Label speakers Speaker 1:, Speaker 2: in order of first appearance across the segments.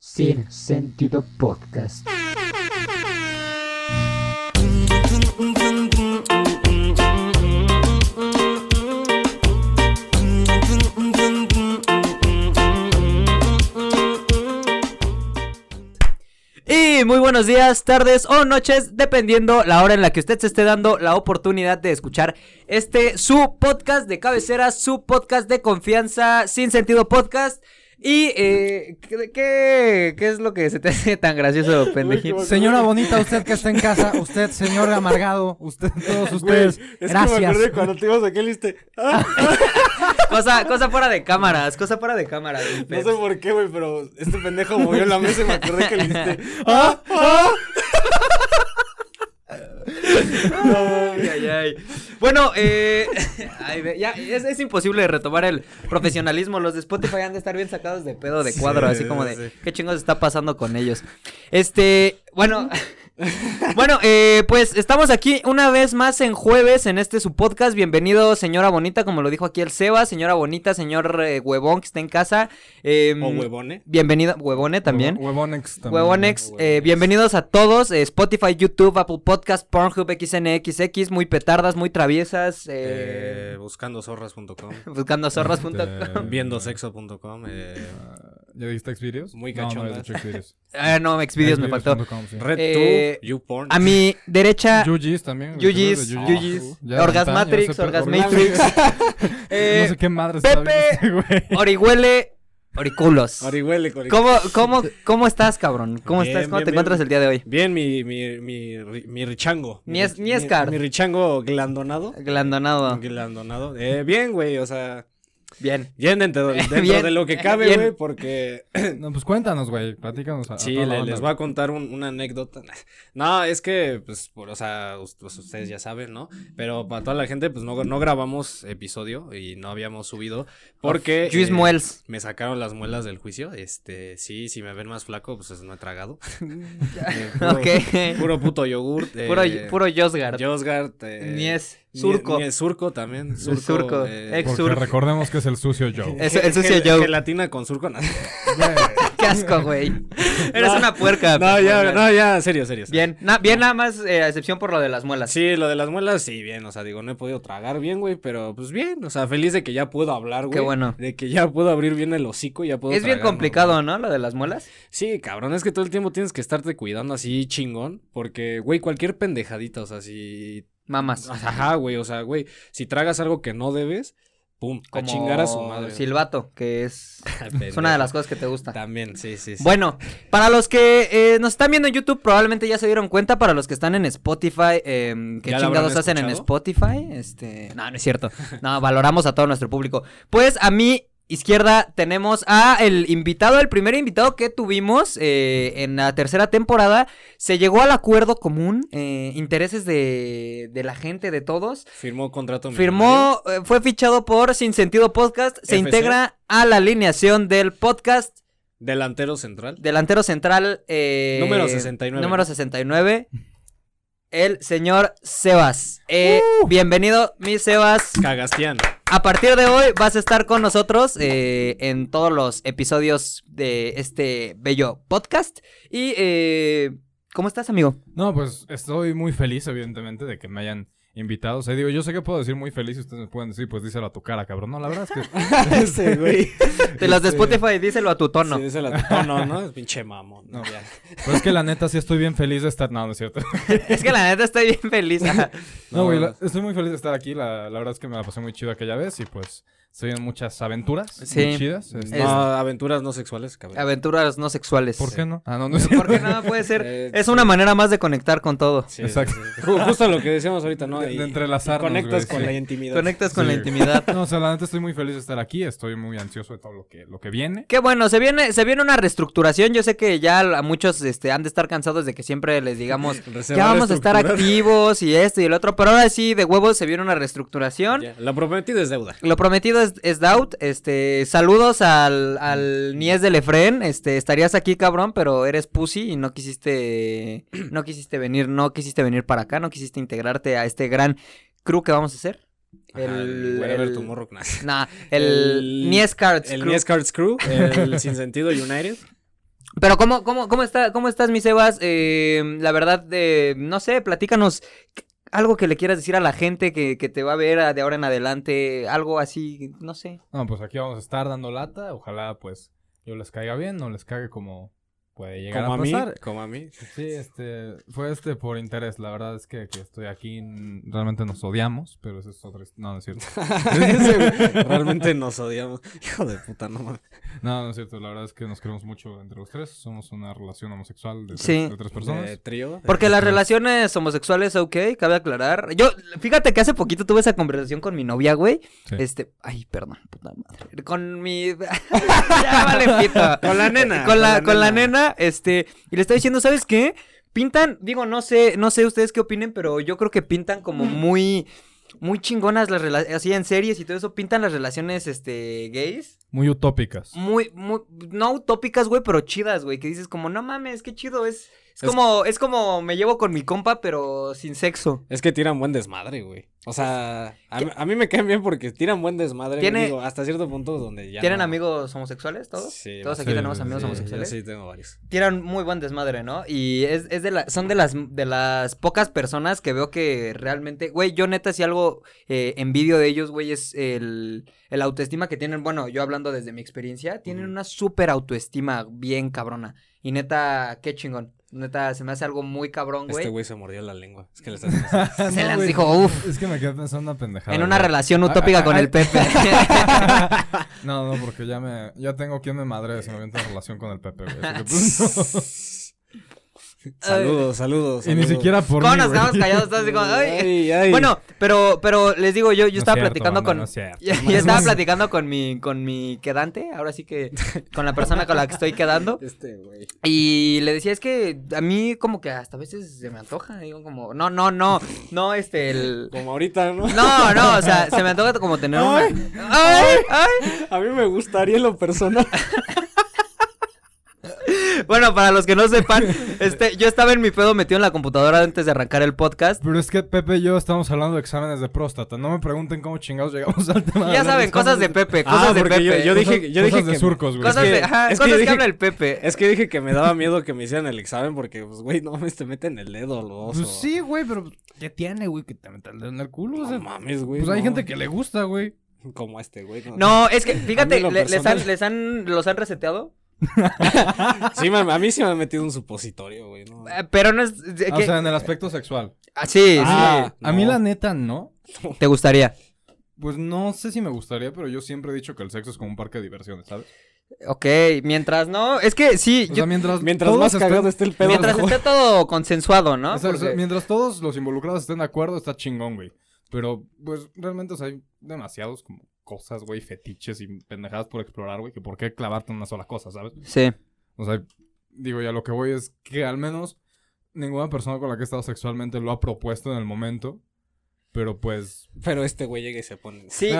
Speaker 1: Sin Sentido Podcast.
Speaker 2: Y muy buenos días, tardes o noches, dependiendo la hora en la que usted se esté dando la oportunidad de escuchar este su podcast de cabecera, su podcast de confianza, sin sentido podcast. Y eh, ¿qué- ¿qué, qué es lo que se te hace tan gracioso, pendejito?
Speaker 3: Señora bonita, usted que está en casa, usted, señor amargado, usted, todos ustedes,
Speaker 4: Es que me
Speaker 3: gracias.
Speaker 4: acordé cuando te ibas aquí liste. Ah,
Speaker 2: Ah, Cosa, cosa fuera de cámaras, cosa fuera de cámaras. güey,
Speaker 4: no
Speaker 2: Fer.
Speaker 4: sé por qué, güey, pero este pendejo movió la mesa y me acordé que le diste.
Speaker 2: ¡Ah! ¡Ah!
Speaker 4: No,
Speaker 2: Ay, ay, ay. Bueno, eh, ay, ve- ya, es, es imposible retomar el profesionalismo. Los de Spotify han de estar bien sacados de pedo de
Speaker 4: Sí,
Speaker 2: cuadro, así como de
Speaker 4: sí.
Speaker 2: qué chingos está pasando con ellos. Este, bueno, bueno, eh, pues estamos aquí una vez más en jueves en este su podcast. Bienvenido, señora bonita, como lo dijo aquí el Seba, señora bonita, señor eh, huevón que está en casa. em,
Speaker 4: O ¿eh? huevone.
Speaker 2: Bienvenido, huevone también.
Speaker 3: Huevonex también.
Speaker 2: Huevonex,
Speaker 4: ¿no?
Speaker 2: eh,
Speaker 4: Huevonex.
Speaker 2: bienvenidos a todos. eh, Spotify, YouTube, Apple Podcast, Pornhub, XNXX, muy petardas, muy traviesas. eh,
Speaker 4: Eh, buscando zorras.com.
Speaker 2: Buscando zorras.com.
Speaker 3: Este,
Speaker 4: eh,
Speaker 2: Mm.
Speaker 4: Viendo sexo.com. Eh,
Speaker 3: Ah, ¿Ya viste Xvideos?
Speaker 4: Muy
Speaker 3: No, No,
Speaker 4: cachondas.
Speaker 3: he dicho Xvideos.
Speaker 2: Ah, no, Xvideos me faltó.
Speaker 3: Xvideos.com, sí.
Speaker 4: Red
Speaker 2: Eh,
Speaker 4: Tube, YouPorn.
Speaker 2: A mi derecha,
Speaker 3: Yugis también.
Speaker 2: Yugis,
Speaker 3: ¿te acuerdas de
Speaker 2: Yugis,
Speaker 3: Ah, ya de
Speaker 2: Orgasmatrix,
Speaker 3: antaño, ese per-
Speaker 2: Orgasmatrix. eh,
Speaker 3: No sé qué madre
Speaker 2: Pepe.
Speaker 3: está viendo este güey.
Speaker 2: Orihuele, Oriculos.
Speaker 4: Orihuele, Orihuele.
Speaker 2: ¿Cómo, cómo, ¿Cómo estás, cabrón? ¿Cómo
Speaker 4: Bien,
Speaker 2: estás? ¿Cómo
Speaker 4: bien,
Speaker 2: te
Speaker 4: bien.
Speaker 2: encuentras el día de hoy?
Speaker 4: Bien, mi, mi, mi, ri- mi richango.
Speaker 2: Mi es-
Speaker 4: rich-
Speaker 2: mi Ah. escar.
Speaker 4: Mi richango glandonado.
Speaker 2: Glandonado.
Speaker 4: Glandonado. Eh, bien, güey, o sea,
Speaker 2: Bien.
Speaker 4: bien dentro, dentro
Speaker 2: Bien,
Speaker 4: de lo que cabe,
Speaker 2: bien.
Speaker 4: güey, porque
Speaker 3: No, pues cuéntanos, güey, platícanos. a- a
Speaker 4: Sí,
Speaker 3: toda la
Speaker 4: le-
Speaker 3: banda.
Speaker 4: les voy a contar un- una anécdota. No, es que, pues, por- o sea, us- pues, ustedes ya saben, ¿no? Pero para toda la gente, pues no, no grabamos episodio y no habíamos subido porque...
Speaker 2: Luis
Speaker 4: eh,
Speaker 2: Muels.
Speaker 4: Me sacaron las muelas del juicio. Este, sí, si me ven más flaco, pues no he tragado. Eh,
Speaker 2: Ok.
Speaker 4: Puro puto yogurt.
Speaker 2: Puro,
Speaker 4: eh,
Speaker 2: puro Yosgard.
Speaker 4: Yozgat, eh,
Speaker 2: Nies,
Speaker 4: nie-
Speaker 2: surco.
Speaker 4: Nies surco también. Surco.
Speaker 2: surco,
Speaker 4: eh,
Speaker 2: ex-
Speaker 3: Porque
Speaker 2: surf.
Speaker 3: recordemos que es el sucio Joe.
Speaker 2: Es- el
Speaker 4: gel-
Speaker 2: sucio Joe.
Speaker 4: Gelatina con surco. No, Eh,
Speaker 2: Qué asco, güey. Eres
Speaker 4: No.
Speaker 2: una puerca.
Speaker 4: No, ya,
Speaker 2: Orgasmatrix.
Speaker 4: no, ya, serio, serio. serio.
Speaker 2: Pues, Bien, na- bien nada más, eh, a excepción por lo de las muelas.
Speaker 4: Sí, lo de las muelas, sí, bien, o sea, digo, no he podido tragar bien, güey, pero pues bien, o sea, feliz de que ya puedo hablar, güey.
Speaker 2: Qué bueno.
Speaker 4: De que ya puedo abrir bien el hocico, ya puedo
Speaker 2: es bien
Speaker 4: tragar, ¿no?
Speaker 2: complicado, ¿no? Lo de las muelas.
Speaker 4: Sí, cabrón, es que todo el tiempo tienes que estarte cuidando así chingón, porque, güey, cualquier pendejadita, o sea, si...
Speaker 2: Mamas.
Speaker 4: Ajá, güey, o sea, güey, si tragas algo que no debes, pum, a
Speaker 2: Como
Speaker 4: chingar a su madre.
Speaker 2: Silbato, que es, es
Speaker 4: Pendejo.
Speaker 2: una de las cosas que te gusta.
Speaker 4: También, sí, sí, sí.
Speaker 2: Bueno, para los que eh, nos están viendo en YouTube, probablemente ya se dieron cuenta. Para los que están en Spotify, eh, ¿qué
Speaker 4: ¿Ya la
Speaker 2: chingados
Speaker 4: habrán
Speaker 2: hacen en
Speaker 4: escuchado?
Speaker 2: Spotify? Este, no, no es cierto. No, valoramos a todo nuestro público. Pues a mi izquierda tenemos a el invitado, el primer invitado que tuvimos eh, en la tercera temporada. Se llegó al acuerdo común, eh, intereses de, de la gente, de todos.
Speaker 4: Firmó contrato.
Speaker 2: Firmó, eh, fue fichado por Sin Sentido Podcast. Se
Speaker 4: FC.
Speaker 2: integra a la alineación del podcast.
Speaker 4: millonario. Delantero central.
Speaker 2: Delantero central. eh,
Speaker 4: Número 69.
Speaker 2: Número 69. El señor Sebas. Eh,
Speaker 3: Uh.
Speaker 2: Bienvenido, mi Sebas.
Speaker 4: Cagastián.
Speaker 2: A partir de hoy vas a estar con nosotros eh, en todos los episodios de este bello podcast. Y, eh, ¿cómo estás, amigo?
Speaker 3: No, pues estoy muy feliz, evidentemente, de que me hayan invitado. O sea, digo, yo sé que puedo decir muy feliz y ustedes me pueden decir, pues díselo a tu cara, cabrón. No, la verdad es que.
Speaker 4: Ese, Este, güey. Este.
Speaker 2: De los de
Speaker 3: Sí.
Speaker 2: Spotify, díselo a tu tono.
Speaker 4: Sí, dice la- No, no, no, es pinche mamón.
Speaker 3: No.
Speaker 4: ya.
Speaker 3: Pero pues, es que la neta sí estoy bien feliz de estar. No, no es cierto.
Speaker 2: Es que la neta estoy bien feliz. ajá.
Speaker 3: No, güey,
Speaker 4: No,
Speaker 3: la- estoy muy feliz de estar aquí. La, la verdad es que me la pasé muy chido aquella vez y pues se vienen muchas aventuras
Speaker 2: Sí.
Speaker 3: muy chidas. este,
Speaker 2: Es-
Speaker 4: No, aventuras no sexuales, cabrón.
Speaker 2: Aventuras no sexuales.
Speaker 3: ¿Por qué no? Ah, no, no es cierto.
Speaker 2: Porque nada puede ser.
Speaker 4: Eh,
Speaker 2: Es una manera más de conectar con todo.
Speaker 4: Sí,
Speaker 3: Exacto.
Speaker 4: sí, sí. Ju- Justo lo que decíamos ahorita, ¿no?
Speaker 3: De- de
Speaker 4: Y-
Speaker 3: entrelazarnos,
Speaker 4: y Conectas
Speaker 3: güey,
Speaker 4: con
Speaker 3: sí.
Speaker 4: la intimidad.
Speaker 2: Conectas con la
Speaker 3: Sí.
Speaker 2: intimidad.
Speaker 3: No, o sea, la neta estoy muy feliz de estar aquí. Estoy muy ansioso de todo lo que, lo que viene.
Speaker 2: Qué bueno, se viene, se viene una reestructuración. Yo sé que ya a muchos este, han de estar cansados de que siempre les digamos
Speaker 4: Reserva
Speaker 2: ya vamos a estar
Speaker 4: estructural.
Speaker 2: activos y esto y el otro, pero ahora sí, de huevos se viene una reestructuración.
Speaker 4: Ya, La prometida es deuda.
Speaker 2: Lo prometido es, es doubt. Este, saludos al, al Nies del Efren. Este, estarías aquí, cabrón, pero eres pussy y no quisiste, no quisiste venir, no quisiste venir para acá, no quisiste integrarte a este gran crew que vamos a hacer.
Speaker 4: Ajá,
Speaker 2: El,
Speaker 4: Whatever
Speaker 2: el-
Speaker 4: Tomorrow, nah.
Speaker 2: Nah, el,
Speaker 4: El-
Speaker 2: Nies Cards
Speaker 4: El
Speaker 2: Crew.
Speaker 4: Nies Cards Crew, el Sin Sentido United.
Speaker 2: Pero ¿cómo, cómo, cómo, está, ¿cómo estás, mi Sebas? Eh, la verdad, eh, no sé, platícanos c- algo que le quieras decir a la gente que, que te va a ver a- de ahora en adelante, algo así, no sé.
Speaker 3: No, pues aquí vamos a estar dando lata. Ojalá, pues, yo les caiga bien, no les cague como puede llegar
Speaker 4: Como a
Speaker 3: a
Speaker 4: mí,
Speaker 3: pasar.
Speaker 4: como a mí.
Speaker 3: Sí, este, fue este por interés. La verdad es que, que estoy aquí, n- realmente nos odiamos, pero eso es otra... hist- No, no es cierto.
Speaker 4: Ese güey, Realmente nos odiamos. Hijo de puta, no mames.
Speaker 3: No, no es cierto. La verdad es que nos queremos mucho entre los tres. Somos una relación homosexual de,
Speaker 2: Sí.
Speaker 3: tres, de tres personas.
Speaker 4: De trío.
Speaker 2: Porque las relaciones homosexuales, ok, cabe aclarar. Yo, fíjate que hace poquito tuve esa conversación con mi novia, güey.
Speaker 3: Sí.
Speaker 2: Este, ay, perdón, puta madre. Con mi. ya vale, pito.
Speaker 4: Con la nena,
Speaker 2: Con la, con la nena, este. Y le estaba diciendo, ¿sabes qué? Pintan, digo, no sé, no sé ustedes qué opinen, pero yo creo que pintan como muy. Muy chingonas las relaciones, así en series y todo eso, pintan las relaciones, este, gays.
Speaker 3: Muy utópicas.
Speaker 2: Muy, muy, no utópicas, güey, pero chidas, güey, que dices como, no mames, qué chido, es, es,
Speaker 4: Es-
Speaker 2: como, es como me llevo con mi compa, pero sin sexo.
Speaker 4: Es que tiran buen desmadre, güey. O sea, a, mí- a mí me caen bien porque tiran buen desmadre.
Speaker 2: Tiene-
Speaker 4: Digo, hasta cierto punto donde ya.
Speaker 2: ¿Tienen
Speaker 4: no-
Speaker 2: amigos homosexuales todos?
Speaker 4: Sí,
Speaker 2: todos aquí
Speaker 3: sí,
Speaker 2: tenemos
Speaker 3: sí,
Speaker 2: amigos
Speaker 4: Sí,
Speaker 2: homosexuales.
Speaker 4: yo Eh, Sí, tengo varios.
Speaker 2: Tienen muy buen desmadre, ¿no? Y es, es de la, son de las, de las pocas personas que veo que realmente, güey, yo neta si algo eh, envidio de ellos, güey, es el, el autoestima que tienen. Bueno, yo hablando desde mi experiencia, tienen
Speaker 4: Ujú.
Speaker 2: una súper autoestima bien cabrona. Y neta, qué chingón. Neta, se me hace algo muy cabrón, güey.
Speaker 4: Este güey se mordió la lengua. Es que le estás haciendo así.
Speaker 2: Se
Speaker 3: No,
Speaker 2: las
Speaker 3: güey.
Speaker 2: dijo, uff.
Speaker 3: Es que me quedé pensando una pendejada.
Speaker 2: En una
Speaker 3: güey.
Speaker 2: relación
Speaker 3: Ah,
Speaker 2: utópica
Speaker 3: ah,
Speaker 2: con
Speaker 3: ah.
Speaker 2: el Pepe.
Speaker 3: No, no, porque ya me... Ya tengo quien me madre si me avienta una relación con el Pepe, güey. así que, pues, no.
Speaker 4: saludos, saludos.
Speaker 3: Y ni
Speaker 4: saludos.
Speaker 3: siquiera por
Speaker 2: ¿Cómo
Speaker 3: mí,
Speaker 2: nos
Speaker 3: güey.
Speaker 2: quedamos callados? Todos así como, "Ay".
Speaker 4: Ay, ay.
Speaker 2: Bueno, pero, pero les digo, yo, yo
Speaker 3: No es
Speaker 2: estaba
Speaker 3: cierto,
Speaker 2: platicando
Speaker 3: banda,
Speaker 2: con.
Speaker 3: no es cierto.
Speaker 2: yo estaba platicando con mi, con mi quedante, ahora sí que con la persona con la que estoy quedando.
Speaker 4: Este güey.
Speaker 2: Y le decía, es que a mí como que hasta a veces se me antoja. Digo, como, no, no, no, no, este, el.
Speaker 4: Como ahorita, ¿no?
Speaker 2: No, no, o sea, se me antoja como tener una.
Speaker 4: Ay.
Speaker 2: ¡Ay! ¡Ay!
Speaker 4: A mí me gustaría en lo personal.
Speaker 2: Bueno, para los que no sepan, este, yo estaba en mi pedo metido en la computadora antes de arrancar el podcast.
Speaker 3: Pero es que Pepe y yo estamos hablando de exámenes de próstata. No me pregunten cómo chingados llegamos al tema. de
Speaker 2: Ya
Speaker 3: hablar de
Speaker 2: saben, cosas de
Speaker 3: exámenes
Speaker 2: Pepe,
Speaker 4: Ah,
Speaker 2: cosas de
Speaker 4: porque
Speaker 2: Pepe.
Speaker 4: yo- yo dije-
Speaker 3: Cosas- cosas
Speaker 4: que-
Speaker 3: de surcos, güey.
Speaker 2: cosas
Speaker 4: es
Speaker 2: de,
Speaker 4: que-
Speaker 2: ajá,
Speaker 4: es que
Speaker 2: cosas
Speaker 4: yo
Speaker 2: que
Speaker 4: dije-
Speaker 2: habla el Pepe.
Speaker 4: Es que dije que me daba miedo que me hicieran el examen porque, pues, güey, no mames, te meten el dedo, lo oso.
Speaker 3: Pues sí, güey, pero ¿qué tiene, güey? Que te meta el dedo en el culo. O
Speaker 4: No
Speaker 3: sea,
Speaker 4: mames, güey.
Speaker 3: pues hay
Speaker 4: no.
Speaker 3: gente que le gusta, güey.
Speaker 4: Como a este, güey.
Speaker 2: No, es que, fíjate,
Speaker 4: lo
Speaker 2: le- les,
Speaker 4: personal-
Speaker 2: han, les han, los han reseteado,
Speaker 4: Sí, me- a mí sí me ha metido un supositorio, güey. No.
Speaker 2: eh, pero no es... eh,
Speaker 3: Ah, O
Speaker 2: que-
Speaker 3: sea, en el aspecto sexual.
Speaker 2: ah, sí,
Speaker 4: Ah,
Speaker 3: A mí
Speaker 4: no.
Speaker 3: la neta no.
Speaker 2: sí, te gustaría.
Speaker 3: Pues no sé si me gustaría, pero yo siempre he dicho que el sexo es como un parque de diversiones, ¿sabes?
Speaker 2: Ok, mientras no, es que sí,
Speaker 3: O
Speaker 2: yo-
Speaker 3: sea, mientras,
Speaker 4: Mientras
Speaker 3: todos
Speaker 4: más
Speaker 3: estén-
Speaker 4: cagado esté el
Speaker 2: pues,
Speaker 4: pedo.
Speaker 2: mientras
Speaker 4: mejor.
Speaker 2: esté todo consensuado, ¿no?
Speaker 3: o sea, o sea,
Speaker 2: Porque-
Speaker 3: mientras todos los involucrados estén de acuerdo, está chingón, güey. Pero, pues, realmente, o sea, hay demasiados como cosas, güey, fetiches y pendejadas por explorar, güey, que por qué clavarte en una sola cosa, ¿sabes?
Speaker 2: Sí,
Speaker 3: O sea, digo, ya lo que voy es que al menos ninguna persona con la que he estado sexualmente lo ha propuesto en el momento. Pero pues.
Speaker 4: Pero este güey llega y se pone.
Speaker 2: sí,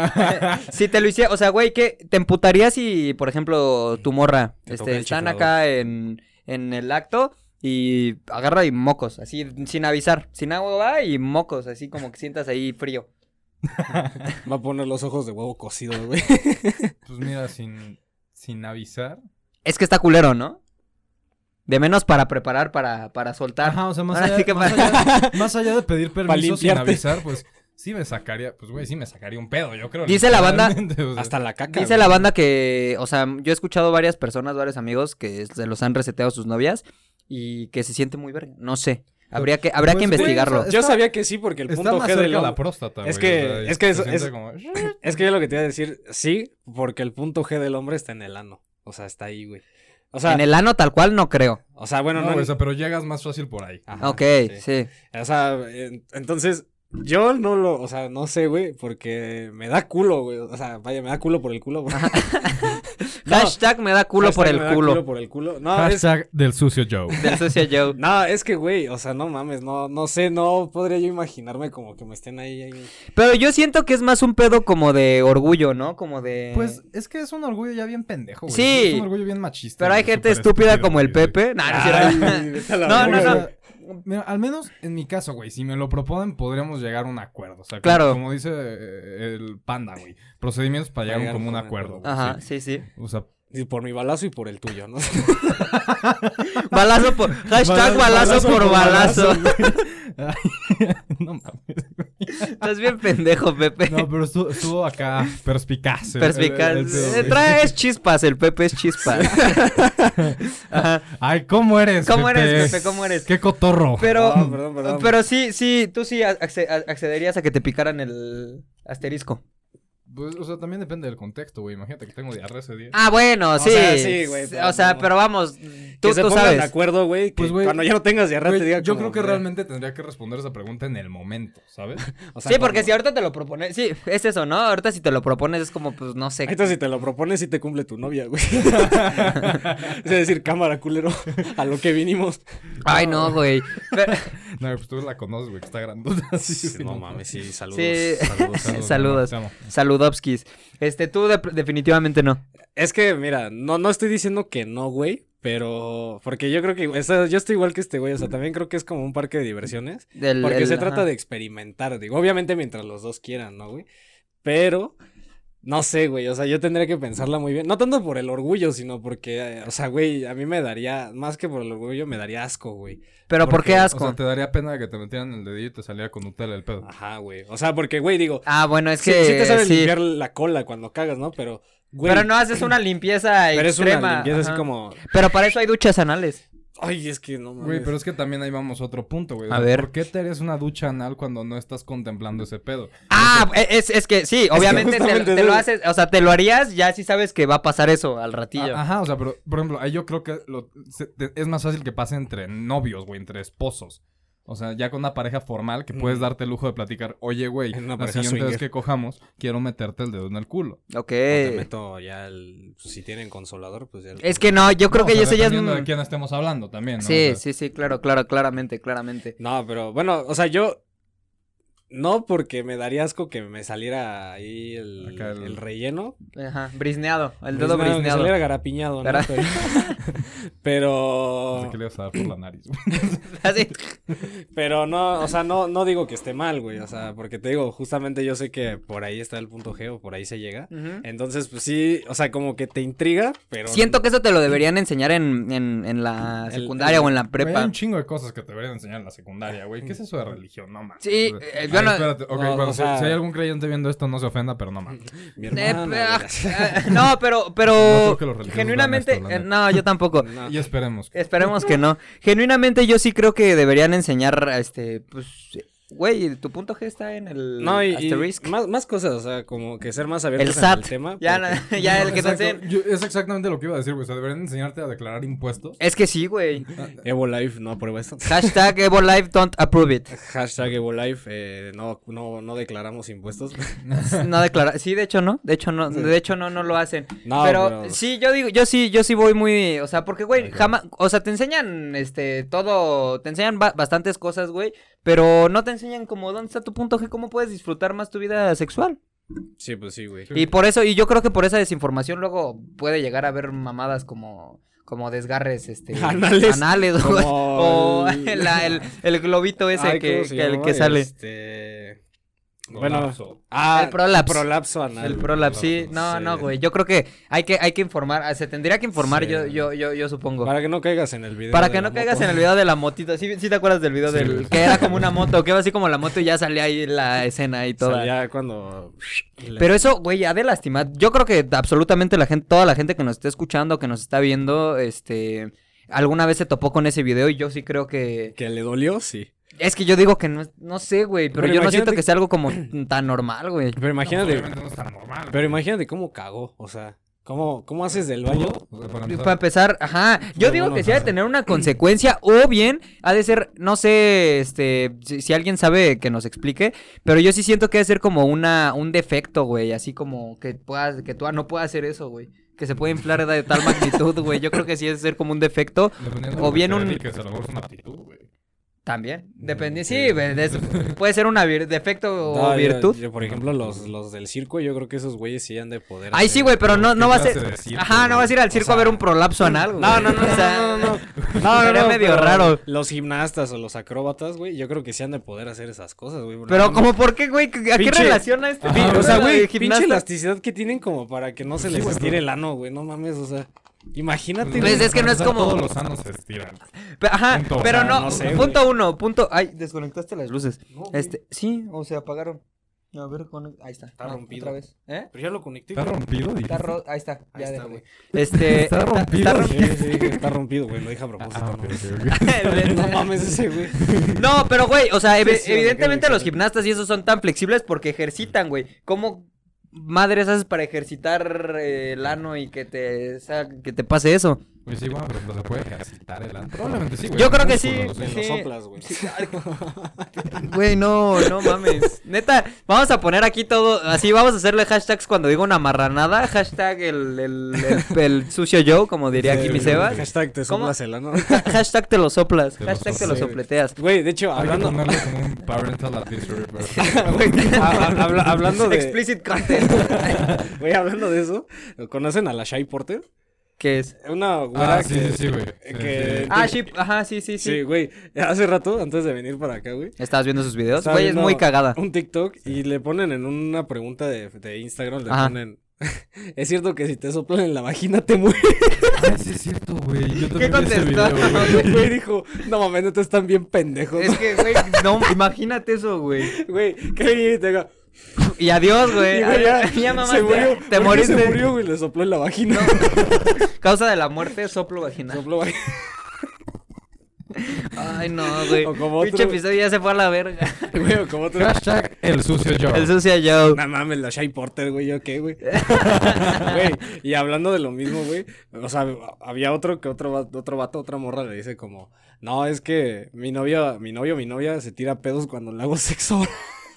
Speaker 2: si te lo hiciera, o sea, güey, que te emputarías si, por ejemplo, tu morra,
Speaker 4: Te toca
Speaker 2: este,
Speaker 4: el
Speaker 2: están
Speaker 4: chiflador.
Speaker 2: acá en, en el acto y agarra y mocos, así, sin avisar, sin agua va y mocos, así como que sientas ahí frío.
Speaker 4: Va a poner los ojos de huevo cocido, güey.
Speaker 3: Pues mira, sin, sin avisar.
Speaker 2: Es que está culero, ¿no? De menos para preparar, para, para soltar.
Speaker 3: Ajá, o sea, más
Speaker 2: Ahora
Speaker 3: allá,
Speaker 2: sí que
Speaker 3: más allá- más allá de pedir permiso sin
Speaker 4: limpiarte.
Speaker 3: avisar, pues sí me sacaría. Pues güey, sí me sacaría un pedo, yo creo.
Speaker 2: Dice la banda-
Speaker 3: literalmente, o sea.
Speaker 4: Hasta la caca.
Speaker 2: Dice la banda que, o sea, yo he escuchado varias personas, varios amigos que se los han reseteado sus novias y que se siente muy verga. No sé. Habría que, habría que
Speaker 3: Pues, güey,
Speaker 2: investigarlo.
Speaker 3: o sea,
Speaker 4: Yo
Speaker 3: está-
Speaker 4: sabía que sí, porque el
Speaker 3: Está
Speaker 4: punto G
Speaker 3: más
Speaker 4: del
Speaker 3: cerca la
Speaker 4: hombre.
Speaker 3: próstata,
Speaker 4: Es
Speaker 3: güey,
Speaker 4: que-
Speaker 3: o sea,
Speaker 4: es que
Speaker 3: se
Speaker 4: eso-
Speaker 3: siente
Speaker 4: es-
Speaker 3: como-
Speaker 4: Es que yo lo que te iba a decir, sí, porque el punto G del hombre está en el ano. O sea, está ahí, güey. O sea,
Speaker 2: en el ano tal cual no creo.
Speaker 4: o sea bueno,
Speaker 3: No,
Speaker 4: no.
Speaker 3: güey, o sea, pero llegas más fácil por ahí.
Speaker 4: Ajá,
Speaker 2: ok, sí.
Speaker 4: O sea, en- entonces, yo no lo, o sea, no sé, güey, porque me da culo, güey. O sea, vaya, me da culo por el culo. güey. No,
Speaker 2: Hashtag me da culo por
Speaker 4: hashtag
Speaker 2: el
Speaker 4: me da
Speaker 2: culo.
Speaker 4: por el culo. No, Ah, es,
Speaker 3: Hashtag del sucio Joe.
Speaker 2: Del sucio Joe.
Speaker 4: no, es que, güey, o sea, no mames, no, no sé, no podría yo imaginarme como que me estén ahí. ahí.
Speaker 2: Pero yo siento que es más un pedo como de orgullo, ¿no? Como de...
Speaker 3: Pues es que es un orgullo ya bien pendejo, güey.
Speaker 2: Sí.
Speaker 3: Es un orgullo bien machista.
Speaker 2: Pero hay
Speaker 3: güey,
Speaker 2: gente
Speaker 3: súper
Speaker 2: estúpida
Speaker 3: estúpido,
Speaker 2: como el
Speaker 3: güey.
Speaker 2: Pepe. Nah, Ah, no, es
Speaker 4: Ay,
Speaker 2: cierto.
Speaker 4: vete a la
Speaker 2: No,
Speaker 4: verga,
Speaker 2: no, no.
Speaker 4: güey.
Speaker 3: Mira, al menos en mi caso, güey, si me lo proponen, podríamos llegar a un acuerdo. O sea, como-
Speaker 2: Claro.
Speaker 3: Como, dice eh, el panda, güey. Procedimientos para llegar a un
Speaker 4: Llegar
Speaker 3: común
Speaker 4: con un
Speaker 3: acuerdo.
Speaker 4: acuerdo.
Speaker 3: güey,
Speaker 2: Ajá,
Speaker 3: sí.
Speaker 2: sí, sí.
Speaker 3: O sea,
Speaker 4: Y por mi balazo y por el tuyo, ¿no?
Speaker 2: Balazo por. Hashtag balazo, por balazo.
Speaker 3: güey. Ay, no mames.
Speaker 2: Estás bien pendejo, Pepe.
Speaker 3: No, pero estuvo, estuvo acá perspicaz. el- el- el
Speaker 2: Perspicaz.
Speaker 3: pedo,
Speaker 2: Eh,
Speaker 3: güey.
Speaker 2: Traes chispas, el Pepe es chispas. Ajá.
Speaker 3: Ay, ¿cómo eres?
Speaker 2: ¿Cómo eres, Pepe? ¿Cómo eres?
Speaker 3: Qué cotorro.
Speaker 2: Pero,
Speaker 4: Ah, perdón, perdón.
Speaker 2: pero sí, sí, tú sí ac- acce- a- accederías a que te picaran el asterisco.
Speaker 3: Pues, o sea, también depende del contexto, güey. Imagínate que tengo diarrea ese día.
Speaker 2: Ah, bueno,
Speaker 4: O
Speaker 2: sí.
Speaker 4: sea, sí, güey,
Speaker 2: S-
Speaker 4: pero
Speaker 2: o sea,
Speaker 4: no.
Speaker 2: pero vamos, tú,
Speaker 4: que se
Speaker 2: tú
Speaker 4: pongan
Speaker 2: sabes.
Speaker 4: de acuerdo, güey. Que
Speaker 3: Pues, güey,
Speaker 4: cuando ya no tengas diarrea
Speaker 3: Güey,
Speaker 4: te diga
Speaker 3: yo
Speaker 4: como,
Speaker 3: creo que
Speaker 4: güey,
Speaker 3: realmente tendría que responder esa pregunta en el momento, ¿sabes?
Speaker 4: o sea,
Speaker 2: Sí, porque
Speaker 4: cuando-
Speaker 2: si ahorita te lo propones, sí, es eso, ¿no? Ahorita si te lo propones es como, pues, no sé.
Speaker 4: Ahorita si te lo propones y te cumple tu novia, güey. es decir, cámara, culero, a lo que vinimos.
Speaker 2: Ay, no, güey. Pero-
Speaker 3: No, pues tú la conoces, güey, que está grandota.
Speaker 4: no mames, sí, saludos.
Speaker 2: Sí.
Speaker 4: saludos,
Speaker 2: Eh,
Speaker 4: saludos.
Speaker 2: Saludos.
Speaker 3: te amo.
Speaker 2: Saludovskis. Este, tú de- definitivamente no.
Speaker 4: Es que, mira, no, no estoy diciendo que no, güey, pero... Porque yo creo que... o sea, yo estoy igual que este güey, o sea, también creo que es como un parque de diversiones.
Speaker 2: Del-
Speaker 4: Porque
Speaker 2: el-
Speaker 4: se trata
Speaker 2: ajá.
Speaker 4: de experimentar, digo, obviamente mientras los dos quieran, ¿no, güey? Pero, no sé, güey, o sea, yo tendría que pensarla muy bien. No tanto por el orgullo, sino porque, eh, o sea, güey, a mí me daría, más que por el orgullo, me daría asco, güey.
Speaker 2: Pero ¿por
Speaker 4: porque,
Speaker 2: qué
Speaker 4: o
Speaker 3: O
Speaker 2: asco?
Speaker 3: sea, te daría pena que te metieran el dedillo y te saliera con Nutella el pedo.
Speaker 4: Ajá, güey. O sea, porque, güey, digo,
Speaker 2: Ah, bueno, es
Speaker 4: sí,
Speaker 2: que
Speaker 4: sí te sabes
Speaker 2: sí.
Speaker 4: limpiar la cola cuando cagas, ¿no? Pero, güey,
Speaker 2: Pero no haces una limpieza
Speaker 4: pero es
Speaker 2: extrema.
Speaker 4: una limpieza así
Speaker 2: ajá.
Speaker 4: como,
Speaker 2: Pero para eso hay duchas anales.
Speaker 4: ay, es que no mames.
Speaker 3: Güey, pero es que también ahí vamos a otro punto, güey. O
Speaker 2: A
Speaker 3: sea,
Speaker 2: ver.
Speaker 3: ¿Por qué te harías una ducha anal cuando no estás contemplando ese pedo?
Speaker 2: Ah, es, es que sí, obviamente te,
Speaker 4: justamente
Speaker 2: te lo
Speaker 4: es-
Speaker 2: haces, o sea, te lo harías ya si sabes que va a pasar eso al ratillo.
Speaker 3: A-
Speaker 4: Ah,
Speaker 3: Ajá, o sea, pero, por ejemplo, ahí yo creo que lo- se- te- es más fácil que pase entre novios, güey, entre esposos. O sea, ya con una pareja formal que puedes
Speaker 4: Mm.
Speaker 3: darte el lujo de platicar, oye, güey,
Speaker 4: En una
Speaker 3: la
Speaker 4: pareja
Speaker 3: siguiente vez
Speaker 4: swinger.
Speaker 3: que cojamos, quiero meterte el dedo en el culo.
Speaker 4: ah.
Speaker 2: Ok.
Speaker 4: O te meto ya el, si tienen consolador, pues ya. el-
Speaker 2: Es que no, yo creo
Speaker 3: No,
Speaker 2: que
Speaker 3: o sea,
Speaker 2: eso ya es...
Speaker 3: dependiendo de quién estemos hablando también, ¿no?
Speaker 2: Sí,
Speaker 3: O sea,
Speaker 2: sí, sí, claro, claro, claramente, claramente.
Speaker 4: No, pero bueno, o sea, yo. No porque me daría asco que me saliera ahí el,
Speaker 3: Acá el-
Speaker 4: el relleno.
Speaker 2: Ajá, brisneado, el dedo
Speaker 4: Brisneado, Me
Speaker 2: brisneado.
Speaker 4: saliera garapiñado, ¿no?
Speaker 2: Gara-
Speaker 4: Pero.
Speaker 3: pensé que le ibas a dar por la nariz, güey.
Speaker 2: Así.
Speaker 4: Pero no, o sea, no, no digo que esté mal, güey. O sea, porque te digo, justamente yo sé que por ahí está el punto G o por ahí se llega.
Speaker 2: Ujú.
Speaker 4: Entonces, pues sí, o sea, como que te intriga, pero.
Speaker 2: Siento que eso te lo deberían enseñar en, en, en la
Speaker 4: El-
Speaker 2: secundaria
Speaker 4: el-
Speaker 2: o en la
Speaker 3: Güey, Hay
Speaker 2: prepa.
Speaker 3: un chingo de cosas que te deberían enseñar en la secundaria, güey. ¿Qué es eso de religión? No mames.
Speaker 2: Sí,
Speaker 3: O sea,
Speaker 2: eh,
Speaker 3: a
Speaker 2: yo
Speaker 3: ver,
Speaker 2: no-
Speaker 3: Espérate, ok,
Speaker 4: No,
Speaker 3: bueno,
Speaker 4: o
Speaker 3: si-
Speaker 4: sea-
Speaker 3: si, hay algún creyente viendo esto, no se ofenda, pero no mames.
Speaker 4: Mi
Speaker 2: Eh,
Speaker 4: hermana, güey,
Speaker 2: ah,
Speaker 4: así.
Speaker 2: ah, no, pero,
Speaker 3: No creo
Speaker 2: pero
Speaker 3: que los religiosos
Speaker 2: genuinamente,
Speaker 3: vean esto, la
Speaker 2: eh,
Speaker 3: neta.
Speaker 2: no, yo tampoco.
Speaker 4: No.
Speaker 3: Y esperemos. que-
Speaker 2: Esperemos que no. Genuinamente yo sí creo que deberían enseñar, este, pues, güey, tu punto G está en el
Speaker 4: No, y, y
Speaker 2: asterisk.
Speaker 4: más, más cosas, o sea, como que ser más
Speaker 2: El
Speaker 4: abiertos en
Speaker 2: SAT.
Speaker 4: el tema.
Speaker 2: ya,
Speaker 4: porque-
Speaker 2: na- ya el que te
Speaker 3: Exacto.
Speaker 2: enseñan.
Speaker 3: Yo- Es exactamente lo que iba a decir, güey. O sea, deberían enseñarte a declarar impuestos.
Speaker 2: Es que sí, güey.
Speaker 4: Evo Life no aprueba esto.
Speaker 2: Hashtag Evo Live don't approve it.
Speaker 4: Hashtag Evo Life, eh, no, no, no declaramos impuestos.
Speaker 2: No declara. Sí, de hecho no. De hecho no. De hecho no, no lo hacen.
Speaker 4: No,
Speaker 2: pero,
Speaker 4: pero-
Speaker 2: sí, yo digo, yo sí, yo sí voy muy, o sea, porque güey, jamás, o sea, te enseñan, este, todo, te enseñan ba- bastantes cosas, güey, pero no te enseñan como dónde está tu punto G, cómo puedes disfrutar más tu vida sexual.
Speaker 4: Sí, pues sí, güey.
Speaker 2: Y por eso, y yo creo que por esa desinformación luego puede llegar a haber mamadas como, como desgarres, este,
Speaker 4: Anales.
Speaker 2: güey.
Speaker 4: Como
Speaker 2: O
Speaker 4: el-
Speaker 2: la- el, el globito ese
Speaker 4: Ay,
Speaker 2: que,
Speaker 4: ¿cómo se
Speaker 2: que- el
Speaker 4: llama?
Speaker 2: que sale.
Speaker 4: Este... Bueno,
Speaker 3: Colapso.
Speaker 4: ah,
Speaker 2: El prolapso.
Speaker 4: prolapso anal.
Speaker 2: El prolapse, sí.
Speaker 4: prolapso,
Speaker 2: No,
Speaker 4: sí.
Speaker 2: no, güey. Yo creo que hay que, hay que informar. ah, Se tendría que informar,
Speaker 4: eh, Sí.
Speaker 2: yo, yo, yo, yo supongo. Para,
Speaker 4: Para que no caigas en el video. de
Speaker 2: que
Speaker 4: la
Speaker 2: no caigas
Speaker 4: moto.
Speaker 2: en el video de la motita. ¿Sí, sí te acuerdas del video
Speaker 3: Sí,
Speaker 2: del
Speaker 3: sí.
Speaker 2: que era como una moto? Que iba así como la moto y ya salía ahí la escena y
Speaker 4: O
Speaker 2: todo.
Speaker 4: sea, ya cuando...
Speaker 2: Pero eso, güey, ya de lastimar. Yo creo que absolutamente la gente, toda la gente que nos está escuchando, que nos está viendo, este. Alguna vez se topó con ese video y yo sí creo que.
Speaker 4: Que le dolió, sí.
Speaker 2: Es que yo digo que no, es- no sé, güey. Pero,
Speaker 4: Pero
Speaker 2: yo no siento
Speaker 4: imagínate-
Speaker 2: que sea algo como tan normal, güey.
Speaker 4: Pero imagínate...
Speaker 3: Obviamente no es tan normal.
Speaker 4: pero imagínate cómo cagó, o sea... ¿Cómo, cómo haces del baño?
Speaker 3: O sea, para
Speaker 2: Para
Speaker 3: empezar,
Speaker 2: empezar, ajá. Yo
Speaker 4: De
Speaker 2: digo
Speaker 4: alguna
Speaker 2: que sí ha de
Speaker 4: manera.
Speaker 2: tener una consecuencia, o bien ha de ser, no sé, este, si, si alguien sabe que nos explique, pero yo sí siento que ha de ser como una, un defecto, güey, así como que puedas, que tú ah, no puedas hacer eso, güey. Que se puede inflar de tal magnitud, güey. Yo creo que sí ha de ser como un defecto.
Speaker 3: dependiendo
Speaker 2: o
Speaker 3: de lo
Speaker 2: bien
Speaker 3: que
Speaker 2: un-
Speaker 3: te dediques, a lo mejor es una actitud, güey.
Speaker 2: También. Depende. Sí, güey, de- puede ser una vir- defecto o
Speaker 4: No, yo-
Speaker 2: virtud.
Speaker 4: Yo, por ejemplo, los, los del circo, yo creo que esos güeyes sí han de poder.
Speaker 2: Ay,
Speaker 4: hacer-
Speaker 2: sí, güey, pero no,
Speaker 3: ¿Qué
Speaker 2: no va a
Speaker 3: clase
Speaker 2: ser.
Speaker 3: de circo,
Speaker 2: Ajá, no vas a ir al
Speaker 4: O
Speaker 2: circo
Speaker 4: sea,
Speaker 2: a ver un prolapso anal, güey.
Speaker 4: No, no, no,
Speaker 2: O sea,
Speaker 4: no, no, no, no. No, no,
Speaker 2: Sería
Speaker 4: no,
Speaker 2: medio
Speaker 4: pero
Speaker 2: raro.
Speaker 4: Los gimnastas o los acróbatas, güey, yo creo que sí han de poder hacer esas cosas, güey. porque
Speaker 2: Pero
Speaker 4: no-
Speaker 2: como por qué, güey, ¿a qué
Speaker 4: Pinche-
Speaker 2: relaciona este?
Speaker 4: Pi-
Speaker 2: video
Speaker 4: o sea,
Speaker 2: de
Speaker 4: güey,
Speaker 2: gimnasta?
Speaker 4: pinche elasticidad que tienen como para que no se les estire el ano, güey. No mames, o sea, imagínate.
Speaker 2: Pues
Speaker 4: güey.
Speaker 2: es que no es
Speaker 3: Para
Speaker 2: como-
Speaker 3: empezar, Todos los sanos se estiran.
Speaker 2: Pe- Ajá,
Speaker 3: Punto.
Speaker 2: pero
Speaker 4: O sea,
Speaker 2: no,
Speaker 4: no sé,
Speaker 2: punto uno, punto, ay, desconectaste las luces. Este, sí, o se apagaron. A ver, con- ahí está.
Speaker 4: Está rompido.
Speaker 2: Otra vez. ¿Eh?
Speaker 4: Pero ya lo conecté.
Speaker 3: ¿Está rompido?
Speaker 2: Está
Speaker 3: dijiste?
Speaker 2: ro- ahí está,
Speaker 4: Ahí
Speaker 2: ya
Speaker 4: está,
Speaker 2: déjale.
Speaker 4: güey.
Speaker 2: Este,
Speaker 3: ¿Está rompido?
Speaker 4: Sí, sí, dije, está rompido, güey. Lo dije a propósito.
Speaker 3: Ah,
Speaker 4: no
Speaker 3: ok,
Speaker 4: mames.
Speaker 3: ok, ok.
Speaker 4: No mames ese, güey.
Speaker 2: No, pero güey, o sea,
Speaker 4: Sí,
Speaker 2: evi-
Speaker 4: sí, me
Speaker 2: evidentemente
Speaker 4: queda
Speaker 2: los
Speaker 4: claro.
Speaker 2: gimnastas y esos son tan flexibles porque ejercitan, güey. ¿Cómo madres haces para ejercitar eh, el ano y que te sa- que te pase eso?
Speaker 3: Pues sí, bueno, pero se puede ejercitar el ano. Probablemente sí, güey.
Speaker 2: Yo creo que
Speaker 3: Músculos,
Speaker 4: Pues Me
Speaker 2: Sí,
Speaker 4: lo soplas, güey.
Speaker 2: Güey, no, no mames. Neta, vamos a poner aquí todo, así vamos a hacerle hashtags cuando digo una marranada, hashtag el el, el- el sucio yo, como diría aquí mi
Speaker 4: Sí,
Speaker 2: Sebas.
Speaker 4: Hashtag te
Speaker 2: ¿Cómo?
Speaker 4: soplas el ano.
Speaker 2: Hashtag te lo soplas,
Speaker 3: Te lo
Speaker 2: hashtag te
Speaker 3: soplas.
Speaker 2: lo
Speaker 3: Sí, güey.
Speaker 2: sopleteas.
Speaker 4: Güey, de hecho,
Speaker 3: Hay que
Speaker 4: hablando.
Speaker 3: ponerle como un parental advisory. pero-
Speaker 4: Güey, ha- ha- Ah, habla- hablando de.
Speaker 2: Explicit content.
Speaker 4: Güey, hablando de eso. ¿Conocen a la Shai Porter?
Speaker 2: ¿Qué es?
Speaker 4: Una güera
Speaker 3: Ah, sí,
Speaker 4: que-
Speaker 3: sí, sí, güey. Sí,
Speaker 4: que-
Speaker 3: sí.
Speaker 2: Ah, sí, ajá, sí, sí,
Speaker 4: Sí,
Speaker 2: sí.
Speaker 4: güey. Hace rato, antes de venir para acá, güey.
Speaker 2: ¿Estabas viendo sus videos?
Speaker 4: estaba
Speaker 2: Güey, es
Speaker 4: viendo
Speaker 2: muy cagada.
Speaker 4: Un TikTok y le ponen en una pregunta de, de Instagram, le
Speaker 2: Ajá.
Speaker 4: ponen. Es cierto que si te soplan en la vagina te mueres.
Speaker 3: Ah, sí, es cierto, güey. Yo también vi ese
Speaker 2: contestó?
Speaker 3: video, güey.
Speaker 4: Güey dijo, no mames, no te están bien pendejos.
Speaker 2: Es que, güey, no, imagínate eso, güey.
Speaker 4: Güey, que viene y te haga.
Speaker 2: Y adiós, güey.
Speaker 4: y güey, ya,
Speaker 2: Ya, mamaste.
Speaker 4: se murió.
Speaker 2: Te
Speaker 4: ¿Por qué
Speaker 2: moriste.
Speaker 4: Se murió, güey, le sopló en la vagina.
Speaker 2: Causa de la muerte, soplo vaginal.
Speaker 4: Sopló vagina.
Speaker 2: Ay, no, güey.
Speaker 4: O como
Speaker 2: Pinche
Speaker 4: otro-
Speaker 2: episodio ya se fue a la verga.
Speaker 4: Güey, o como otro.
Speaker 3: Hashtag el sucio yo.
Speaker 2: El sucio Joe.
Speaker 4: No mames, la Shai Porter, güey, yo qué, güey. Güey, y hablando de lo mismo, güey, o sea, había otro que otro, va- otro vato, otra morra le dice como, no, es que mi novia, mi novio, mi novia se tira pedos cuando le hago sexo.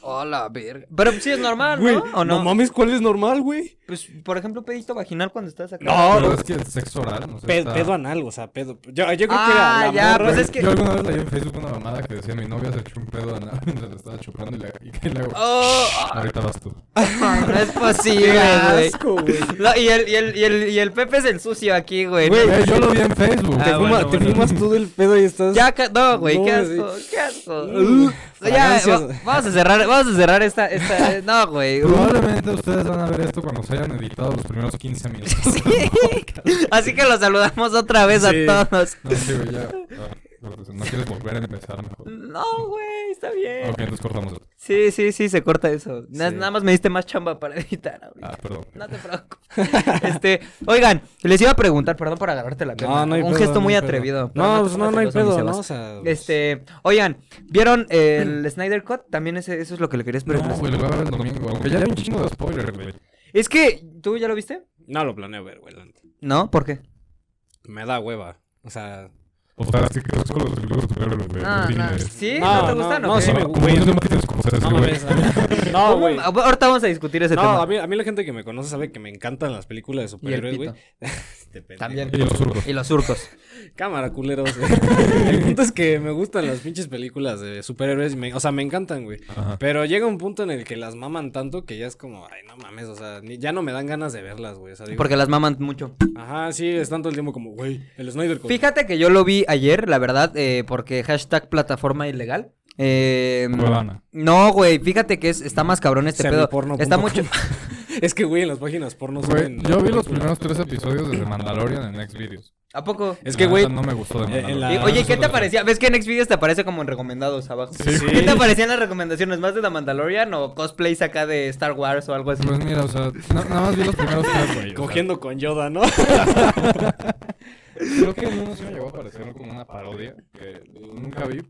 Speaker 2: Hola, verga. Pero sí es normal,
Speaker 4: Güey,
Speaker 2: ¿no? ¿O no?
Speaker 4: mames, ¿cuál es normal, güey?
Speaker 2: Pues, por ejemplo, pedito vaginal cuando estás acá.
Speaker 4: No,
Speaker 3: Pero
Speaker 4: no,
Speaker 3: es que el sexo oral, no sé,
Speaker 4: pe-
Speaker 3: está-
Speaker 4: pedo anal, o sea, pedo. Yo, yo creo que
Speaker 2: Pues Ah,
Speaker 4: era la
Speaker 2: ya,
Speaker 4: morra,
Speaker 2: pues
Speaker 4: güey.
Speaker 2: es que-
Speaker 3: Yo alguna vez leí en Facebook una mamada que decía mi novia se echó un pedo anal mientras le estaba chupando y le, y que le hago.
Speaker 2: Oh,
Speaker 3: Ahorita vas tú.
Speaker 2: no es posible,
Speaker 4: Qué
Speaker 2: güey.
Speaker 4: asco, güey.
Speaker 2: No, y, el, y, el, y, el, y el Pepe es el sucio aquí, güey.
Speaker 4: Güey,
Speaker 3: Eh, yo lo vi en Facebook.
Speaker 2: Ah,
Speaker 4: Te,
Speaker 2: bueno,
Speaker 4: fuma- te
Speaker 2: bueno.
Speaker 4: fumas todo el pedo y estás...
Speaker 2: Ya, ca- no, güey,
Speaker 4: No,
Speaker 2: qué
Speaker 4: sí.
Speaker 2: asco, qué asco.
Speaker 4: Mm,
Speaker 2: Ya,
Speaker 4: fragancias.
Speaker 2: va- vamos a cerrar, vamos a cerrar esta, esta, eh, no, güey.
Speaker 3: Probablemente ustedes van a ver esto cuando se hayan editado los primeros 15 minutos.
Speaker 2: Así que los saludamos otra vez
Speaker 4: Sí.
Speaker 2: a todos.
Speaker 3: No, sí, güey, ya. Ah, No quieres volver a empezar mejor.
Speaker 2: No, güey, está bien.
Speaker 3: Ok, entonces cortamos esto.
Speaker 2: Sí, sí, sí, se corta eso. Na-
Speaker 4: Sí.
Speaker 2: Nada más me diste más chamba para editar ahorita.
Speaker 3: Ah, perdón.
Speaker 2: No te preocupes. Este, oigan, les iba a preguntar, perdón por agarrarte la pierna.
Speaker 4: no hay
Speaker 2: Un
Speaker 4: pedo,
Speaker 2: gesto
Speaker 4: no
Speaker 2: muy
Speaker 4: hay pedo.
Speaker 2: atrevido. pero
Speaker 4: No,
Speaker 2: te
Speaker 4: pues no,
Speaker 2: pongas
Speaker 4: no hay
Speaker 2: celoso, mi
Speaker 4: pedo,
Speaker 2: Sebas.
Speaker 4: ¿no? pues. O sea...
Speaker 2: Este, oigan, ¿vieron el Snyder Cut? También ese, eso es lo que le querías preguntar.
Speaker 3: No, güey, lo voy a ver el domingo. Aunque ya hay un chingo de spoilers, güey.
Speaker 2: Es que, ¿tú ya lo viste?
Speaker 4: No lo planeo ver, güey. la neta.
Speaker 2: No, ¿por qué?
Speaker 4: Me da hueva. O sea...
Speaker 3: O sea, es que creo que con los películas de superhéroes, güey.
Speaker 2: No, no.
Speaker 3: de cine.
Speaker 2: Ah, ¿Sí?
Speaker 4: No,
Speaker 2: ¿No, te
Speaker 4: no,
Speaker 2: gustan
Speaker 4: Ah, no,
Speaker 2: o qué?
Speaker 4: sí me-
Speaker 3: Como- como
Speaker 4: güey,
Speaker 3: no sé Martin Scorsese,
Speaker 4: No,
Speaker 3: güey.
Speaker 4: mames, no. no,
Speaker 2: ¿Cómo?
Speaker 4: güey.
Speaker 2: Ah, bueno, Ahorita vamos a discutir ese
Speaker 4: No,
Speaker 2: tema.
Speaker 4: a mí, a mí la gente que me conoce sabe que me encantan las películas de
Speaker 2: Y el
Speaker 4: superhéroes, güey.
Speaker 2: pito.
Speaker 4: Este pendejo.
Speaker 2: También.
Speaker 3: Y los zurdos.
Speaker 2: Y los surcos.
Speaker 4: Cámara, culeros. güey. el punto es que me gustan las pinches películas de superhéroes. me- o sea, me encantan, güey.
Speaker 3: Ajá.
Speaker 4: Pero llega un punto en el que las maman tanto que ya es como, ay, no mames, o sea, ni- ya no me dan ganas de verlas, güey. O sea, digo,
Speaker 2: Porque las maman mucho.
Speaker 4: ajá, sí, están todo el tiempo como, güey, el Snyder Cut.
Speaker 2: Fíjate que yo lo vi ayer, la verdad, eh, porque hashtag plataforma ilegal. Eh,
Speaker 3: Cuevana.
Speaker 2: no, güey, fíjate que es, está más cabrón este pedo.
Speaker 4: Serviporno.com.
Speaker 2: Está mucho.
Speaker 4: Es que, güey, en las páginas porno
Speaker 3: Güey,
Speaker 4: suben-
Speaker 3: yo vi los primeros tres episodios de The Mandalorian en Next Videos.
Speaker 2: ¿A poco?
Speaker 4: Es que, güey,
Speaker 3: Ah, No me gustó de
Speaker 4: en- en la-
Speaker 2: Y-
Speaker 4: Ah,
Speaker 2: oye, ¿qué
Speaker 3: nosotros
Speaker 2: te
Speaker 3: no.
Speaker 2: parecía? ¿Ves que en Xvideos te aparece como en recomendados abajo?
Speaker 3: Sí,
Speaker 2: ¿Qué te
Speaker 4: Sí.
Speaker 2: parecían las recomendaciones? ¿Más de The Mandalorian o cosplays acá de Star Wars o algo así?
Speaker 3: Pues mira, o sea, na- nada más vi los primeros tres, güey. o sea,
Speaker 4: cogiendo con Yoda, ¿no?
Speaker 3: creo que en uno sí me llegó a parecer como una parodia que nunca vi.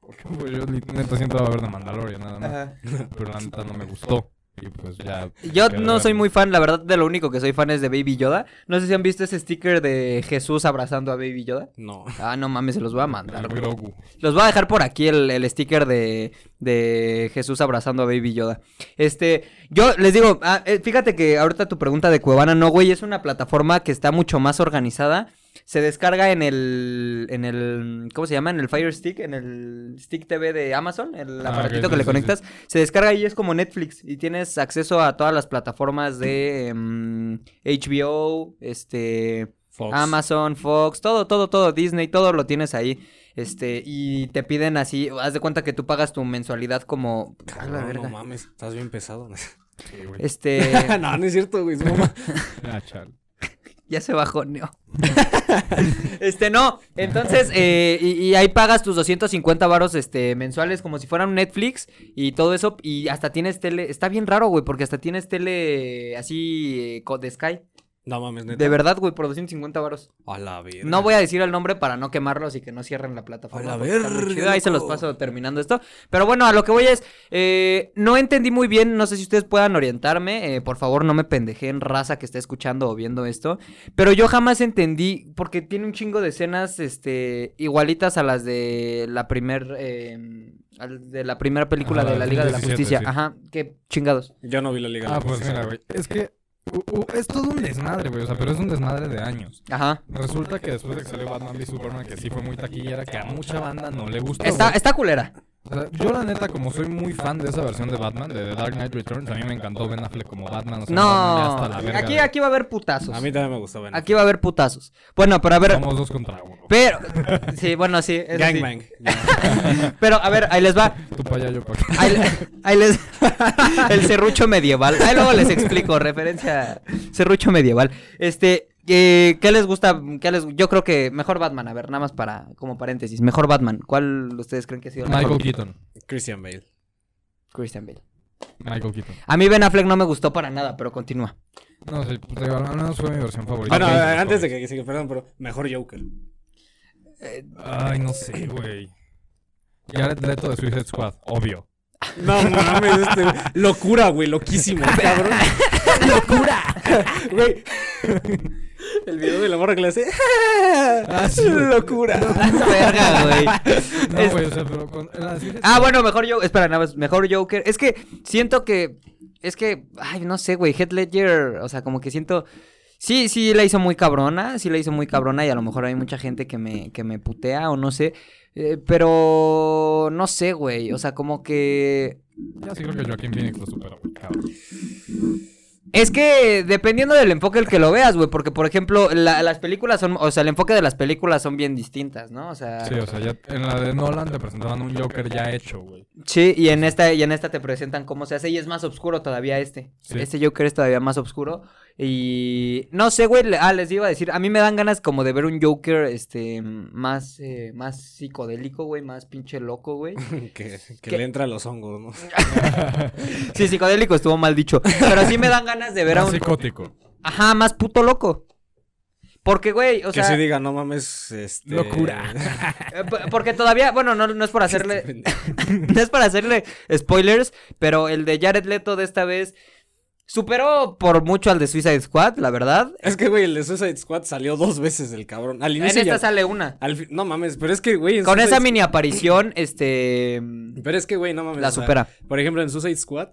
Speaker 3: Porque pues, yo ni- neta siempre iba a ver The Mandalorian, nada más.
Speaker 2: Ajá.
Speaker 3: Pero la neta no me gustó. Y pues ya.
Speaker 2: Yo no soy muy fan, la verdad, de lo único que soy fan es de Baby Yoda. No sé si han visto ese sticker de Jesús abrazando a Baby Yoda.
Speaker 4: No.
Speaker 2: Ah, no mames, se los voy a mandar.
Speaker 3: El
Speaker 2: güey.
Speaker 3: Grogu.
Speaker 2: Los voy a dejar por aquí el, el sticker de, de Jesús abrazando a Baby Yoda. Este, yo les digo, ah, eh, fíjate que ahorita tu pregunta de Cuevana, no, güey, es una plataforma que está mucho más organizada. Se descarga en el, en el, ¿cómo se llama? En el Fire Stick, en el Stick TV de Amazon, el
Speaker 3: Ah,
Speaker 2: aparatito
Speaker 3: ok,
Speaker 2: que le
Speaker 3: sí, sí,
Speaker 2: conectas. Se descarga y es como Netflix y tienes acceso a todas las plataformas de em, HBO, este...
Speaker 3: Fox.
Speaker 2: Amazon, Fox, todo, todo, todo, Disney, todo lo tienes ahí. Este, y te piden así, haz de cuenta que tú pagas tu mensualidad como. A la
Speaker 4: Cabrón, Ah, no
Speaker 2: verga.
Speaker 4: mames, estás bien pesado.
Speaker 3: Sí, güey.
Speaker 2: Este,
Speaker 4: no, no es cierto, güey. es broma.
Speaker 3: Ah, chale.
Speaker 2: ya se bajó, Neo. este, no. Entonces, eh, y, y ahí pagas tus 250 varos este, mensuales como si fueran un Netflix y todo eso. Y hasta tienes tele. Está bien raro, güey, porque hasta tienes tele así eh, co- de Sky.
Speaker 4: No mames, neta.
Speaker 2: De verdad, güey, por 250 varos.
Speaker 4: A la verga.
Speaker 2: No voy a decir el nombre para no quemarlos y que no cierren la plataforma.
Speaker 4: A la
Speaker 2: porque está muy
Speaker 4: verga,
Speaker 2: chido. Ahí se los
Speaker 4: loco.
Speaker 2: paso terminando esto. Pero bueno, a lo que voy es. eh, no entendí muy bien. No sé si ustedes puedan orientarme. eh, por favor, no me pendejen, raza que esté escuchando o viendo esto. Pero yo jamás entendí. Porque tiene un chingo de escenas este, igualitas a las de la primer. eh, al- de la primera película
Speaker 3: Ajá,
Speaker 2: de la Liga de la
Speaker 3: 17,
Speaker 2: Justicia.
Speaker 3: sí.
Speaker 2: Ajá, qué chingados.
Speaker 4: Yo no vi la liga. de
Speaker 3: Ah,
Speaker 4: la
Speaker 3: pues
Speaker 4: Justicia.
Speaker 3: mira, güey. Es que u- u- es todo un desmadre, güey. O sea, pero es un desmadre de años.
Speaker 2: Ajá.
Speaker 3: Resulta que después de que salió Batman v Superman, que sí fue muy taquillera, que a mucha banda no le gustó.
Speaker 2: Está,
Speaker 3: güey.
Speaker 2: está culera.
Speaker 3: O sea, yo, la neta, como soy muy fan de esa versión de Batman, de The Dark Knight Returns, a mí me encantó Ben Affleck como Batman. O sea, ya
Speaker 2: No.
Speaker 3: hasta la verga,
Speaker 2: Aquí,
Speaker 3: güey.
Speaker 2: aquí va a haber putazos.
Speaker 4: A mí también me gustaba.
Speaker 2: Aquí va a haber putazos. Bueno, pero a ver.
Speaker 3: Somos dos contra uno.
Speaker 2: Pero. Sí, bueno, sí. eso sí.
Speaker 4: Gangbang.
Speaker 2: Pero, a ver, ahí les va.
Speaker 3: Tú pa' allá, yo pa' acá.
Speaker 2: Ahí, le- ahí les. El serrucho medieval. Ahí luego les explico. Referencia. Serrucho medieval. Este. eh, ¿Qué les gusta? ¿Qué les... Yo creo que mejor Batman. A ver, nada más para. Como paréntesis. Mejor Batman. ¿Cuál ustedes creen que ha sido el mejor?
Speaker 3: Michael Keaton.
Speaker 4: Christian Bale.
Speaker 2: Christian Bale.
Speaker 3: Michael Keaton.
Speaker 2: A mí Ben Affleck no me gustó para nada, pero continúa.
Speaker 3: No sé, te digo, al menos fue mi versión favorita.
Speaker 4: Bueno,
Speaker 3: Ok.
Speaker 4: eh, antes de que siga, perdón, pero mejor Joker.
Speaker 3: Ay, no sé, güey. Jared Leto de Suicide Squad, obvio.
Speaker 4: No mames, este güey. Locura, güey, loquísimo, cabrón. ¡Locura! Güey. El video de la morra que le hace.
Speaker 2: Ah,
Speaker 3: sí, güey.
Speaker 4: ¡Locura!
Speaker 2: Verga, güey.
Speaker 3: No,
Speaker 2: Es-
Speaker 3: güey, o sea, pero con la Suicide
Speaker 2: Ah, bueno, mejor yo. Espera, nada más. Mejor Joker. Es que siento que. Es que. Ay, no sé, güey. Head Ledger. O sea, como que siento. Sí, sí, la hizo muy cabrona. Sí, la hizo muy cabrona. Y a lo mejor hay mucha gente que me, que me putea o no sé. eh, pero. No sé, güey. O sea, como que.
Speaker 3: Ya sí creo que Joaquín Phoenix lo superó, güey, cabrón.
Speaker 2: Es que dependiendo del enfoque el que lo veas, güey, porque por ejemplo, la- las películas son, o sea, el enfoque de las películas son bien distintas, ¿no? O sea,
Speaker 3: Sí, o sea, ya en la de Nolan te presentaban un Joker ya hecho, güey.
Speaker 2: Sí, y en esta, y en esta te presentan cómo se hace, y es más oscuro todavía este.
Speaker 3: Sí.
Speaker 2: Este Joker es todavía más oscuro. Y no sé, güey. le- Ah, les iba a decir, a mí me dan ganas como de ver un Joker, este, mm, más, eh, más psicodélico, güey, más pinche loco, güey.
Speaker 4: Que, que
Speaker 2: ¿Qué?
Speaker 4: le entra a los hongos, ¿no?
Speaker 2: Sí, psicodélico estuvo mal dicho. Pero sí me dan ganas de ver a
Speaker 3: Era
Speaker 2: un.
Speaker 3: psicótico.
Speaker 2: Ajá, más puto loco. Porque, güey, o
Speaker 4: que
Speaker 2: sea.
Speaker 4: se diga, no mames, este...
Speaker 3: Locura.
Speaker 2: eh, p- Porque todavía, bueno, no, no es por hacerle.
Speaker 4: este Pendejo.
Speaker 2: no es para hacerle spoilers, pero el de Jared Leto de esta vez superó por mucho al de Suicide Squad, la verdad.
Speaker 4: es que, güey, el de Suicide Squad salió dos veces el cabrón. Al
Speaker 2: En
Speaker 4: inicio y
Speaker 2: esta
Speaker 4: al-
Speaker 2: sale una.
Speaker 4: al fin- No mames, pero es que, güey... en
Speaker 2: Con
Speaker 4: Suicide
Speaker 2: esa mini aparición, este. mm,
Speaker 4: Pero es que, güey, no mames.
Speaker 2: La
Speaker 4: o sea,
Speaker 2: supera.
Speaker 4: por ejemplo, en Suicide Squad,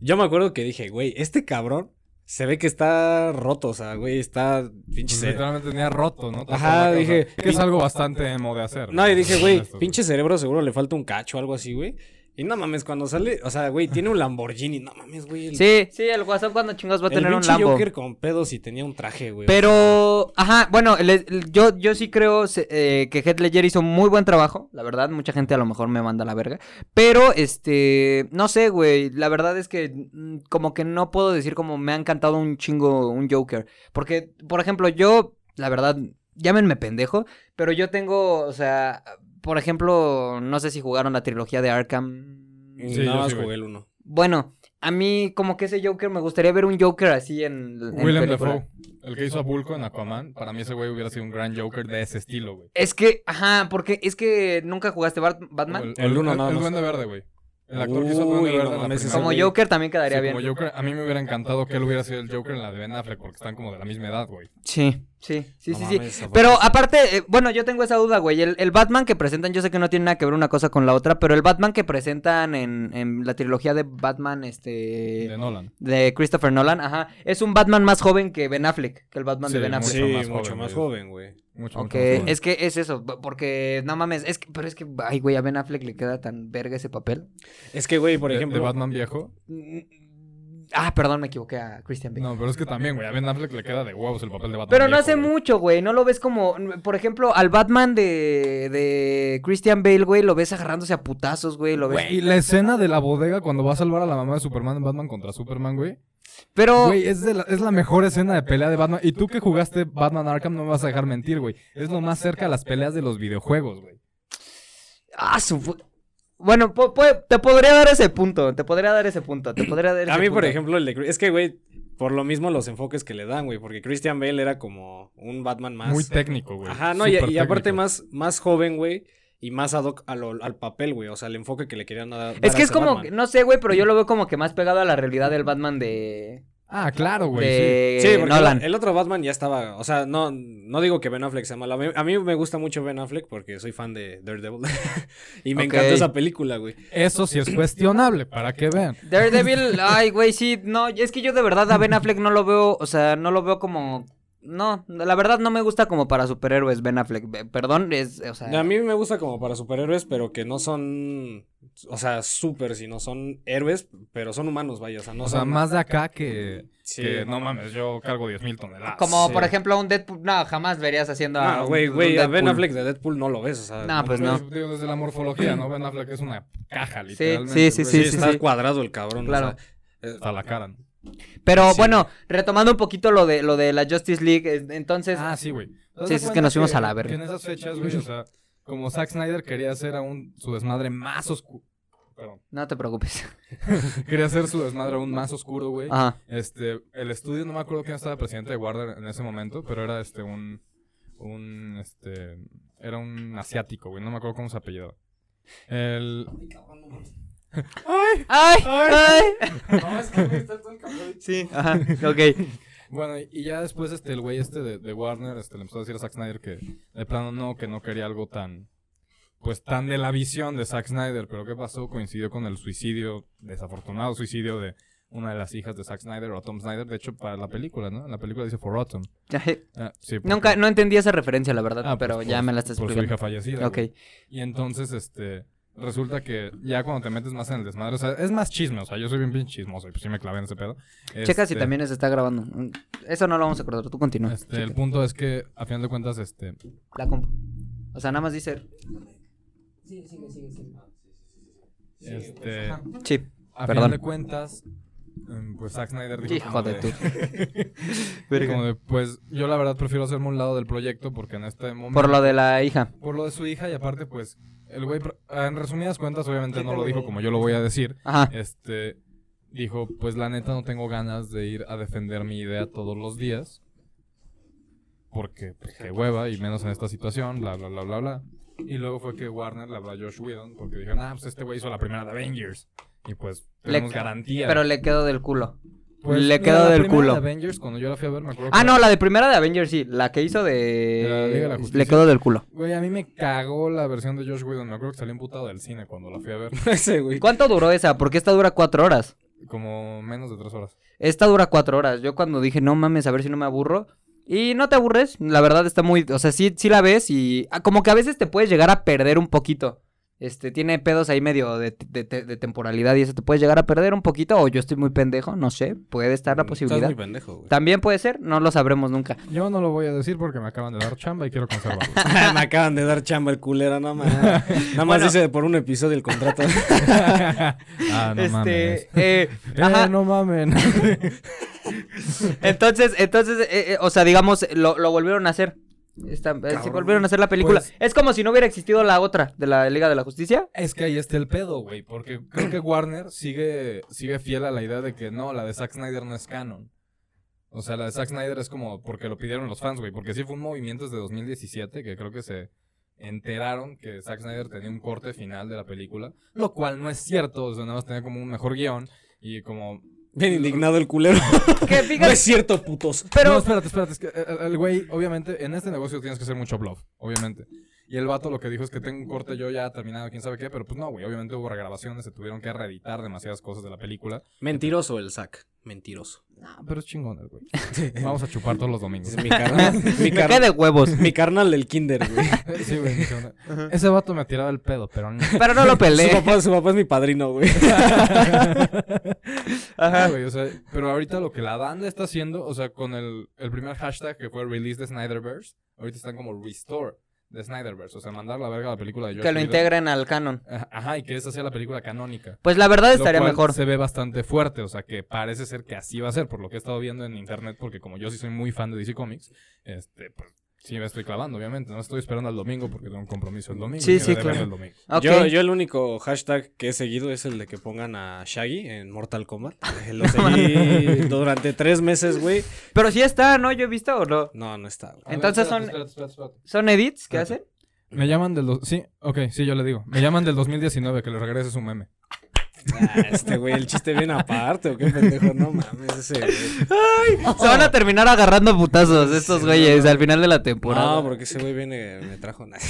Speaker 4: yo me acuerdo que dije, güey, este cabrón se ve que está roto, o sea, güey, está pinche...
Speaker 3: Pues,
Speaker 4: cere-
Speaker 3: literalmente tenía roto, ¿no? Tapó
Speaker 4: Ajá,
Speaker 3: la cara,
Speaker 4: dije,
Speaker 3: o sea, Que es algo bastante emo de hacer.
Speaker 4: No, y dije, güey,
Speaker 3: Honesto,
Speaker 4: pinche cerebro seguro le falta un cacho o algo así, güey. Y no mames, cuando sale, o sea, güey, tiene un Lamborghini, no mames, güey. el-
Speaker 2: Sí, sí, el WhatsApp cuando chingados va a
Speaker 4: el
Speaker 2: tener un
Speaker 4: pinche
Speaker 2: Lambo.
Speaker 4: Joker con pedos y tenía un traje, güey.
Speaker 2: Pero, ajá, bueno, el- el- yo, yo sí creo se- eh, que Heath Ledger hizo muy buen trabajo, la verdad, mucha gente a lo mejor me manda a la verga, pero, este, no sé, güey, la verdad es que mm, como que no puedo decir como me ha encantado un chingo un Joker, porque, por ejemplo, yo, la verdad, llámenme pendejo, pero yo tengo, o sea, por ejemplo, no sé si jugaron la trilogía de Arkham.
Speaker 4: Nada
Speaker 3: Sí, yo
Speaker 4: más
Speaker 3: sí, güey.
Speaker 4: jugué el uno.
Speaker 2: Bueno, a mí como que ese Joker, me gustaría ver un Joker así en... en
Speaker 3: Willem
Speaker 2: película.
Speaker 3: Dafoe, el que hizo a Bulco en Aquaman, para mí ese güey hubiera sido un gran Joker de ese estilo, güey.
Speaker 2: Es que, ajá, porque es que nunca jugaste Bat- Batman.
Speaker 3: O
Speaker 4: El uno
Speaker 3: el,
Speaker 4: nada
Speaker 3: el
Speaker 4: más.
Speaker 3: Duende Verde, güey. El actor que hizo el
Speaker 4: Uy,
Speaker 3: Duende
Speaker 4: no
Speaker 3: Verde en la
Speaker 4: mames, ese
Speaker 3: primera.
Speaker 2: como
Speaker 4: güey.
Speaker 2: Joker también
Speaker 3: Sí,
Speaker 2: quedaría bien.
Speaker 3: como Joker, a mí me hubiera encantado que él hubiera sido el Joker en la de Ben Affleck, porque están como de la misma edad, güey.
Speaker 2: Sí, sí, sí,
Speaker 4: No
Speaker 2: sí, sí.
Speaker 4: mames, aparte
Speaker 2: Pero
Speaker 4: sí.
Speaker 2: aparte, eh, bueno, yo tengo esa duda, güey. El, el Batman que presentan, yo sé que no tiene nada que ver una cosa con la otra, pero el Batman que presentan en, en la trilogía de Batman,
Speaker 3: De
Speaker 2: este,
Speaker 3: Nolan.
Speaker 2: de Christopher Nolan, ajá, es un Batman más joven que Ben Affleck, que el Batman de
Speaker 3: Sí,
Speaker 2: Ben
Speaker 3: mucho
Speaker 2: Affleck.
Speaker 4: Sí,
Speaker 3: más
Speaker 4: mucho
Speaker 3: joven,
Speaker 4: más
Speaker 3: güey.
Speaker 4: joven, güey.
Speaker 3: Mucho,
Speaker 2: Ok,
Speaker 3: mucho más
Speaker 2: es que es eso, p- porque no mames, es que, pero es que, ay, güey, a Ben Affleck le queda tan verga ese papel.
Speaker 4: Es que, güey, por
Speaker 3: De-
Speaker 4: ejemplo...
Speaker 3: De Batman viejo.
Speaker 2: Mm, Ah, perdón, me equivoqué a Christian Bale.
Speaker 3: No, pero es que también, güey, a Ben Affleck le queda de huevos el papel de Batman.
Speaker 2: Pero no
Speaker 3: viejo,
Speaker 2: hace
Speaker 3: güey.
Speaker 2: mucho, güey. No lo ves como. Por ejemplo, al Batman de, de Christian Bale, güey, lo ves agarrándose a putazos, güey. Lo ves.
Speaker 3: Güey, la escena de la bodega cuando va a salvar a la mamá de Superman en Batman contra Superman, güey.
Speaker 2: Pero.
Speaker 3: Güey, es, de la, es la mejor escena de pelea de Batman. Y tú que jugaste Batman Arkham no me vas a dejar mentir, güey. Es lo más cerca a las peleas de los videojuegos, güey.
Speaker 2: Ah, su. fu- Bueno, po- po- te podría dar ese punto. Te podría dar ese punto. Te podría dar ese
Speaker 4: A mí, por
Speaker 2: punto.
Speaker 4: ejemplo, el de Chris- es que, güey, por lo mismo los enfoques que le dan, güey, porque Christian Bale era como un Batman más...
Speaker 3: Muy técnico, güey.
Speaker 4: Ajá, no, y,
Speaker 3: Súper
Speaker 4: y aparte
Speaker 3: técnico.
Speaker 4: más, más joven, güey, y más ad hoc a lo- al papel, güey, o sea, el enfoque que le querían dar. dar
Speaker 2: Es
Speaker 4: a
Speaker 2: que es
Speaker 4: este
Speaker 2: como.
Speaker 4: Batman.
Speaker 2: No sé, güey, pero yo lo veo como que más pegado a la realidad del Batman de.
Speaker 3: Ah, claro, güey. sí.
Speaker 2: de
Speaker 4: Sí, porque
Speaker 2: eh, Nolan.
Speaker 4: el otro Batman ya estaba, o sea, no, no digo que Ben Affleck sea malo, a mí, a mí me gusta mucho Ben Affleck porque soy fan de Daredevil y me
Speaker 2: Ok.
Speaker 4: encantó esa película, güey.
Speaker 3: Eso sí es cuestionable, para que vean.
Speaker 2: Daredevil, ay, güey, sí, no, es que yo de verdad a Ben Affleck no lo veo, o sea, no lo veo como, no, la verdad no me gusta como para superhéroes Ben Affleck, Be- perdón, es, o sea,
Speaker 4: A mí me gusta como para superhéroes, pero que no son, o sea, super, sino son héroes, pero son humanos, vaya, o sea, no
Speaker 3: O sea,
Speaker 4: son-
Speaker 3: más de acá que.
Speaker 4: Sí.
Speaker 3: que, no mames, yo cargo 10 mil toneladas.
Speaker 2: como
Speaker 4: sí.
Speaker 2: por ejemplo un Deadpool, no, jamás verías haciendo a
Speaker 4: No,
Speaker 2: un-
Speaker 4: güey,
Speaker 2: un
Speaker 4: güey, a Ben
Speaker 2: Deadpool.
Speaker 4: Affleck de Deadpool no lo ves, o sea.
Speaker 2: No, pues no,
Speaker 3: Pues, digo, desde la morfología, ¿no? Ben Affleck es una caja,
Speaker 2: sí,
Speaker 3: literalmente.
Speaker 2: sí,
Speaker 3: güey.
Speaker 4: pues Sí,
Speaker 2: sí,
Speaker 4: está
Speaker 2: sí.
Speaker 4: cuadrado el cabrón,
Speaker 2: Claro.
Speaker 4: o sea, eh,
Speaker 3: Hasta la cara, ¿no?
Speaker 2: pero
Speaker 4: Sí.
Speaker 2: bueno, retomando un poquito lo de, lo de la Justice League, es- entonces,
Speaker 3: Ah, sí, güey.
Speaker 2: Sí, es que nos fuimos a la verga.
Speaker 3: que En esas fechas, güey, o sea, como Zack Snyder quería hacer aún su desmadre más oscuro. Perdón.
Speaker 2: no te preocupes,
Speaker 3: Quería hacer su desmadre aún más oscuro, güey.
Speaker 2: ajá,
Speaker 3: Este, el estudio, no me acuerdo quién estaba presidente de Warner en ese momento, pero era este, un. Un. Este. Era un asiático, güey. No me acuerdo cómo se apellidaba. El.
Speaker 2: ay, ay,
Speaker 3: Ay.
Speaker 4: No, es que güey, está todo el cabrón.
Speaker 2: sí, ajá, ok,
Speaker 3: Bueno, y- y ya después este, el güey este de, de Warner este, le empezó a decir a Zack Snyder que de plano no, que no quería algo tan, pues tan de la visión de Zack Snyder. Pero ¿qué pasó? Coincidió con el suicidio, desafortunado suicidio de una de las hijas de Zack Snyder, Rotom Snyder. De hecho, para la película, ¿no? En la película dice For Rotom. Ah, sí, porque-
Speaker 2: eh, nunca, no entendí esa referencia, la verdad,
Speaker 3: Ah, pues,
Speaker 2: pero
Speaker 3: por-
Speaker 2: ya me la estás
Speaker 3: Por su
Speaker 2: explicando,
Speaker 3: hija fallecida.
Speaker 2: ok,
Speaker 3: güey. Y entonces, este, resulta que ya cuando te metes más en el desmadre, o sea, es más chisme. O sea, yo soy bien, bien chismoso y pues sí me clavé en ese pedo.
Speaker 2: Checa si
Speaker 3: Este,
Speaker 2: también se está grabando. Mm, Eso no lo vamos a acordar, tú continúa.
Speaker 3: Este, el punto es que, a final de cuentas, este,
Speaker 2: La compu. O sea, nada más dice.
Speaker 3: Este,
Speaker 2: Sí.
Speaker 3: a
Speaker 2: Perdón.
Speaker 3: final de cuentas, em, pues Zack Snyder dijo
Speaker 2: Hijo
Speaker 3: como
Speaker 2: de tú.
Speaker 3: como de, pues yo la verdad prefiero hacerme un lado del proyecto porque en este momento
Speaker 2: Por lo de la hija.
Speaker 3: por lo de su hija y aparte pues el güey pr- en resumidas cuentas obviamente no lo dijo como yo lo voy a decir,
Speaker 2: Ajá.
Speaker 3: este dijo, pues la neta no tengo ganas de ir a defender mi idea todos los días. Porque pues, qué hueva y menos en esta situación, bla bla bla bla bla. Y luego fue que Warner le habló a Josh Whedon porque dijeron, "Ah, pues este güey hizo la primera de Avengers." Y pues
Speaker 2: Le-
Speaker 3: tenemos garantía.
Speaker 2: Pero le quedó del culo.
Speaker 3: Pues,
Speaker 2: le
Speaker 3: mira,
Speaker 2: quedó
Speaker 3: la
Speaker 2: del
Speaker 3: primera
Speaker 2: culo.
Speaker 3: de Avengers, cuando yo la fui a ver, me acuerdo.
Speaker 2: Ah,
Speaker 3: que-
Speaker 2: no, la de primera de Avengers, sí. La que hizo
Speaker 3: De la Liga de la
Speaker 2: de.
Speaker 3: Justicia.
Speaker 2: Le quedó del culo.
Speaker 3: Güey, a mí me cagó la versión de Josh Whedon. Me acuerdo que salí imputado del cine cuando la fui a ver.
Speaker 4: Ese, güey.
Speaker 2: ¿Cuánto duró esa? Porque esta dura cuatro horas.
Speaker 3: Como menos de tres horas.
Speaker 2: Esta dura cuatro horas. Yo cuando dije, no mames, a ver si no me aburro. Y no te aburres, la verdad está muy. O sea, sí, sí la ves y. ah, Como que a veces te puedes llegar a perder un poquito. Este, tiene pedos ahí medio de, de- de- de temporalidad y eso te puedes llegar a perder un poquito. O yo estoy muy pendejo, no sé. Puede estar
Speaker 3: Mm,
Speaker 2: la
Speaker 4: Mm, Estás
Speaker 2: posibilidad.
Speaker 4: muy pendejo, güey.
Speaker 2: También puede ser, no lo sabremos nunca.
Speaker 3: Yo no lo voy a decir porque me acaban de dar chamba y quiero conservarlo.
Speaker 4: me acaban de dar chamba el culero, nada más. Nada más
Speaker 2: Bueno.
Speaker 4: dice por un episodio el contrato.
Speaker 3: ah, no
Speaker 2: este,
Speaker 3: mames.
Speaker 2: eh,
Speaker 3: Eh,
Speaker 2: ajá.
Speaker 3: no mamen.
Speaker 2: Entonces, entonces, eh, eh, o sea, digamos, lo, lo volvieron a hacer. Esta- eh, sí, volvieron a hacer la película.
Speaker 3: Pues-
Speaker 2: es como si no hubiera existido la otra de la Liga de la Justicia.
Speaker 3: es que ahí está el pedo, güey. Porque creo que Warner sigue, sigue fiel a la idea de que no, la de Zack Snyder no es canon. O sea, la de Zack Snyder es como porque lo pidieron los fans, güey. Porque sí fue un movimiento desde 2017 que creo que se enteraron que Zack Snyder tenía un corte final de la película. Lo cual no es cierto. O sea, nada más tenía como un mejor guión y como...
Speaker 4: Bien indignado el culero.
Speaker 2: Que
Speaker 4: no es
Speaker 2: fíjate,
Speaker 4: cierto, putos.
Speaker 2: pero
Speaker 3: eh, No, espérate, espérate. Es que el- el el güey, obviamente, en este negocio tienes que hacer mucho bluff, obviamente. Y el vato lo que dijo es que tengo un corte yo ya terminado, quién sabe qué, pero pues no, güey. Obviamente hubo regrabaciones, se tuvieron que reeditar demasiadas cosas de la película.
Speaker 4: Mentiroso el Zack. Mentiroso.
Speaker 3: Ah, pero es chingón el güey. Vamos a chupar todos los domingos.
Speaker 4: Es mi carnal. mi,
Speaker 2: Me
Speaker 4: car-
Speaker 2: cae de huevos.
Speaker 4: mi carnal del kinder, güey.
Speaker 3: Sí, güey. qué onda. Ese vato me tiraba el pedo, pero no.
Speaker 2: Pero no lo
Speaker 4: Su
Speaker 2: peleé.
Speaker 4: papá, su papá es mi padrino, güey.
Speaker 3: Ajá. güey, o sea, pero ahorita lo que la banda está haciendo, o sea, con el, el primer hashtag que fue release de Snyderverse, ahorita están como restore de Snyderverse, o sea, mandar la verga a la película de Josh
Speaker 2: Que lo
Speaker 3: integre
Speaker 2: integren al canon.
Speaker 3: Ajá, y que esa sea la película canónica.
Speaker 2: Pues la verdad
Speaker 3: Lo
Speaker 2: estaría
Speaker 3: cual
Speaker 2: mejor.
Speaker 3: Se ve bastante fuerte, o sea, que parece ser que así va a ser, por lo que he estado viendo en internet, porque como yo sí soy muy fan de DC Comics, este, pues sí me estoy clavando, obviamente. No estoy esperando al domingo porque tengo un compromiso el domingo.
Speaker 2: Sí,
Speaker 3: y me
Speaker 2: sí,
Speaker 3: veré
Speaker 2: claro.
Speaker 3: el domingo.
Speaker 2: Ok.
Speaker 4: Yo, yo el único hashtag que he seguido es el de que pongan a Shaggy en Mortal Kombat. Eh, Lo seguí durante tres meses, güey.
Speaker 2: Pero sí está, ¿no? Yo he visto o no.
Speaker 4: No, no está, güey.
Speaker 3: A ver,
Speaker 2: Entonces
Speaker 3: espérate,
Speaker 2: son-
Speaker 3: espérate, espérate, espérate.
Speaker 2: ¿Son edits que
Speaker 4: Ah.
Speaker 3: Espérate.
Speaker 2: hacen?
Speaker 3: Me llaman del... do- Sí, ok, sí, yo le digo. Me llaman del 2019, que le regrese su meme.
Speaker 4: Ah, este güey, el chiste viene aparte, o qué pendejo, no mames ese güey.
Speaker 2: Se van a terminar agarrando a putazos estos
Speaker 4: Sí,
Speaker 2: güeyes
Speaker 4: no.
Speaker 2: al final de la
Speaker 4: No,
Speaker 2: temporada. No,
Speaker 4: porque ese güey viene, me trajo nada.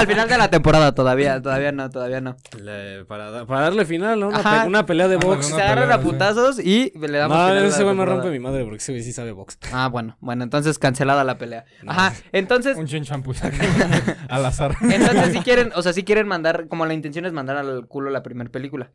Speaker 2: al final de la temporada todavía, todavía no, todavía no.
Speaker 4: Le- para, da- para darle final, ¿no? Una,
Speaker 2: Ajá.
Speaker 4: pe- una pelea de
Speaker 3: Ándale,
Speaker 4: box.
Speaker 2: Se
Speaker 3: una
Speaker 2: agarran
Speaker 3: pelea,
Speaker 2: a
Speaker 3: sí.
Speaker 2: putazos y le damos
Speaker 4: No,
Speaker 2: final a la
Speaker 4: ese güey me
Speaker 2: temporada.
Speaker 4: rompe mi madre porque ese güey sí sabe box.
Speaker 2: Ah, bueno, bueno, entonces cancelada la pelea. Ajá, entonces,
Speaker 3: Un chinchampú. Al azar.
Speaker 2: entonces si quieren, o sea, si quieren mandar, como la intención es mandar al culo la primera película.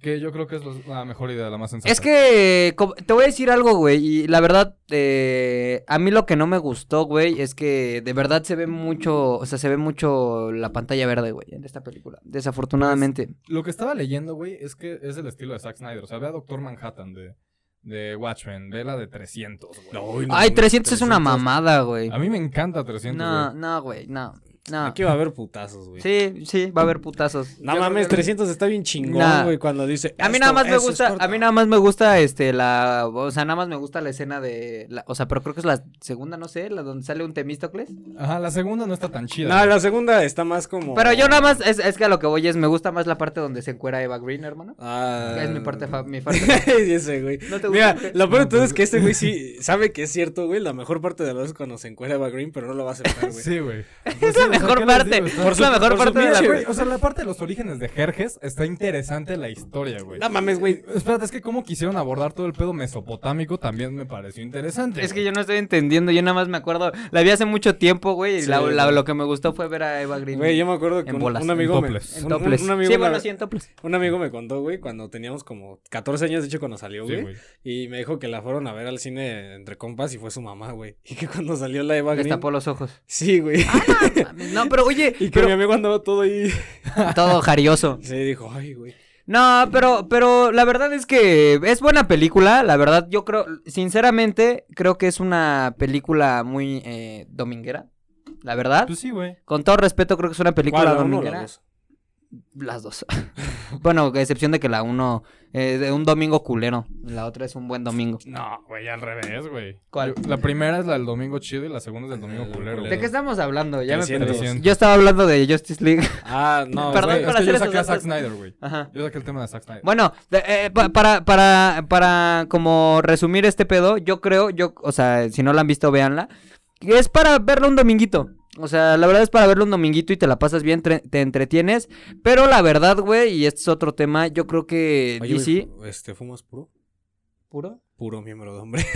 Speaker 3: que yo creo que es los- la mejor idea, la más sensata.
Speaker 2: Es que, como- te voy a decir algo, güey, y la verdad, eh, a mí lo que no me gustó, güey, es que de verdad se ve mucho, o sea, se ve mucho la pantalla verde, güey, en esta película, desafortunadamente.
Speaker 3: Lo que estaba leyendo, güey, es que es el estilo de Zack Snyder. O sea, ve a Doctor Manhattan de, de Watchmen. Ve la de 300, güey.
Speaker 4: Ay,
Speaker 2: Ay,
Speaker 4: mames,
Speaker 2: 300 es una
Speaker 4: 300.
Speaker 2: mamada, güey.
Speaker 3: A mí me encanta 300,
Speaker 2: No,
Speaker 3: güey.
Speaker 2: no, güey, no, no.
Speaker 4: Aquí va a haber putazos, güey.
Speaker 2: Sí, sí, va a haber putazos.
Speaker 4: No
Speaker 2: Yo
Speaker 4: mames,
Speaker 2: creo que-
Speaker 4: 300 está bien
Speaker 2: Nah.
Speaker 4: chingón, güey, cuando dice.
Speaker 2: A mí
Speaker 4: "Esto-
Speaker 2: nada más me
Speaker 4: eso es
Speaker 2: gusta, a
Speaker 4: corto".
Speaker 2: mí nada más me gusta este la, o sea, nada más me gusta la escena de la, o sea, pero creo que es la segunda, no sé, la donde sale un Temístocles.
Speaker 3: Ajá, la segunda no está tan chida.
Speaker 4: No,
Speaker 3: güey.
Speaker 4: la segunda está más como.
Speaker 2: Pero yo nada más es, es que a lo que voy es me gusta más la parte donde se encuera Eva Green, hermano.
Speaker 4: Ah.
Speaker 2: Es mi parte fa- mi parte.
Speaker 4: Y ese güey.
Speaker 2: ¿No te gusta
Speaker 4: Mira,
Speaker 2: o qué?
Speaker 4: lo peor de todo es que este güey sí sabe que es cierto, güey. La mejor parte de la vez es cuando se encuentra Eva Green, pero no lo va a aceptar, güey.
Speaker 3: Sí, güey.
Speaker 2: es la mejor parte, es la mejor
Speaker 4: por su
Speaker 2: parte de la
Speaker 4: pinche-
Speaker 2: peli.
Speaker 3: Güey, o sea, la parte de los orígenes de Jerjes está interesante la historia, güey.
Speaker 4: No mames, güey.
Speaker 3: Espérate, es que cómo quisieron abordar todo el pedo mesopotámico también me pareció interesante.
Speaker 2: Es que yo no estoy entendiendo, yo nada más me acuerdo, la vi hace mucho tiempo, güey, y
Speaker 4: Sí,
Speaker 2: la- la-
Speaker 4: güey.
Speaker 2: lo que me gustó fue ver a Eva Green.
Speaker 4: Güey, yo me acuerdo que
Speaker 2: En
Speaker 4: un,
Speaker 2: bolas,
Speaker 4: un amigo
Speaker 3: en
Speaker 4: me,
Speaker 3: topless.
Speaker 2: en
Speaker 4: un-
Speaker 2: toples.
Speaker 4: un amigo
Speaker 2: sí,
Speaker 4: me-
Speaker 2: bueno, sí, en toples.
Speaker 4: un amigo me contó, güey, cuando teníamos como 14 años, de hecho, cuando salió,
Speaker 3: Sí,
Speaker 4: güey.
Speaker 3: güey.
Speaker 4: y me dijo que la fueron a ver al cine entre compas y fue su mamá, güey. Y que cuando salió la Eva
Speaker 2: Les
Speaker 4: Green.
Speaker 2: tapó los ojos.
Speaker 4: Sí, güey.
Speaker 2: No, pero oye,
Speaker 4: y que
Speaker 2: Ah, pero-
Speaker 4: mi amigo andaba todo ahí.
Speaker 2: todo jarioso.
Speaker 4: Sí, dijo, ay, güey.
Speaker 2: No, pero, pero la verdad es que es buena película. La verdad, yo creo, sinceramente, creo que es una película muy eh, dominguera. La verdad,
Speaker 3: Pues sí, güey.
Speaker 2: con todo respeto, creo que es una película
Speaker 4: ¿Cuál, la uno o la
Speaker 2: dominguera.
Speaker 4: dos?
Speaker 2: Las dos. bueno, a excepción de que la uno eh, de un domingo culero. La otra es un buen domingo.
Speaker 3: No, güey, al revés, güey.
Speaker 2: ¿Cuál?
Speaker 3: Yo- La primera es la del domingo chido y la segunda es del domingo
Speaker 4: El
Speaker 3: culero.
Speaker 4: culero.
Speaker 2: Ah, ¿De qué estamos hablando? Ya me
Speaker 4: Trescientos.
Speaker 2: perdí.
Speaker 3: Trescientos.
Speaker 2: Yo estaba hablando de Justice League.
Speaker 4: Ah, no.
Speaker 2: Perdón,
Speaker 4: güey.
Speaker 3: Güey,
Speaker 2: para
Speaker 3: es que yo
Speaker 2: hacer
Speaker 3: saqué a
Speaker 2: esos datos.
Speaker 3: Zack Snyder, güey.
Speaker 2: Ajá.
Speaker 3: Yo saqué el tema de Zack Snyder.
Speaker 2: Bueno, de- eh, pa- para, para, para como resumir este pedo, yo creo, yo, o sea, si no la han visto, véanla. Es para verla un dominguito. O sea, la verdad es para verlo un dominguito y te la pasas bien, tre- te entretienes. Pero la verdad, güey, y este es otro tema, yo creo que
Speaker 4: Oye,
Speaker 2: DC.
Speaker 4: güey, este, ¿fumas puro?
Speaker 2: ¿Puro?
Speaker 4: Puro miembro de hombre.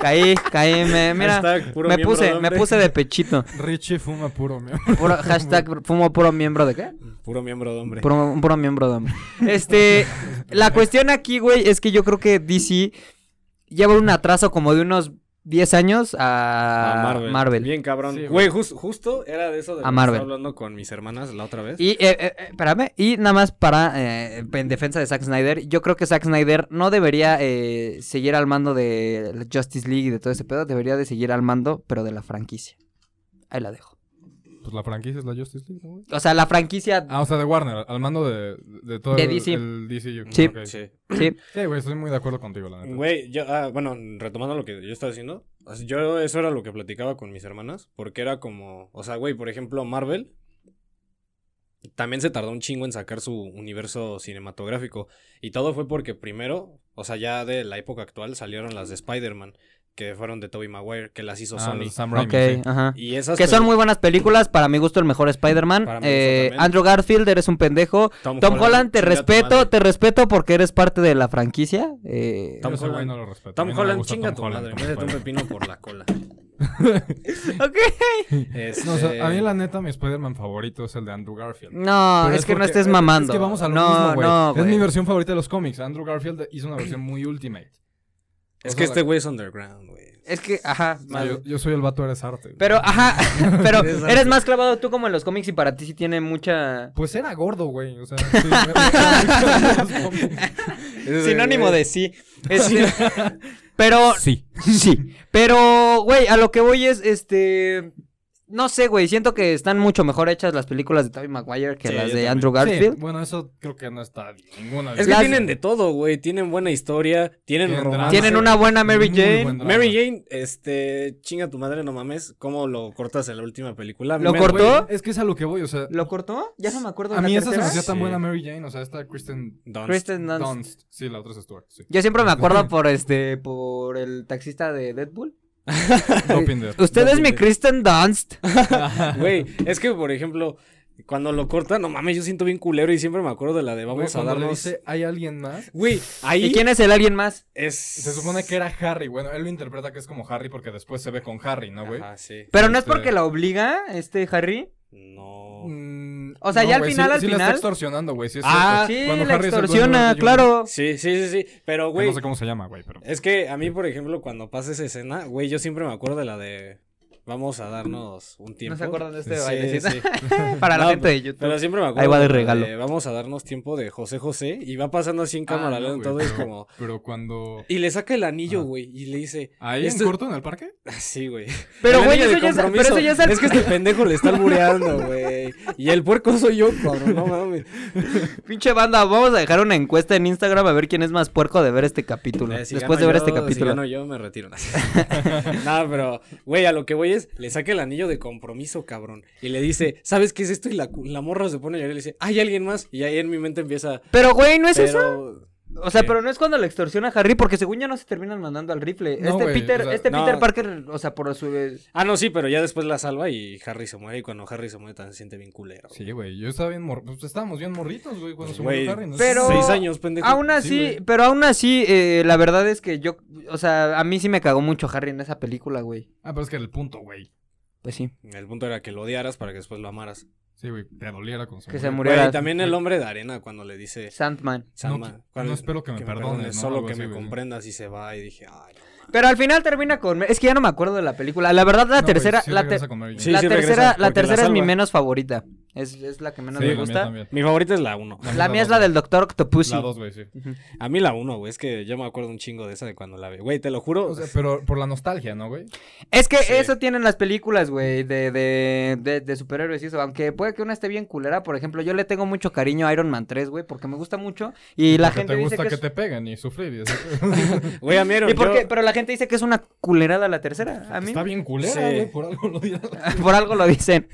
Speaker 2: Caí, caí, me, mira.
Speaker 4: Hashtag puro
Speaker 2: Me
Speaker 4: miembro
Speaker 2: puse,
Speaker 4: de
Speaker 2: me
Speaker 4: hombre.
Speaker 2: puse de pechito.
Speaker 3: Richie fuma puro, mi
Speaker 2: Puro- hashtag fumo puro miembro de qué?
Speaker 4: Puro miembro de hombre.
Speaker 2: Puro, un puro miembro de hombre. Este, la cuestión aquí, güey, es que yo creo que DC lleva un atraso como de unos 10 años a,
Speaker 4: A
Speaker 2: Marvel.
Speaker 4: Bien cabrón.
Speaker 3: Sí,
Speaker 4: güey,
Speaker 3: güey.
Speaker 4: jus- justo era de eso de
Speaker 2: A
Speaker 4: lo que
Speaker 2: Marvel.
Speaker 4: estaba hablando con mis hermanas la otra vez.
Speaker 2: Y, eh, eh, eh, espérame, y nada más para, eh, en defensa de Zack Snyder, yo creo que Zack Snyder no debería eh, seguir al mando de la Justice League y de todo ese pedo, debería de seguir al mando, pero de la franquicia. Ahí la dejo.
Speaker 3: Pues la franquicia es la Justice League, ¿no, güey?
Speaker 2: O sea, la franquicia,
Speaker 3: Ah, o sea, de Warner, al mando de, de todo
Speaker 2: De
Speaker 3: el,
Speaker 2: DC.
Speaker 3: el DCU.
Speaker 2: Sí.
Speaker 3: Ok.
Speaker 4: Sí.
Speaker 2: sí,
Speaker 3: Sí, güey, estoy muy de acuerdo contigo, la neta.
Speaker 4: Güey, yo, ah, bueno, retomando lo que yo estaba diciendo, o sea, yo eso era lo que platicaba con mis hermanas, porque era como, o sea, güey, por ejemplo, Marvel también se tardó un chingo en sacar su universo cinematográfico, y todo fue porque primero, o sea, ya de la época actual salieron las de Spider-Man, que fueron de Tobey Maguire, que las hizo
Speaker 3: Ah,
Speaker 4: Sony.
Speaker 3: Sam Raimi,
Speaker 2: Ok,
Speaker 3: sí.
Speaker 2: ajá.
Speaker 4: Y esas pues,
Speaker 2: Que son
Speaker 4: peli-
Speaker 2: muy buenas películas. Para mi gusto, el mejor
Speaker 4: Para
Speaker 2: Spider-Man.
Speaker 4: mi gusto
Speaker 2: Eh,
Speaker 4: también.
Speaker 2: Andrew Garfield, eres un pendejo. Tom Holland, te
Speaker 4: chinga tu
Speaker 2: respeto,
Speaker 4: madre.
Speaker 2: te respeto porque eres parte de la franquicia. Eh,
Speaker 3: Yo
Speaker 4: Tom
Speaker 3: ese güey
Speaker 4: Holland.
Speaker 3: no lo respeto. A
Speaker 4: Tom
Speaker 3: mí no me
Speaker 4: Holland,
Speaker 3: gusta
Speaker 4: chinga
Speaker 3: Tom
Speaker 4: tu
Speaker 3: Holland
Speaker 4: madre.
Speaker 3: como
Speaker 4: Métete un
Speaker 3: Spider-Man.
Speaker 4: pepino por la cola.
Speaker 2: ok.
Speaker 4: Este,
Speaker 3: No, o sea, a mí la neta, mi Spider-Man favorito es el de Andrew Garfield.
Speaker 2: No,
Speaker 3: Pero
Speaker 2: es, que no
Speaker 3: porque-
Speaker 2: estés
Speaker 3: es-
Speaker 2: mamando.
Speaker 3: Es que vamos a lo
Speaker 2: no,
Speaker 3: mismo, güey.
Speaker 2: No,
Speaker 3: es mi
Speaker 2: güey.
Speaker 3: versión favorita de los cómics. Andrew Garfield hizo una versión muy ultimate.
Speaker 4: Es
Speaker 3: O
Speaker 4: que
Speaker 3: sea,
Speaker 4: este güey es underground, güey.
Speaker 2: Es que, ajá.
Speaker 3: la- yo, yo soy el vato, eres arte. güey.
Speaker 2: Pero, ajá, pero
Speaker 4: Eres
Speaker 2: eres
Speaker 4: alto.
Speaker 2: más clavado tú como en los cómics y para ti sí tiene mucha...
Speaker 3: Pues era gordo, güey. O sea, sí, me- me- los cómics.
Speaker 4: Ese
Speaker 2: Sinónimo
Speaker 4: güey-
Speaker 2: de sí. Este, pero,
Speaker 3: sí.
Speaker 2: sí. Pero, güey, a lo que voy es, este... No sé, güey, siento que están mucho mejor hechas las películas de Tobey Maguire que
Speaker 4: Sí,
Speaker 2: las
Speaker 4: yo
Speaker 2: de
Speaker 4: también.
Speaker 2: Andrew Garfield.
Speaker 3: Sí, bueno, eso creo que no está ninguna.
Speaker 4: Es que
Speaker 2: Las-
Speaker 4: tienen de todo, güey. Tienen buena historia, tienen,
Speaker 3: Tienen
Speaker 4: romance.
Speaker 3: drama.
Speaker 2: Tienen una buena Mary
Speaker 3: Ah, Muy
Speaker 2: Jane.
Speaker 3: buen drama.
Speaker 4: Mary Jane, este, chinga tu madre, no mames. ¿Cómo lo cortas en la última película?
Speaker 2: Lo
Speaker 4: Me-
Speaker 2: cortó.
Speaker 3: Güey, es que es a lo que voy, o sea.
Speaker 2: ¿Lo cortó? Ya no me acuerdo.
Speaker 3: A
Speaker 2: de la
Speaker 3: mí esa se me
Speaker 2: tercera.
Speaker 3: hacía tan
Speaker 4: Sí.
Speaker 3: buena Mary Jane, o sea, esta Kristen
Speaker 4: Dunst.
Speaker 2: Kristen Dunst.
Speaker 3: Dunst. Sí, la otra es Stuart, sí.
Speaker 2: Yo siempre me acuerdo por este, por el taxista de Deadpool.
Speaker 3: Dopinder.
Speaker 2: Usted es mi
Speaker 4: Dopinder.
Speaker 2: Kristen Dunst.
Speaker 4: Güey, es que, por ejemplo, cuando lo cortan, no mames, yo siento bien culero y siempre me acuerdo de la de
Speaker 3: Güey,
Speaker 4: vamos a
Speaker 3: cuando le
Speaker 4: darnos...
Speaker 3: dice, ¿hay alguien más?
Speaker 4: Güey, ahí
Speaker 2: ¿Y quién es el alguien más?
Speaker 4: es...
Speaker 3: Se supone que era Harry. Bueno, él lo interpreta que es como Harry porque después se ve con Harry, ¿no, güey?
Speaker 4: Ajá, sí.
Speaker 2: Pero no es
Speaker 3: Este-
Speaker 2: porque la obliga, este Harry.
Speaker 4: No...
Speaker 3: Mm,
Speaker 2: O sea, ya al
Speaker 3: güey, sí-
Speaker 2: final, al
Speaker 3: Sí, la está
Speaker 2: final-
Speaker 3: extorsionando, güey. Sí, es
Speaker 4: Ah,
Speaker 3: cierto.
Speaker 2: sí,
Speaker 3: Cuando
Speaker 2: la
Speaker 3: Harry es el dueño
Speaker 2: extorsiona,
Speaker 3: de Union,
Speaker 2: claro.
Speaker 4: Sí, sí, sí, sí. Pero,
Speaker 3: que
Speaker 4: güey,
Speaker 3: No sé cómo se llama, güey, pero.
Speaker 4: es que a mí, por ejemplo, cuando pasa esa escena, güey, yo siempre me acuerdo de la de vamos a darnos un tiempo.
Speaker 2: No se acuerdan de este
Speaker 4: Sí,
Speaker 2: bailecito.
Speaker 4: sí.
Speaker 2: Para la
Speaker 4: No,
Speaker 2: gente de YouTube.
Speaker 4: Pero siempre me acuerdo.
Speaker 2: va de
Speaker 4: la
Speaker 2: regalo.
Speaker 4: vamos a darnos tiempo de José José y va pasando así en
Speaker 3: Ah,
Speaker 4: cámara
Speaker 3: no,
Speaker 4: lenta,
Speaker 3: güey,
Speaker 4: entonces
Speaker 3: pero-
Speaker 4: como
Speaker 3: Pero cuando.
Speaker 4: y le saca el anillo,
Speaker 2: Ah.
Speaker 3: Ajá.
Speaker 4: güey, y le dice,
Speaker 3: ¿Ahí
Speaker 4: Esto-
Speaker 3: en corto en el parque?
Speaker 4: "Así, güey."
Speaker 2: Pero,
Speaker 4: El
Speaker 2: güey,
Speaker 4: anillo
Speaker 2: eso
Speaker 4: de
Speaker 2: ya es- pero
Speaker 4: compromiso.
Speaker 2: eso ya es al-
Speaker 4: es que este pendejo le está albureando, güey. Y el puerco soy yo, cabrón, no mames.
Speaker 2: Pinche banda, vamos a dejar una encuesta en Instagram a ver quién es más puerco de ver este capítulo.
Speaker 4: Eh, si
Speaker 2: Después de
Speaker 4: gano
Speaker 2: ver
Speaker 4: yo-
Speaker 2: este
Speaker 4: Si
Speaker 2: capítulo.
Speaker 4: gano yo me retiro. no, pero güey, a lo que voy es le saca el anillo de compromiso, cabrón, y le dice, "¿Sabes qué es esto?" y la, la morra se pone a llorar y le dice, "Hay alguien más." Y ahí en mi mente empieza
Speaker 2: Pero, güey, no es eso.
Speaker 4: pero
Speaker 2: O sea,
Speaker 4: ¿Qué?
Speaker 2: pero no es cuando le extorsiona a Harry, porque según ya no se terminan mandando al rifle.
Speaker 3: No,
Speaker 2: este
Speaker 3: güey,
Speaker 2: Peter,
Speaker 3: o sea,
Speaker 2: este
Speaker 4: no.
Speaker 2: Peter Parker, o sea, por su
Speaker 4: Ah, no, sí, pero ya después la salva y Harry se muere. Y cuando Harry se muere, tan se siente bien culero.
Speaker 3: Sí, güey. Yo estaba bien mor... pues, estábamos bien morritos, güey, cuando
Speaker 4: Pues,
Speaker 3: se murió
Speaker 4: güey,
Speaker 3: Harry. ¿no?
Speaker 2: pero-
Speaker 4: Seis años, pendejo.
Speaker 2: Aún
Speaker 3: Sí,
Speaker 2: así,
Speaker 3: güey.
Speaker 2: pero aún así, eh, la verdad es que yo, o sea, a mí sí me cagó mucho Harry en esa película, güey.
Speaker 3: Ah, pero es que era el punto, güey.
Speaker 2: Pues sí.
Speaker 4: El punto era que lo odiaras para que después lo amaras.
Speaker 3: Sí, güey. Te doliera con su
Speaker 2: Que se
Speaker 3: muerte.
Speaker 2: murió.
Speaker 4: Güey,
Speaker 2: Murieras.
Speaker 4: y también el hombre de arena cuando le dice.
Speaker 2: Sandman.
Speaker 4: Sama,
Speaker 3: que- no espero que me perdones, ¿no?
Speaker 4: Solo
Speaker 3: Algo
Speaker 4: que
Speaker 3: así,
Speaker 4: me
Speaker 3: güey.
Speaker 4: comprendas y se va. Y dije, ay, no.
Speaker 2: Pero al final termina con... Es que ya no me acuerdo de la película. La verdad, la
Speaker 3: No, güey,
Speaker 2: tercera...
Speaker 3: sí
Speaker 2: la,
Speaker 3: regresa
Speaker 2: ter-
Speaker 3: con Mary Jane.
Speaker 4: Sí,
Speaker 2: la
Speaker 4: sí regresa,
Speaker 2: tercera, la
Speaker 4: porque la
Speaker 2: tercera es mi
Speaker 4: salva.
Speaker 2: menos favorita. Es, es la que menos
Speaker 3: Sí,
Speaker 2: me
Speaker 3: la mía
Speaker 2: gusta.
Speaker 3: también.
Speaker 4: Mi favorita es la 1.
Speaker 2: La mía es la
Speaker 3: dos,
Speaker 2: del Doctor Octopus.
Speaker 3: La dos, güey, sí.
Speaker 4: A mí la 1, güey. Es que yo me acuerdo un chingo de esa de cuando la vi. Güey, te lo juro.
Speaker 3: O sea, pero por la nostalgia, ¿no, güey?
Speaker 2: Es que
Speaker 4: Sí.
Speaker 2: eso tienen las películas, güey, de, de, de, de superhéroes y eso. Aunque puede que una esté bien culera, por ejemplo, yo le tengo mucho cariño a Iron Man 3, güey, porque me gusta mucho. Y la
Speaker 3: Porque
Speaker 2: gente
Speaker 3: te
Speaker 2: dice
Speaker 3: gusta
Speaker 2: que...
Speaker 3: que,
Speaker 2: es-
Speaker 3: te peguen y sufrir. Y eso.
Speaker 4: Güey, a mí era
Speaker 2: ¿Y por
Speaker 4: yo-
Speaker 2: qué? Pero la gente dice que es una culerada la tercera. A mí,
Speaker 3: Está bien culera,
Speaker 4: Sí.
Speaker 3: güey. Por algo lo dirás.
Speaker 2: por algo lo dicen.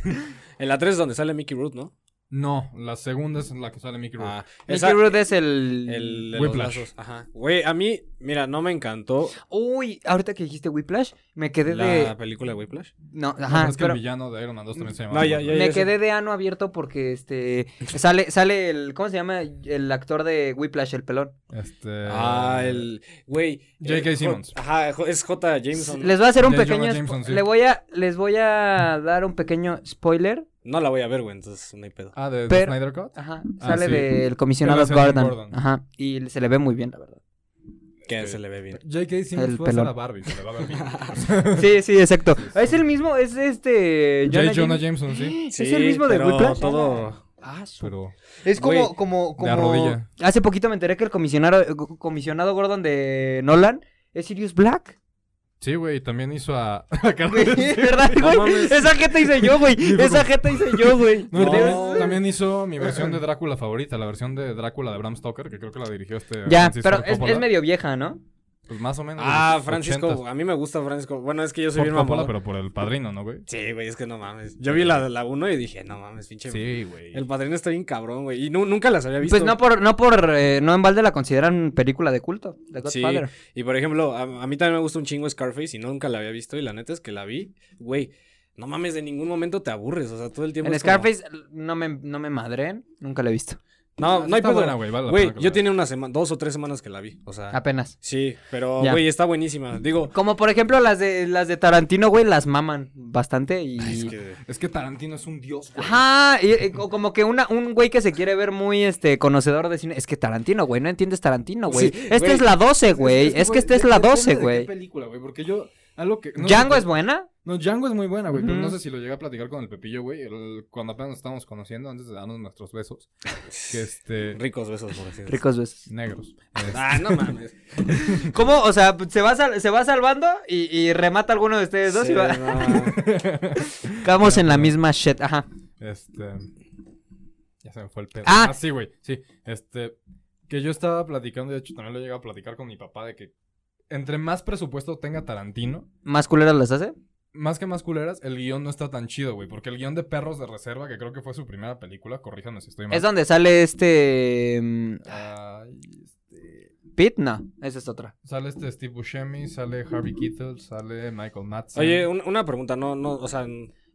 Speaker 4: En la 3 donde sale Mickey Root, ¿no?
Speaker 3: No, la segunda es la que sale Mickey Rourke.
Speaker 4: Ah, esa-
Speaker 2: Mickey Rourke es el...
Speaker 4: El de
Speaker 3: Whiplash.
Speaker 4: los lazos. Ajá. Güey, a mí, mira, no me encantó
Speaker 2: Uy, ahorita que dijiste Whiplash, me quedé
Speaker 4: la
Speaker 2: de...
Speaker 4: película de Whiplash.
Speaker 2: No,
Speaker 3: No,
Speaker 2: ajá,
Speaker 3: pero es que
Speaker 2: pero
Speaker 3: el villano de Iron Man 2 también se llama.
Speaker 4: No, ya,
Speaker 3: Whiplash.
Speaker 4: ya, ya.
Speaker 2: me
Speaker 4: sé.
Speaker 2: quedé de ano abierto porque este... Sale, sale el... ¿Cómo se llama? El actor de Whiplash, el pelón.
Speaker 3: Este.
Speaker 4: Ah, el. Güey.
Speaker 3: J.K.
Speaker 4: eh,
Speaker 3: Simmons.
Speaker 4: J- Ajá, jo- es J. Jameson.
Speaker 2: Les voy a hacer un
Speaker 3: De
Speaker 2: pequeño...
Speaker 3: Jonah Jameson,
Speaker 2: spo-
Speaker 3: sí.
Speaker 2: le voy a, les voy a dar un pequeño spoiler.
Speaker 4: No la voy a ver, güey, entonces no hay pedo.
Speaker 3: Ah, de, de
Speaker 2: Pero-
Speaker 3: Snyder Cut.
Speaker 2: Ajá,
Speaker 3: Ah,
Speaker 2: sale
Speaker 3: sí.
Speaker 2: del comisionado
Speaker 3: Él hace de
Speaker 2: Gordon.
Speaker 3: Gordon.
Speaker 2: Ajá, y se le ve muy bien, la verdad.
Speaker 4: Que
Speaker 3: Ok.
Speaker 4: se le ve bien.
Speaker 3: J.K.
Speaker 2: El
Speaker 3: Simmons fue a hacer
Speaker 2: pelón.
Speaker 3: a Barbie. Se le va a ver bien.
Speaker 2: Sí, sí, exacto. Es el mismo, es este...
Speaker 3: J.
Speaker 2: Jonah
Speaker 3: Jonah Jameson, sí.
Speaker 2: James- Es el mismo de
Speaker 4: pero
Speaker 2: Whiplash.
Speaker 4: Todo.
Speaker 2: Ah, su
Speaker 3: Pero.
Speaker 2: Es como,
Speaker 4: Güey,
Speaker 2: como,
Speaker 3: de
Speaker 2: como.
Speaker 3: rodilla.
Speaker 2: Hace poquito me enteré que el comisionado, eh, co- comisionado Gordon de Nolan es Sirius Black.
Speaker 3: Sí, güey. También hizo a.
Speaker 2: Güey, ¿Verdad,
Speaker 4: No
Speaker 2: güey?
Speaker 4: mames.
Speaker 2: Esa jeta hice yo, güey.
Speaker 3: Dijo
Speaker 2: Esa
Speaker 3: como-
Speaker 2: jeta hice yo, güey.
Speaker 3: No,
Speaker 4: No.
Speaker 3: también- también hizo mi versión de Drácula favorita, la versión de Drácula de Bram Stoker, que creo que la dirigió este.
Speaker 2: Ya,
Speaker 3: Francis
Speaker 2: pero
Speaker 3: Ford
Speaker 2: es,
Speaker 3: Coppola.
Speaker 2: es medio vieja, ¿no?
Speaker 3: Pues más o menos. de
Speaker 4: Ah,
Speaker 3: los
Speaker 4: Francisco,
Speaker 3: 80s.
Speaker 4: a mí me gusta Francisco. Bueno, es que yo soy
Speaker 3: Por
Speaker 4: bien
Speaker 3: Coppola,
Speaker 4: mamón.
Speaker 3: pero por el padrino, ¿no, güey?
Speaker 4: Sí, güey, es que no mames. Yo vi la 1 y dije, no mames, pinche.
Speaker 3: Sí, güey.
Speaker 4: El padrino está bien cabrón, güey. Y nu- nunca las había visto.
Speaker 2: Pues no por, no por, eh, no en balde la consideran película de culto, The
Speaker 4: Sí,
Speaker 2: Godfather.
Speaker 4: y por ejemplo, a, a mí también me gusta un chingo Scarface y nunca la había visto. Y la neta es que la vi, güey. No mames, de ningún momento te aburres. O sea, todo el tiempo.
Speaker 2: En
Speaker 4: es como-
Speaker 2: Scarface no me, no me madren, nunca la he visto.
Speaker 4: No, no hay
Speaker 3: Está
Speaker 4: pedo.
Speaker 3: buena, güey. vale la
Speaker 4: Güey,
Speaker 3: pena que
Speaker 4: yo
Speaker 3: la
Speaker 4: tiene una semana, dos o tres semanas que la vi. O sea,
Speaker 2: Apenas.
Speaker 4: sí, pero,
Speaker 2: Ya.
Speaker 4: güey, está buenísima. Digo,
Speaker 2: Como por ejemplo las de las de Tarantino, güey, las maman bastante y.
Speaker 4: es que.
Speaker 3: veas. Es que Tarantino es un dios, güey.
Speaker 2: Ajá, y, y co- como que una, un güey que se quiere ver muy este conocedor de cine. Es que Tarantino, güey, no entiendes Tarantino, güey.
Speaker 4: Sí,
Speaker 2: esta
Speaker 4: güey.
Speaker 2: es la 12, güey. Es, que esta es la 12,
Speaker 3: ¿Qué
Speaker 2: güey.
Speaker 3: película, güey? Porque yo. Algo que. no sé
Speaker 2: ¿Django
Speaker 3: si-
Speaker 2: es buena?
Speaker 3: No, Django es muy buena, güey. Pero
Speaker 2: Ujú.
Speaker 3: no sé si lo llegué a platicar con el Pepillo, güey. el- Cuando apenas nos estábamos conociendo, antes de darnos nuestros besos. Que este.
Speaker 4: Ricos besos, por así decirlo.
Speaker 2: Ricos besos.
Speaker 3: Negros. Este,
Speaker 4: Ah, no mames.
Speaker 2: ¿Cómo? O sea, se va, sal- se va salvando y, y remata alguno de ustedes Eh, dos
Speaker 4: Sí,
Speaker 2: y va.
Speaker 4: no mames.
Speaker 2: Acabamos en la misma shit, ajá.
Speaker 3: Este. Ya se me fue el pedo.
Speaker 2: Ah.
Speaker 3: Ah, sí, güey. Sí. Este. Que yo estaba platicando, de hecho, también lo he llegado a platicar con mi papá de que entre más presupuesto tenga Tarantino,
Speaker 2: ¿Más culeras las hace?
Speaker 3: más que más culeras, el guión no está tan chido, güey. Porque el guión de Perros de Reserva, que creo que fue su primera película, corríjanme si estoy mal.
Speaker 2: Es donde sale este. mm,
Speaker 3: Ay, este,
Speaker 2: Pete, no, esa es otra.
Speaker 3: Sale este Steve Buscemi, sale Harvey Keitel, sale Michael Madsen.
Speaker 4: Oye, un- una pregunta, no, no, o sea.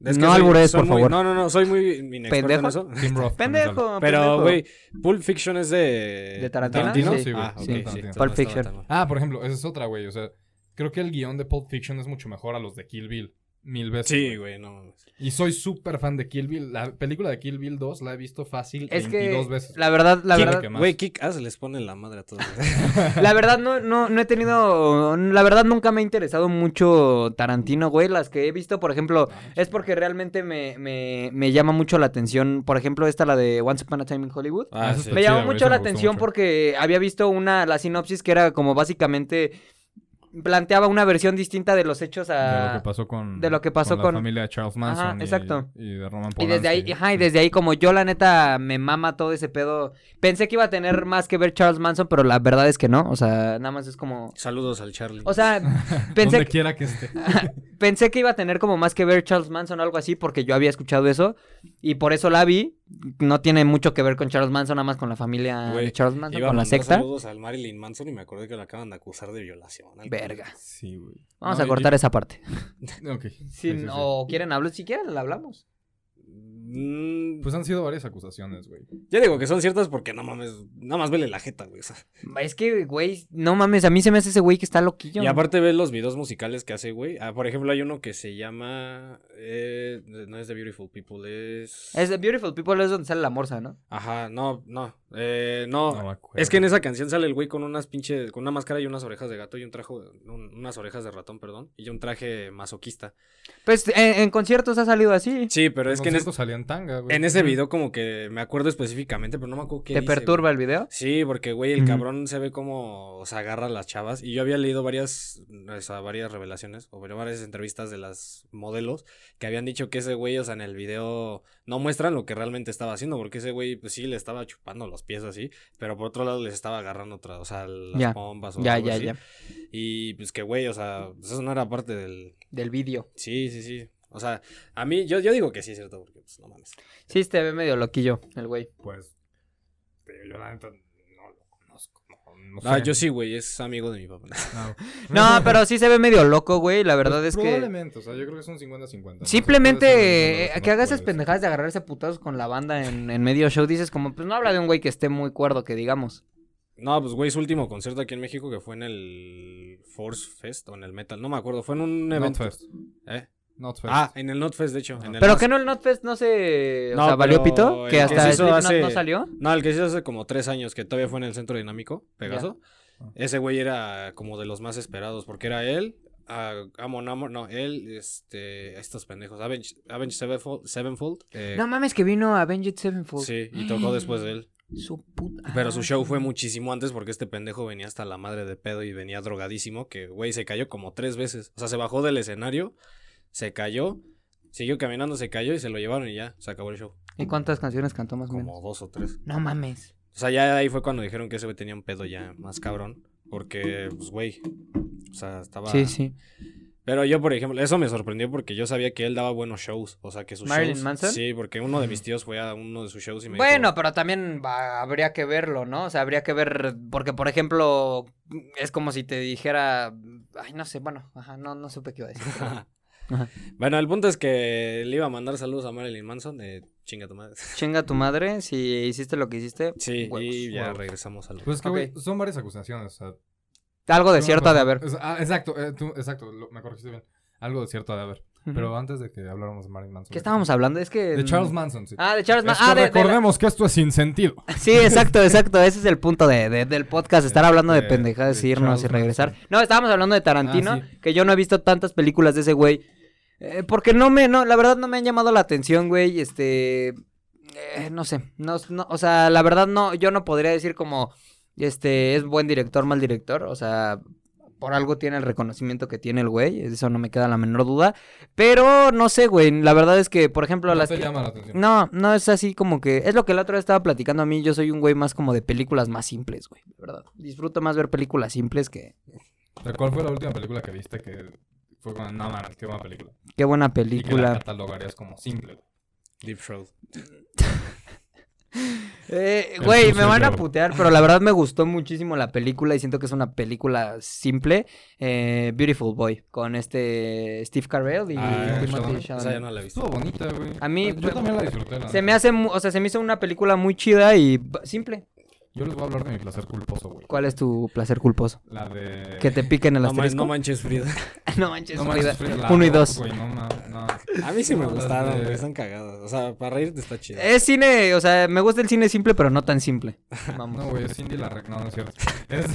Speaker 4: es que
Speaker 2: No
Speaker 4: soy-
Speaker 2: albures,
Speaker 4: soy
Speaker 2: por
Speaker 4: muy-
Speaker 2: favor.
Speaker 4: No, no, no, soy muy inexperto en
Speaker 2: ¿Pendejo?
Speaker 4: eso.
Speaker 3: Tim Roth también sale.
Speaker 2: Pendejo, pendejo.
Speaker 4: Pero, güey, Pulp Fiction es de.
Speaker 2: ¿De Tarantino? Sí.
Speaker 3: Sí, güey.
Speaker 4: Ah, ok,
Speaker 3: Sí,
Speaker 4: sí.
Speaker 3: Tarantino.
Speaker 2: Pulp
Speaker 4: Estaba-
Speaker 2: Fiction.
Speaker 4: estaba-
Speaker 3: Ah, por ejemplo, esa es otra, güey. O sea, creo que el guión de Pulp Fiction es mucho mejor a los de Kill Bill. Mil veces.
Speaker 4: Sí, güey, no mames.
Speaker 3: Y soy súper fan de Kill Bill. La película de Kill Bill 2 la he visto fácil
Speaker 2: Es que
Speaker 3: 22 veces.
Speaker 2: la verdad, la
Speaker 3: Kick-
Speaker 2: verdad,
Speaker 3: ¿Qué más?
Speaker 4: Güey, Kick Ass les pone la madre a todos.
Speaker 2: Ah, la verdad no, no, no he tenido, la verdad nunca me ha interesado mucho Tarantino, güey, las que he visto, por ejemplo,
Speaker 3: Ah,
Speaker 2: es porque realmente me, me, me llama mucho la atención, por ejemplo, esta la de Once Upon a Time in Hollywood.
Speaker 4: Ah, sí.
Speaker 3: eso está
Speaker 2: me
Speaker 3: chida,
Speaker 2: llamó
Speaker 3: güey,
Speaker 2: mucho
Speaker 3: esa
Speaker 2: la
Speaker 3: me gustó
Speaker 2: atención
Speaker 3: mucho.
Speaker 2: porque había visto una, la sinopsis que era como básicamente planteaba una versión distinta de los hechos
Speaker 3: De lo
Speaker 2: a...
Speaker 3: que pasó con.
Speaker 2: de lo que pasó con-
Speaker 3: la familia de Charles Manson.
Speaker 2: Ajá,
Speaker 3: y-
Speaker 2: exacto.
Speaker 3: Y, de Roman
Speaker 2: Y
Speaker 3: Polanski.
Speaker 2: desde ahí, ajá, y desde ahí como yo la neta me mama todo ese pedo. Pensé que iba a tener más que ver Charles Manson, pero la verdad es que no, o sea, nada más es como
Speaker 4: Saludos al Charlie.
Speaker 2: o sea,
Speaker 3: Donde
Speaker 2: pensé que,
Speaker 3: quiera que esté.
Speaker 2: pensé que iba a tener como más que ver Charles Manson o algo así porque yo había escuchado eso y por eso la vi. No tiene mucho que ver con Charles Manson, nada más con la familia
Speaker 4: Güey,
Speaker 2: de Charles Manson,
Speaker 4: Iba a
Speaker 2: con la
Speaker 4: mandar
Speaker 2: secta.
Speaker 4: saludos al Marilyn Manson y me acordé que lo acaban de acusar de violación. al-
Speaker 2: Verga.
Speaker 3: Sí, güey.
Speaker 2: Vamos
Speaker 3: No,
Speaker 2: a
Speaker 3: y-
Speaker 2: cortar esa parte.
Speaker 3: Ok. Sí,
Speaker 2: Si
Speaker 3: sí, sí.
Speaker 2: o quieren hablar, si quieren la hablamos.
Speaker 4: Mm,
Speaker 3: Pues han sido varias acusaciones, güey.
Speaker 4: yo digo que son ciertas porque no mames, nada más vele la jeta, güey. o sea.
Speaker 2: Es que, güey, no mames, a mí se me hace ese güey que está loquillo.
Speaker 4: Y
Speaker 2: ¿no?
Speaker 4: aparte ves los videos musicales que hace, güey. Ah, por ejemplo, hay uno que se llama. eh, no es The Beautiful People, es.
Speaker 2: Es de Beautiful People es donde sale la morsa, ¿no?
Speaker 4: Ajá, no, no. eh, no,
Speaker 3: No me acuerdo.
Speaker 4: Es que en esa canción sale el güey con unas pinche, con una máscara y unas orejas de gato y un traje, un- unas orejas de ratón, perdón, y un traje masoquista.
Speaker 2: Pues en, en conciertos ha salido así.
Speaker 4: Sí, pero es que en,
Speaker 3: esto
Speaker 4: es-
Speaker 3: salían tanga, güey.
Speaker 4: en ese video como que me acuerdo específicamente, pero no me acuerdo qué
Speaker 2: ¿Te
Speaker 4: dice,
Speaker 2: perturba
Speaker 4: güey.
Speaker 2: el video?
Speaker 4: Sí, porque güey, el
Speaker 2: Ujú.
Speaker 4: cabrón se ve como se agarra a las chavas y yo había leído varias, o sea, varias revelaciones o bueno, varias entrevistas de las modelos que habían dicho que ese güey, o sea, en el video no muestran lo que realmente estaba haciendo, porque ese güey pues sí le estaba chupando los pies así, pero por otro lado les estaba agarrando otra, o sea, las
Speaker 2: Ya.
Speaker 4: bombas o
Speaker 2: Ya,
Speaker 4: algo
Speaker 2: ya,
Speaker 4: así.
Speaker 2: ya.
Speaker 4: Y pues que, güey, o sea, pues, eso no era parte del...
Speaker 2: Del vídeo.
Speaker 4: Sí, sí, sí. O sea, a mí, yo, yo digo que sí es cierto, porque pues no mames.
Speaker 2: Sí, te ve medio loquillo el güey.
Speaker 3: Pues. pero yo la neta no lo conozco. No, no
Speaker 4: Ah,
Speaker 3: sé.
Speaker 4: yo sí, güey, es amigo de mi papá.
Speaker 3: No,
Speaker 2: No, pero sí se ve medio loco, güey. La verdad
Speaker 3: Pues
Speaker 2: es que.
Speaker 3: Probablemente, o sea, yo creo que son 50-50. ¿no?
Speaker 2: Simplemente
Speaker 3: Se puede
Speaker 2: eh,
Speaker 3: ser,
Speaker 2: que haga
Speaker 3: no
Speaker 2: esas
Speaker 3: puedes.
Speaker 2: pendejadas de agarrarse a putazos con la banda en, en medio show, dices como, pues no habla de un güey que esté muy cuerdo, que digamos.
Speaker 4: No, pues, güey, su último concierto aquí en México que fue en el Force Fest o en el Metal, no me acuerdo, fue en un evento.
Speaker 3: Notfest.
Speaker 4: ¿Eh?
Speaker 3: Notfest.
Speaker 4: Ah, en el Notfest, de hecho. en el
Speaker 2: Pero
Speaker 4: Notfest.
Speaker 2: que no el Notfest no se. o
Speaker 4: No,
Speaker 2: sea, valió
Speaker 4: pero
Speaker 2: pito,
Speaker 4: el
Speaker 2: que
Speaker 4: que
Speaker 2: hasta
Speaker 4: se hizo
Speaker 2: Slipknot
Speaker 4: hace-
Speaker 2: no salió.
Speaker 4: No, el que se hizo hace como tres años, que todavía fue en el Centro Dinámico, Pegaso.
Speaker 3: Ya. Ah.
Speaker 4: Ese güey era como de los más esperados, porque era él, a Amon Amor, no, él, este, estos pendejos, Avenged, Avenged Sevenfold. Sevenfold, eh,
Speaker 2: No pues, mames, que vino Avenged Sevenfold.
Speaker 4: sí, y tocó después de él.
Speaker 2: Su puta.
Speaker 4: Pero su show fue muchísimo antes porque este pendejo venía hasta la madre de pedo y venía drogadísimo, que güey se cayó como tres veces. O sea, se bajó del escenario, se cayó, siguió caminando, se cayó y se lo llevaron y ya, se acabó el show.
Speaker 2: ¿Y cuántas canciones cantó más o menos?
Speaker 4: Como dos o tres.
Speaker 2: No mames.
Speaker 4: O sea, ya ahí fue cuando dijeron que ese güey tenía un pedo ya más cabrón. Porque, pues, güey. O sea, estaba.
Speaker 2: Sí, sí.
Speaker 4: Pero yo, por ejemplo, eso me sorprendió porque yo sabía que él daba buenos shows. O sea, que sus
Speaker 2: ¿Marilyn
Speaker 4: shows.
Speaker 2: Manson?
Speaker 4: Sí, porque uno de mis tíos fue a uno de sus shows y me
Speaker 2: Bueno,
Speaker 4: dijo.
Speaker 2: pero también va- habría que verlo, ¿no? O sea, habría que ver, porque por ejemplo, es como si te dijera, ay, no sé, bueno, ajá, no, no supe qué iba a decir. pero- Ajá.
Speaker 4: bueno, el punto es que le iba a mandar saludos a Marilyn Manson de chinga tu madre.
Speaker 2: Chinga tu madre, si hiciste lo que hiciste.
Speaker 4: Sí,
Speaker 2: Huevos,
Speaker 4: y ya
Speaker 2: huevos.
Speaker 4: regresamos al.
Speaker 3: Pues es que,
Speaker 2: Ok.
Speaker 3: güey, son varias acusaciones. O sea,
Speaker 2: Algo de
Speaker 3: No,
Speaker 2: cierto ha de haber.
Speaker 3: Es- ah, exacto, eh, tú- exacto, lo- me corregiste bien. Algo de cierto ha de haber. Pero antes de que habláramos de Marilyn Manson.
Speaker 2: ¿Qué estábamos hablando? Es que...
Speaker 3: De Charles Manson, sí.
Speaker 2: Ah, de Charles
Speaker 3: Es
Speaker 2: Manson.
Speaker 3: que
Speaker 2: Ah, de, de la-
Speaker 3: recordemos que esto es sin sentido.
Speaker 2: Sí, exacto, exacto. Ese es el punto de, de- del podcast, estar hablando de
Speaker 3: De-
Speaker 2: pendejadas
Speaker 3: Eh, de
Speaker 2: y irnos y
Speaker 3: Charles
Speaker 2: regresar.
Speaker 3: Manson.
Speaker 2: No, estábamos hablando de Tarantino,
Speaker 3: Ah, sí.
Speaker 2: que yo no he visto tantas películas de ese güey. eh, porque no me, no, la verdad no me han llamado la atención, güey. Este. eh, no sé. No, no, o sea, la verdad no, yo no podría decir como. Este, es buen director, mal director. O sea. Por algo tiene el reconocimiento que tiene el güey, eso no me queda la menor duda. Pero no sé, güey, la verdad es que, por ejemplo,
Speaker 3: No
Speaker 2: las
Speaker 3: te
Speaker 2: que-
Speaker 3: llama la atención.
Speaker 2: no, no es así como que. Es lo que la otra vez estaba platicando a mí. Yo soy un güey más como de películas más simples, güey. De verdad. Disfruto más ver películas simples que.
Speaker 3: Pero, ¿Cuál fue la última película que viste que fue como, no mames, qué buena película?
Speaker 2: Qué buena
Speaker 3: Y que la
Speaker 2: película.
Speaker 3: catalogarías como simple. güey.
Speaker 4: Deep Throat.
Speaker 2: Eh,
Speaker 3: El
Speaker 2: güey,
Speaker 3: sucio
Speaker 2: me van a
Speaker 3: yo.
Speaker 2: putear, pero la verdad me gustó muchísimo la película y siento que es una película simple. Eh, Beautiful Boy, con este Steve Carell y
Speaker 3: Ah,
Speaker 2: Timothy
Speaker 3: Chalamet.
Speaker 2: Chalamet.
Speaker 4: O sea, ya no la he visto.
Speaker 3: Estuvo bonita, güey.
Speaker 2: A mí-
Speaker 3: Yo también la disfruté. la
Speaker 2: Se me
Speaker 3: neta.
Speaker 2: hace, mu- o sea, se me hizo una película muy chida y b- simple.
Speaker 3: Yo les voy a hablar de mi placer culposo, güey.
Speaker 2: ¿Cuál es tu placer culposo?
Speaker 3: La de.
Speaker 2: Que te piquen el
Speaker 4: No, man-
Speaker 2: asterisco.
Speaker 4: no manches, Frida.
Speaker 2: No manches,
Speaker 3: No manches,
Speaker 2: Frida.
Speaker 3: Frida, la
Speaker 2: Uno y
Speaker 3: dos,
Speaker 2: dos.
Speaker 3: güey, no mames, no.
Speaker 4: A mí sí me
Speaker 3: No, las
Speaker 4: gustaron,
Speaker 3: de-
Speaker 4: güey, están cagadas. O sea, para reírte está chido.
Speaker 2: Es cine, o sea, me gusta el cine simple, pero no tan simple. Vamos.
Speaker 3: No, güey, Cindy la rec... No, no es cierto. Es...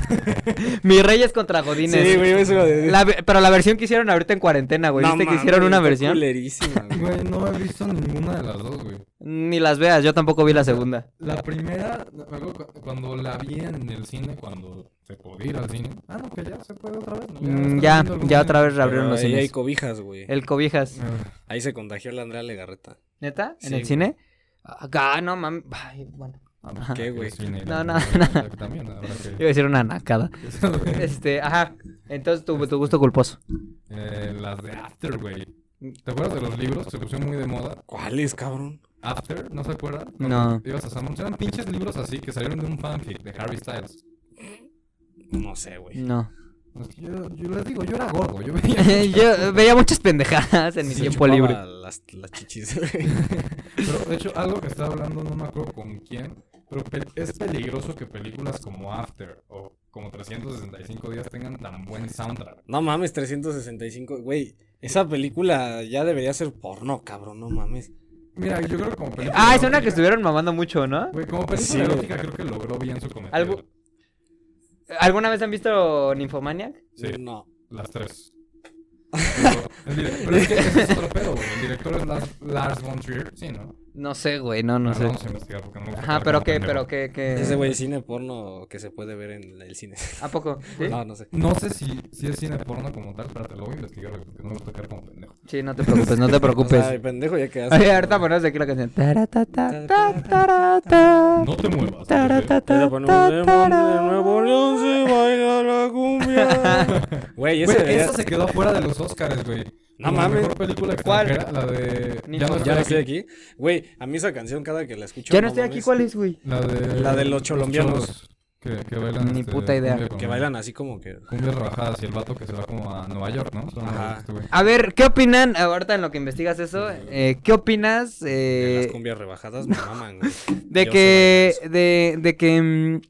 Speaker 2: Mi Reyes contra Godines.
Speaker 4: Sí, güey, eso lo de.
Speaker 2: La ve- pero la versión que hicieron ahorita en cuarentena, güey.
Speaker 4: No
Speaker 2: ¿Viste que
Speaker 4: mames,
Speaker 2: hicieron una
Speaker 4: está
Speaker 2: versión?
Speaker 4: culerísima, güey.
Speaker 3: Güey, no he visto ninguna de las dos, güey.
Speaker 2: Ni las veas, yo tampoco vi la segunda.
Speaker 3: La primera, me acuerdo cu- cuando la vi en el cine, cuando se podía ir al cine. Ah, no, que ya se puede otra vez. ¿no?
Speaker 2: Mm,
Speaker 3: están
Speaker 2: ya,
Speaker 3: viendo algún
Speaker 2: ya
Speaker 3: cine.
Speaker 2: otra vez reabrieron
Speaker 4: Pero
Speaker 2: los
Speaker 4: ahí hay
Speaker 2: cines.
Speaker 4: cobijas, güey.
Speaker 2: El Cobijas.
Speaker 3: Eh,
Speaker 4: Ahí se contagió la Andrea Legarreta.
Speaker 2: ¿Neta?
Speaker 4: Sí,
Speaker 2: ¿En el
Speaker 4: güey.
Speaker 2: cine? Acá, no mames. Ay, bueno. Ajá.
Speaker 4: ¿Qué, güey?
Speaker 3: el pues, cine y
Speaker 2: No,
Speaker 3: la-
Speaker 2: no,
Speaker 3: la- También, la verdad
Speaker 2: Iba a decir una nacada.
Speaker 3: que...
Speaker 2: Este, ajá. Entonces, tu, tu gusto culposo.
Speaker 3: Eh, las de After, güey. ¿Te acuerdas de los libros? Se pusieron muy de moda.
Speaker 4: ¿Cuáles, cabrón?
Speaker 3: After, ¿no se acuerdan?
Speaker 2: No.
Speaker 3: Ibas a Sam's. Eran pinches libros así que salieron de un fanfic de Harry Styles.
Speaker 4: No sé, güey.
Speaker 2: No.
Speaker 3: Es que Yo, yo les digo, yo era gordo. Yo veía.
Speaker 2: yo veía muchas pendejadas en mi
Speaker 4: Se
Speaker 2: tiempo
Speaker 4: chupaba
Speaker 2: libre.
Speaker 4: Las, las chichis.
Speaker 3: Pero de hecho, algo que estaba hablando, no me acuerdo con quién, pero pe- es peligroso que películas como After o como 365 días tengan tan buen soundtrack.
Speaker 4: no mames, 365. Güey, esa película ya debería ser porno, cabrón. No mames.
Speaker 3: Mira, yo creo que como película.
Speaker 2: Ah, es una que
Speaker 3: erótica-
Speaker 2: estuvieron mamando mucho, ¿no?
Speaker 3: Güey, como película
Speaker 4: Sí, güey.
Speaker 3: erótica, creo que logró bien su cometido.
Speaker 2: Algo- ¿Alguna vez han visto Ninfomaniac?
Speaker 3: Sí.
Speaker 4: No.
Speaker 3: Las tres. Pero, el dire- pero es que ese es otro pedo, güey. El director es Lars, Lars von Trier. Sí, ¿no?
Speaker 2: No sé, güey, no, no
Speaker 3: Ah,
Speaker 2: sé.
Speaker 3: Vamos a investigar porque no me gusta
Speaker 2: Ajá,
Speaker 3: quedar
Speaker 2: pero
Speaker 3: como
Speaker 2: qué, pero
Speaker 3: pendejo.
Speaker 2: qué,
Speaker 4: Ese
Speaker 2: qué.
Speaker 4: güey cine porno que se puede ver en el cine.
Speaker 2: ¿A poco? ¿Sí?
Speaker 4: No, no sé.
Speaker 3: No sé si, si es cine porno como tal, pero te lo voy a investigar güey, porque no me gusta quedar como pendejo.
Speaker 2: Sí, no te preocupes, no te
Speaker 4: O sea,
Speaker 2: preocupes.
Speaker 4: el pendejo ya quedaste.
Speaker 2: Oye, pues. ahorita ponemos aquí la canción. Taratata, taratata,
Speaker 3: No te muevas.
Speaker 2: taratata,
Speaker 4: Te la ponemos de Nuevo
Speaker 2: taratata.
Speaker 4: León se baila la cumbia. Güey, ese
Speaker 3: Güey,
Speaker 4: debería-
Speaker 3: esa se quedó afuera de los Oscars, güey.
Speaker 4: No
Speaker 3: Como la
Speaker 4: mames.
Speaker 3: mejor película
Speaker 2: ¿Cuál?
Speaker 3: extranjera, la de...
Speaker 2: Ni
Speaker 3: Ya no
Speaker 2: idea.
Speaker 4: Ya no estoy
Speaker 3: estoy aquí.
Speaker 4: aquí. Güey, a mí esa canción cada que la escucho.
Speaker 2: Ya no estoy aquí,
Speaker 4: mames,
Speaker 2: ¿cuál es, güey?
Speaker 3: La de...
Speaker 4: La de los cholombianos.
Speaker 3: cholos Que, que bailan...
Speaker 2: Ni
Speaker 3: este,
Speaker 2: puta idea.
Speaker 3: cumbia con-
Speaker 4: Que bailan así como que.
Speaker 3: Cumbias rebajadas y el vato que se va como a Nueva York, ¿no? Son
Speaker 4: Ajá.
Speaker 3: este, güey.
Speaker 2: A ver, ¿qué opinan? Ahorita en lo que investigas eso, eh, ¿qué opinas
Speaker 4: de
Speaker 2: eh,
Speaker 4: las cumbias rebajadas me maman, güey.
Speaker 2: De
Speaker 4: Yo
Speaker 2: que.
Speaker 4: sé
Speaker 2: De, de que. mm,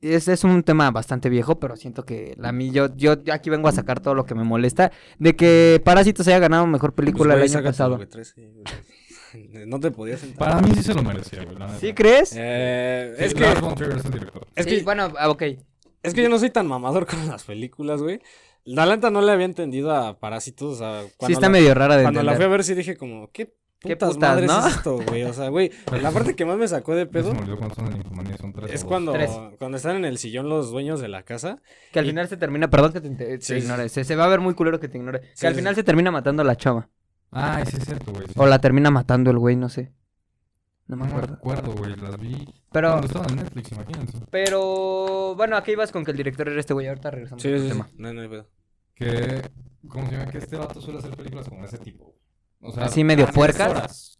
Speaker 2: Ese es un tema bastante viejo, pero siento que la mí, yo, yo aquí vengo a sacar todo lo que me molesta. De que Parásitos haya ganado mejor
Speaker 4: Pues,
Speaker 2: película
Speaker 4: güey,
Speaker 2: el año
Speaker 4: saca tu
Speaker 2: pasado.
Speaker 4: V3, güey. No te podías sentar.
Speaker 3: Para mí sí se lo merecía, güey. la neta.
Speaker 2: ¿Sí crees?
Speaker 4: Eh,
Speaker 3: Sí,
Speaker 4: es, que,
Speaker 3: Lars von Trier es el director.
Speaker 4: es,
Speaker 2: Sí,
Speaker 4: que,
Speaker 2: bueno, ah, ok.
Speaker 4: es que yo no soy tan mamador con las películas, güey. La neta no le había entendido a Parásitos. O sea, cuando
Speaker 2: Sí está
Speaker 4: la,
Speaker 2: medio rara de
Speaker 4: Cuando la fui a
Speaker 2: entender.
Speaker 4: ver, sí dije como, ¿qué putas,
Speaker 2: ¿Qué putas,
Speaker 4: madres
Speaker 2: no?
Speaker 4: es esto, güey? O sea, güey, la parte que más me sacó de
Speaker 3: Ya se
Speaker 4: pedo
Speaker 3: me olvidó cuántos son en Infomanía, son tres.
Speaker 4: es
Speaker 3: o dos.
Speaker 4: cuando,
Speaker 2: Tres.
Speaker 4: cuando están en el sillón los dueños de la casa.
Speaker 2: Que al final se termina, perdón que te, te- te
Speaker 4: Sí, sí,
Speaker 2: ignore, se, se va a ver muy culero que te ignore.
Speaker 4: Sí,
Speaker 2: que al
Speaker 4: sí,
Speaker 2: final
Speaker 4: sí.
Speaker 2: se termina matando a la chava.
Speaker 3: Ay, sí es cierto, güey. sí.
Speaker 2: O la termina matando el güey, no sé. No me
Speaker 3: No me
Speaker 2: acuerdo.
Speaker 3: acuerdo, güey. Las vi.
Speaker 2: Pero,
Speaker 3: Cuando estaban en Netflix, imagínense.
Speaker 2: pero, bueno, aquí ibas con que el director era este güey. Ahorita regresamos al tema.
Speaker 4: No, no hay pedo.
Speaker 3: Que. ¿Cómo se llama? Que este vato suele hacer películas como de ese tipo. güey. O sea,
Speaker 2: ¿Así medio puercas?
Speaker 3: transgresoras.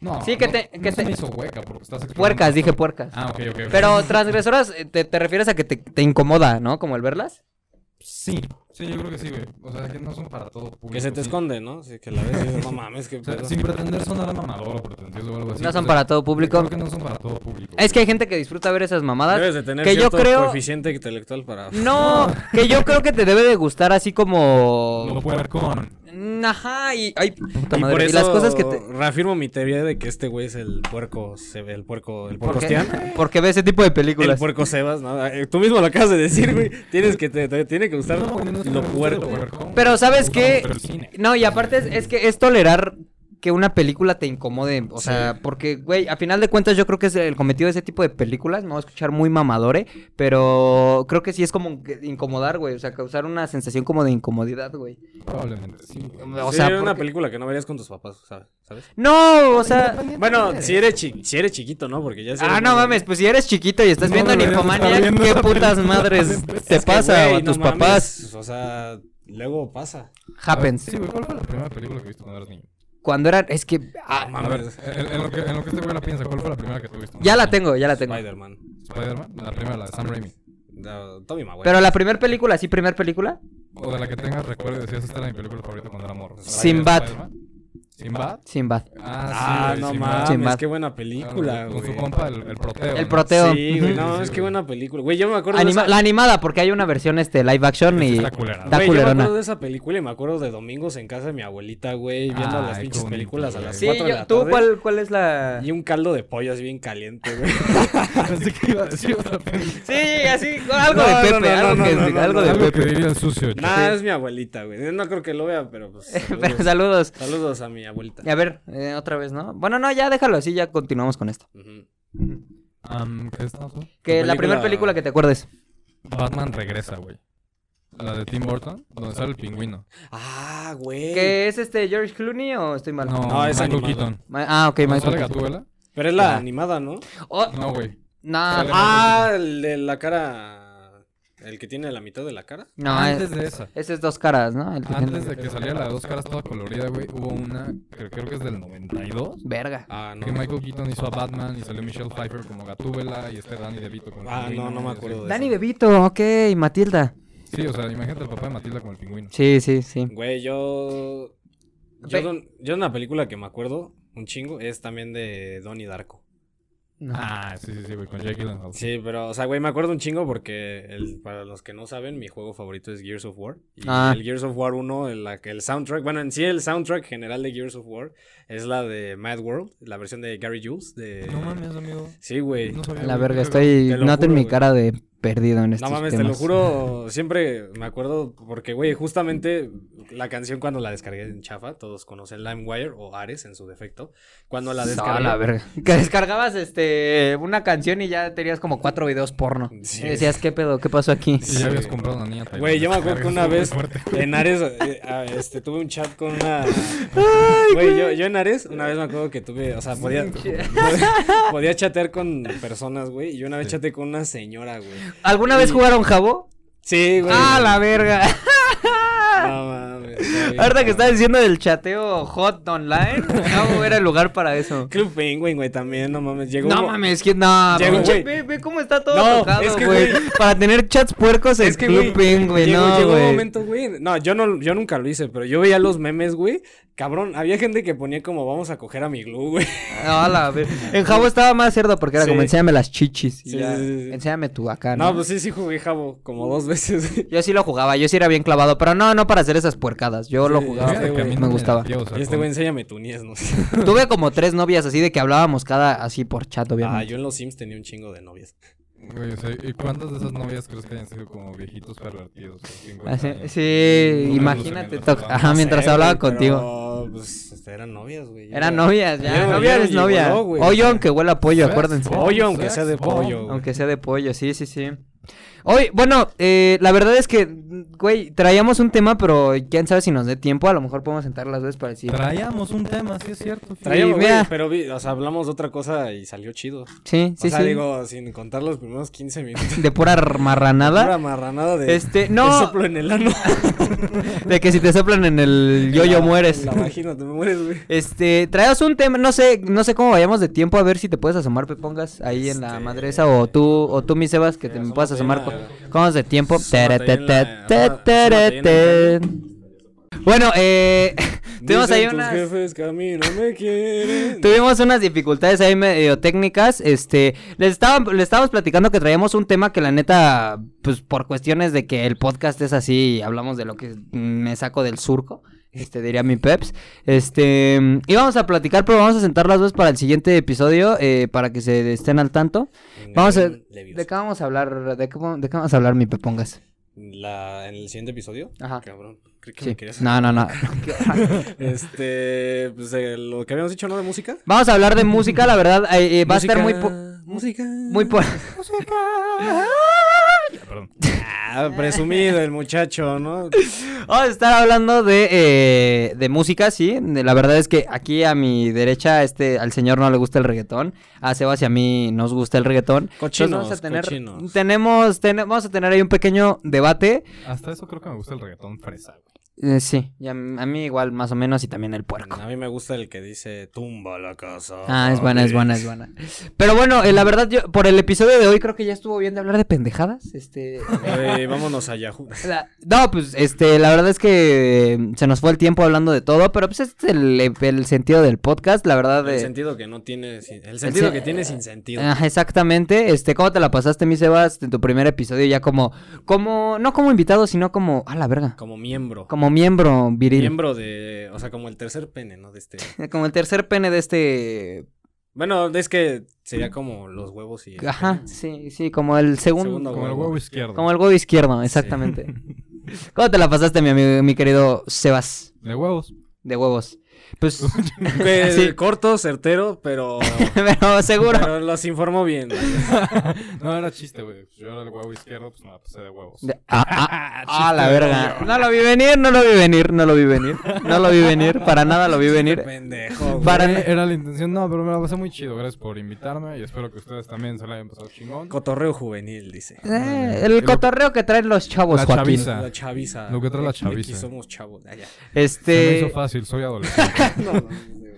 Speaker 3: No.
Speaker 2: Sí, que
Speaker 3: no-
Speaker 2: te-
Speaker 3: no
Speaker 2: que
Speaker 3: se
Speaker 2: te-
Speaker 3: me hizo hueca porque estás explorando-
Speaker 2: Puercas, dije puercas.
Speaker 3: Ah, ok, ok. ok.
Speaker 2: Pero transgresoras, eh, te, te refieres a que te, te incomoda, ¿no? Como el verlas.
Speaker 3: Sí. Sí, yo creo que sí, güey. O sea, que no son para todo público.
Speaker 4: Que se te
Speaker 3: sí.
Speaker 4: esconde, ¿no? Sí, que la ves y dices, no mames, que
Speaker 3: O sea, sin pretender sonar mamador o pretencioso o algo así.
Speaker 2: no son
Speaker 3: o sea,
Speaker 2: para todo público.
Speaker 3: Creo pues que no son para todo público.
Speaker 2: Es que hay gente que disfruta ver esas mamadas.
Speaker 4: Debes de tener
Speaker 2: que yo
Speaker 4: cierto
Speaker 2: creo-
Speaker 4: coeficiente intelectual para...
Speaker 2: No, que yo creo que te debe de gustar así
Speaker 3: Lo
Speaker 2: como.
Speaker 3: puercón.
Speaker 2: Mm, Ajá, y. Ay, puta
Speaker 4: Y
Speaker 2: madre.
Speaker 4: por
Speaker 2: y
Speaker 4: eso
Speaker 2: las cosas que te.
Speaker 4: reafirmo mi teoría de que este güey es el puerco, se ve el puerco, el puerco
Speaker 2: ¿Por qué?
Speaker 4: Sebastián.
Speaker 2: Porque ve ese tipo de
Speaker 4: El
Speaker 2: películas.
Speaker 4: puerco Sebas, ¿no? Eh, Tú mismo lo acabas de decir, güey. Tienes que, te, te tiene que gustar
Speaker 3: No, güey, no es que
Speaker 4: lo
Speaker 3: me guste
Speaker 4: puerco.
Speaker 3: puercón.
Speaker 2: Pero, ¿sabes
Speaker 3: Me gusta
Speaker 2: qué?
Speaker 3: mucho el cine.
Speaker 2: No, y aparte es, es que es tolerar que una película te incomode. O sea, porque, güey, a final de cuentas yo creo que es el cometido de ese tipo de películas. Me voy a escuchar muy mamadore, pero creo que sí es como que incomodar, güey. O sea, causar una sensación como de incomodidad, güey.
Speaker 3: Probablemente sí. güey.
Speaker 2: O
Speaker 4: Sí,
Speaker 2: sea,
Speaker 4: era una
Speaker 2: porque-
Speaker 4: película que no verías con tus papás, ¿sabes? ¿Sabes?
Speaker 2: No, o sea.
Speaker 4: Bueno, si eres, chi- si eres chiquito, ¿no? Porque ya si
Speaker 2: Ah,
Speaker 4: eres
Speaker 2: no
Speaker 4: muy-
Speaker 2: mames, pues si eres chiquito y estás
Speaker 3: No
Speaker 2: viendo
Speaker 3: deberías
Speaker 2: Nymphomaniac,
Speaker 3: estar viendo
Speaker 2: ¿qué
Speaker 3: esa
Speaker 2: putas
Speaker 3: película?
Speaker 2: madres te
Speaker 4: Es que,
Speaker 2: pasa
Speaker 4: güey,
Speaker 2: a
Speaker 4: no
Speaker 2: tus
Speaker 4: mames,
Speaker 2: papás?
Speaker 4: O sea, luego pasa.
Speaker 2: Happens.
Speaker 3: Sí, güey, ¿cuál fue la primera película que viste cuando eras niño?
Speaker 2: Cuando eran. Es que. ah,
Speaker 4: No
Speaker 3: A ver,
Speaker 4: mames.
Speaker 3: en, en lo que, en lo que este güey la piensa, ¿cuál fue la primera que tuviste?
Speaker 2: ya la tengo, ya la tengo.
Speaker 4: Spider-Man.
Speaker 3: Spider-Man, la primera, la de Sam Raimi.
Speaker 4: No, Tobey Maguire.
Speaker 2: Pero la primera película, sí, primera película.
Speaker 3: O de la que tengas recuerdo y decías, esta era mi película favorita cuando era morro.
Speaker 2: Sinbad.
Speaker 3: Sin bat.
Speaker 2: Sinbad.
Speaker 4: Ah,
Speaker 3: Ah, sí,
Speaker 4: no
Speaker 3: güey, Sinbad.
Speaker 4: mames,
Speaker 2: Sin más.
Speaker 4: qué buena película,
Speaker 3: Con
Speaker 4: güey.
Speaker 3: su compa, el, el proteo.
Speaker 2: El
Speaker 3: ¿no?
Speaker 2: proteo.
Speaker 4: Sí, güey, no,
Speaker 3: Sí,
Speaker 4: es
Speaker 3: sí,
Speaker 4: que
Speaker 3: güey.
Speaker 4: buena película. Güey, yo me acuerdo
Speaker 2: Anima-
Speaker 4: de
Speaker 2: La
Speaker 4: esa...
Speaker 2: animada, porque hay una versión este live action
Speaker 3: Esa
Speaker 2: y.
Speaker 3: Está culera.
Speaker 2: da
Speaker 3: ¿no?
Speaker 4: Güey, yo me
Speaker 2: culerona.
Speaker 4: acuerdo de esa película y me acuerdo de domingos en casa de mi abuelita, güey, viendo las
Speaker 3: Ay,
Speaker 4: pinches
Speaker 3: qué bonito,
Speaker 4: películas a
Speaker 3: güey.
Speaker 4: las
Speaker 2: Sí,
Speaker 4: 4 de
Speaker 2: yo-
Speaker 4: la
Speaker 2: ¿tú
Speaker 4: tarde.
Speaker 2: cuál, cuál es la.?
Speaker 4: Y un caldo de pollo así bien caliente, güey.
Speaker 3: Pensé que iba a decir otra película.
Speaker 2: Sí, así, algo de
Speaker 4: No, no,
Speaker 2: Pepe,
Speaker 4: no,
Speaker 2: algo,
Speaker 4: no,
Speaker 2: que-
Speaker 4: no, no,
Speaker 2: algo
Speaker 4: no,
Speaker 2: de
Speaker 4: algo
Speaker 3: Algo que
Speaker 2: Pepe.
Speaker 3: diría el sucio.
Speaker 4: Nah, es mi abuelita, güey. No creo que lo vea, pero pues.
Speaker 2: Pero
Speaker 4: Saludos,
Speaker 2: saludos.
Speaker 4: Saludos a mi abuelita.
Speaker 2: Y a ver, eh, otra vez, ¿no? Bueno, no, ya déjalo así, ya continuamos con esto.
Speaker 4: Ujú.
Speaker 3: Um, ¿Qué estamos hablando?
Speaker 2: Que la
Speaker 4: película-
Speaker 2: primera película que te acuerdes.
Speaker 3: Batman regresa, güey. La de Tim Burton, donde sale el pingüino.
Speaker 4: Ah, güey.
Speaker 2: ¿Que es este George Clooney o estoy mal?
Speaker 3: No,
Speaker 4: No, es
Speaker 3: Michael
Speaker 4: animado.
Speaker 3: Keaton.
Speaker 2: Ma- ah, ok,
Speaker 3: ¿No sale
Speaker 2: Michael. Keaton.
Speaker 3: Gatúbela?
Speaker 4: Pero es la animada, ¿no?
Speaker 2: Oh,
Speaker 3: No, güey.
Speaker 2: no,
Speaker 3: Sale-
Speaker 4: Ah, el de la cara. El que tiene la mitad de la cara.
Speaker 2: no,
Speaker 3: Antes
Speaker 2: es,
Speaker 3: de esa.
Speaker 2: ese es dos caras, ¿no? El que
Speaker 3: Antes
Speaker 2: tiene-
Speaker 3: de que saliera la de dos caras toda colorida, güey, hubo una, que creo que es del 92,
Speaker 2: Verga.
Speaker 4: Ah, no.
Speaker 3: que Michael Keaton hizo a Batman y salió Michelle Pfeiffer como Gatúbela y este Danny DeVito como
Speaker 4: Ah, no, no me
Speaker 3: y así.
Speaker 4: acuerdo de
Speaker 2: Danny
Speaker 4: eso.
Speaker 2: DeVito, ok, Matilda.
Speaker 3: Sí, o sea, imagínate al papá de Matilda como el pingüino.
Speaker 2: Sí, sí, sí.
Speaker 4: Güey, yo. Yo,
Speaker 2: Ve-
Speaker 4: don- yo una película que me acuerdo un chingo es también de Donnie Darko.
Speaker 2: No.
Speaker 3: Ah, sí, sí, sí, güey, con Jake Gyllenhaal.
Speaker 4: Sí, pero, o sea, güey, me acuerdo un chingo porque el- para los que no saben, mi juego favorito es Gears of War. Y
Speaker 2: Ah.
Speaker 4: el Gears of War 1, el, la- el soundtrack, bueno, en sí el soundtrack general de Gears of War es la de Mad World, la versión de Gary Jules. De...
Speaker 3: No mames, amigo.
Speaker 4: Sí, güey.
Speaker 3: No sabía,
Speaker 2: La
Speaker 3: güey,
Speaker 2: verga,
Speaker 3: qué cagado.
Speaker 2: estoy.
Speaker 4: Te lo
Speaker 2: Noten
Speaker 4: juro,
Speaker 2: mi
Speaker 4: güey.
Speaker 2: cara de perdido en estos
Speaker 4: No mames, te lo
Speaker 2: temas.
Speaker 4: juro, siempre me acuerdo porque, güey, justamente la canción cuando la descargué en Chafa, todos conocen LimeWire o Ares en su defecto, cuando la
Speaker 2: No,
Speaker 4: descargué...
Speaker 2: la verga. Que descargabas este una canción y ya tenías como cuatro videos porno.
Speaker 4: Sí.
Speaker 2: Y decías, ¿qué pedo? ¿Qué pasó aquí?
Speaker 3: Y ya habías comprado una niña.
Speaker 4: Güey, yo me acuerdo que una vez
Speaker 3: Fuerte.
Speaker 4: en Ares eh, ah, este, tuve un chat con una. Güey, yo, yo en Ares una vez me acuerdo que tuve, o sea, podía, podía, podía chatear con personas, güey. Y yo una vez chateé con una señora, güey.
Speaker 2: ¿Alguna vez
Speaker 4: Y-
Speaker 2: jugaron jabo?
Speaker 4: Sí, güey.
Speaker 2: Ah, la verga.
Speaker 4: No mames. está bien,
Speaker 2: Ahorita que
Speaker 4: cabrón.
Speaker 2: estás diciendo del chateo hot online, Jabo era el lugar para eso.
Speaker 4: Club Penguin, güey, también, no mames. Llegó
Speaker 2: No
Speaker 4: un-
Speaker 2: mames, que no.
Speaker 4: Llegó,
Speaker 2: pinche-
Speaker 4: güey.
Speaker 2: ve, ve cómo está todo
Speaker 4: No,
Speaker 2: tocado,
Speaker 4: es que,
Speaker 2: güey.
Speaker 4: güey.
Speaker 2: Para tener chats puercos en
Speaker 4: Es que,
Speaker 2: Club
Speaker 4: güey,
Speaker 2: Penguin,
Speaker 4: llegó,
Speaker 2: no,
Speaker 4: llegó un
Speaker 2: güey.
Speaker 4: momento, güey. No, yo no, yo nunca lo hice, pero yo veía los memes, güey. Cabrón, había gente que ponía como vamos a coger a mi glue, güey.
Speaker 2: No, Ah, la ver- En Jabo estaba más cerdo porque era
Speaker 4: Sí.
Speaker 2: como enséñame las chichis. y
Speaker 4: Sí,
Speaker 2: ya,
Speaker 4: sí, sí, sí.
Speaker 2: Enséñame tu acá, Ah, ¿no?
Speaker 4: No, pues sí, sí jugué jabo, como dos veces, güey.
Speaker 2: Yo sí lo jugaba, yo sí era bien clavado, pero no, no para hacer esas puercadas. Yo lo
Speaker 4: Ah, Sí,
Speaker 2: jugaba.
Speaker 4: fíjate que a mí
Speaker 2: me gustaba.
Speaker 4: Y este güey, enséñame tu niez, no sé.
Speaker 2: Tuve como tres novias así de que hablábamos cada así por chat,
Speaker 4: Ah,
Speaker 2: obviamente.
Speaker 4: yo en los Sims tenía un chingo de novias.
Speaker 3: Güey, o sea, ¿y cuántas de esas novias crees que hayan sido como viejitos pervertidos? de 50
Speaker 2: Así-
Speaker 3: años?
Speaker 2: Ah, sí,
Speaker 3: Una
Speaker 2: imagínate.
Speaker 3: luz
Speaker 2: to-
Speaker 3: en el
Speaker 2: Ajá,
Speaker 4: No
Speaker 2: Ah, mientras
Speaker 4: sé,
Speaker 2: hablaba
Speaker 4: güey,
Speaker 2: contigo.
Speaker 4: Pero, pues, eran novias, güey.
Speaker 2: Eran novias, ya.
Speaker 4: Era-
Speaker 2: novia
Speaker 4: era
Speaker 2: es novia.
Speaker 4: gigoló, güey.
Speaker 2: Hoyo aunque huela a pollo,
Speaker 3: Sex
Speaker 2: acuérdense.
Speaker 3: bomb,
Speaker 4: Pollo, aunque
Speaker 3: sex
Speaker 4: sea de
Speaker 3: bomb.
Speaker 4: pollo.
Speaker 2: Aunque sea de pollo, sí, sí, sí. Hoy, bueno, eh, la verdad es que, güey, traíamos un tema, pero quién sabe si nos dé tiempo. A lo mejor podemos sentar las dos para decir.
Speaker 3: Traíamos un tema, sí es cierto. fíjate.
Speaker 4: Traíamos, güey,
Speaker 2: mira.
Speaker 4: pero vi- o sea, hablamos de otra cosa y salió chido.
Speaker 2: Sí, sí,
Speaker 4: o sea,
Speaker 2: sí.
Speaker 4: digo, sin contar los primeros 15 minutos.
Speaker 2: De pura
Speaker 4: Una
Speaker 2: marranada.
Speaker 4: marranada de
Speaker 2: Este,
Speaker 4: te
Speaker 2: no,
Speaker 4: soplo en el ano.
Speaker 2: de que si te soplan en el yo-yo
Speaker 4: En la-
Speaker 2: mueres.
Speaker 4: en La vagina te mueres, güey.
Speaker 2: Este, traías un tema, no sé, no sé cómo vayamos de tiempo, a ver si te puedes asomar, Pepongas, ahí en la
Speaker 4: Este, eh,
Speaker 2: madre esa, o tú, o tú, mi Sebas, que te me puedas asomar,
Speaker 4: asómate
Speaker 2: co-
Speaker 4: ahí en
Speaker 2: ¿cómo vamos de tiempo?
Speaker 4: Asómate ahí en la-
Speaker 2: Tere, te,
Speaker 4: asómate
Speaker 2: tere,
Speaker 4: ahí en
Speaker 2: te. Bueno, eh, tuvimos ahí
Speaker 4: Dicen
Speaker 2: unas,
Speaker 4: Tus jefes que a mí no me quieren.
Speaker 2: tuvimos unas dificultades ahí medio técnicas, este, les estaban, les estábamos platicando que traíamos un tema que la neta, pues por cuestiones de que el podcast es así, y hablamos de lo que me saco del surco. Este, diría mi Peps. Este, mm, íbamos a platicar, pero vamos a sentar las dos para el siguiente episodio, eh, para que se estén al tanto.
Speaker 4: En
Speaker 2: Vamos a-
Speaker 4: el-
Speaker 2: ¿De qué vamos a hablar? ¿De qué, vamos- de qué vamos a hablar, mi Pepongas?
Speaker 4: La, en el siguiente episodio.
Speaker 2: Ajá.
Speaker 4: Cabrón. Creí que
Speaker 2: Sí.
Speaker 4: me querías.
Speaker 2: No, no, no.
Speaker 4: Este, pues eh, lo que habíamos dicho, ¿no? De música.
Speaker 2: vamos a hablar de música, la verdad. eh, eh, va a estar muy... po-
Speaker 4: Música, Música.
Speaker 2: muy po-
Speaker 3: Perdón.
Speaker 4: Ah, presumido el muchacho, ¿no?
Speaker 2: Vamos a estar hablando de, eh, de música, sí. De- la verdad es que aquí a mi derecha, este, al señor no le gusta el reggaetón. A Sebas y a mí nos gusta el reggaetón. Entonces
Speaker 4: Cochinos,
Speaker 2: vamos a tener,
Speaker 4: cochinos.
Speaker 2: tenemos, tene- vamos a tener ahí un pequeño debate.
Speaker 3: Hasta eso creo que me gusta el reggaetón fresa, güey.
Speaker 2: Eh, sí, y a, m- a mí igual, más o menos, y también el puerco.
Speaker 4: A mí me gusta el que dice tumba la casa.
Speaker 2: Ah, es buena, es buena, es buena. Pero bueno, eh, la verdad, yo por el episodio de hoy creo que ya estuvo bien de hablar de pendejadas. Este.
Speaker 4: Eh, vámonos a Yahoo.
Speaker 2: La- No, pues este, la verdad es que eh, se nos fue el tiempo hablando de todo, pero pues este es el, el sentido del podcast, la verdad.
Speaker 4: El
Speaker 2: eh,
Speaker 4: sentido que no tiene. sin- El sentido
Speaker 2: se- Ah.
Speaker 4: que tiene sin sentido.
Speaker 2: ajá, exactamente. Este, ¿cómo te la pasaste, mi Sebas, en tu primer episodio ya como, como, no como invitado, sino como, a la verga,
Speaker 4: Como miembro.
Speaker 2: como miembro viril,
Speaker 4: Miembro de. O sea, como el tercer pene, ¿no? De este.
Speaker 2: como el tercer pene de este,
Speaker 4: Bueno, es que sería como los huevos y. el
Speaker 2: ajá,
Speaker 4: pene.
Speaker 2: sí, sí, como el segundo,
Speaker 4: Segundo
Speaker 3: Como el huevo izquierdo.
Speaker 2: como el huevo izquierdo, exactamente. ¿Cómo te la pasaste, mi amigo, mi querido Sebas,
Speaker 3: De huevos.
Speaker 2: de huevos? Pues,
Speaker 4: Que-
Speaker 2: Sí.
Speaker 4: Corto, certero, pero.
Speaker 2: pero seguro.
Speaker 4: pero los informó bien.
Speaker 3: No, era chiste, güey. Pues Yo era el huevo izquierdo, pues me la pasé de huevos.
Speaker 2: De- ah, ah, ah, la verga. No lo vi venir, no lo vi venir, no lo vi venir. No lo vi venir, para nada lo vi venir.
Speaker 4: Pendejo. güey.
Speaker 2: Para-
Speaker 3: Era, era la intención, no, pero me la pasé muy chido. Gracias por invitarme y espero que ustedes también se la hayan pasado chingón.
Speaker 4: Cotorreo juvenil, dice.
Speaker 2: Eh, el cotorreo que traen los chavos,
Speaker 3: La
Speaker 2: Joaquín.
Speaker 3: chaviza.
Speaker 4: La chaviza.
Speaker 3: Lo que trae la
Speaker 4: Aquí- aquí
Speaker 3: chaviza.
Speaker 4: somos chavos. Ah, ya.
Speaker 3: Se me
Speaker 2: Este,
Speaker 3: hizo fácil, soy adolescente.
Speaker 4: No, no, no, güey.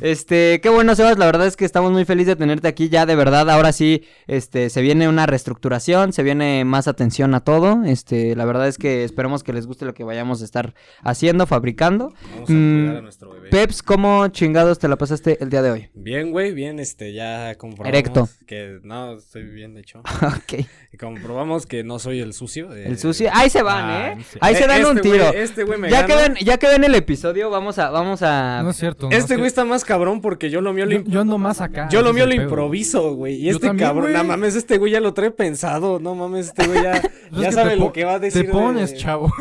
Speaker 2: este, qué bueno, Sebas. La verdad es que estamos muy felices de tenerte aquí. Ya, de verdad, ahora sí, este, se viene una reestructuración, se viene más atención a todo. Este, la verdad es que esperemos que les guste lo que vayamos a estar haciendo, fabricando.
Speaker 4: Vamos a
Speaker 2: Mm,
Speaker 4: cuidar a nuestro bebé.
Speaker 2: Peps, ¿cómo chingados te la pasaste el día de hoy?
Speaker 4: Bien, güey, bien, este, ya comprobamos
Speaker 2: Erecto.
Speaker 4: que no, estoy bien, de hecho.
Speaker 2: ok.
Speaker 4: Y comprobamos que no soy el sucio. eh,
Speaker 2: El sucio. Ahí se van,
Speaker 3: ah,
Speaker 2: ¿eh?
Speaker 3: sí.
Speaker 2: Ahí se
Speaker 4: eh,
Speaker 2: dan
Speaker 4: este
Speaker 2: un
Speaker 4: güey-
Speaker 2: tiro.
Speaker 4: este güey me
Speaker 2: ya,
Speaker 4: gana.
Speaker 2: que ven, ya que ven el episodio, vamos a. Vamos a...
Speaker 3: No es cierto. no
Speaker 4: Este
Speaker 3: es
Speaker 4: güey
Speaker 3: cierto.
Speaker 4: está más cabrón porque yo lo mío lo,
Speaker 3: Yo,
Speaker 4: im-
Speaker 3: yo ando más acá.
Speaker 4: yo lo,
Speaker 3: ese
Speaker 4: mío
Speaker 3: es
Speaker 4: lo
Speaker 3: el pedo.
Speaker 4: improviso, güey. Y
Speaker 3: Yo
Speaker 4: este
Speaker 3: también,
Speaker 4: cabrón,
Speaker 3: güey.
Speaker 4: no mames, este güey ya lo trae pensado. No mames, este güey ya,
Speaker 3: Pues es
Speaker 4: ya
Speaker 3: que
Speaker 4: sabe
Speaker 3: te
Speaker 4: lo
Speaker 3: po-
Speaker 4: que va a decir.
Speaker 3: Te pones,
Speaker 4: de-
Speaker 3: chavo.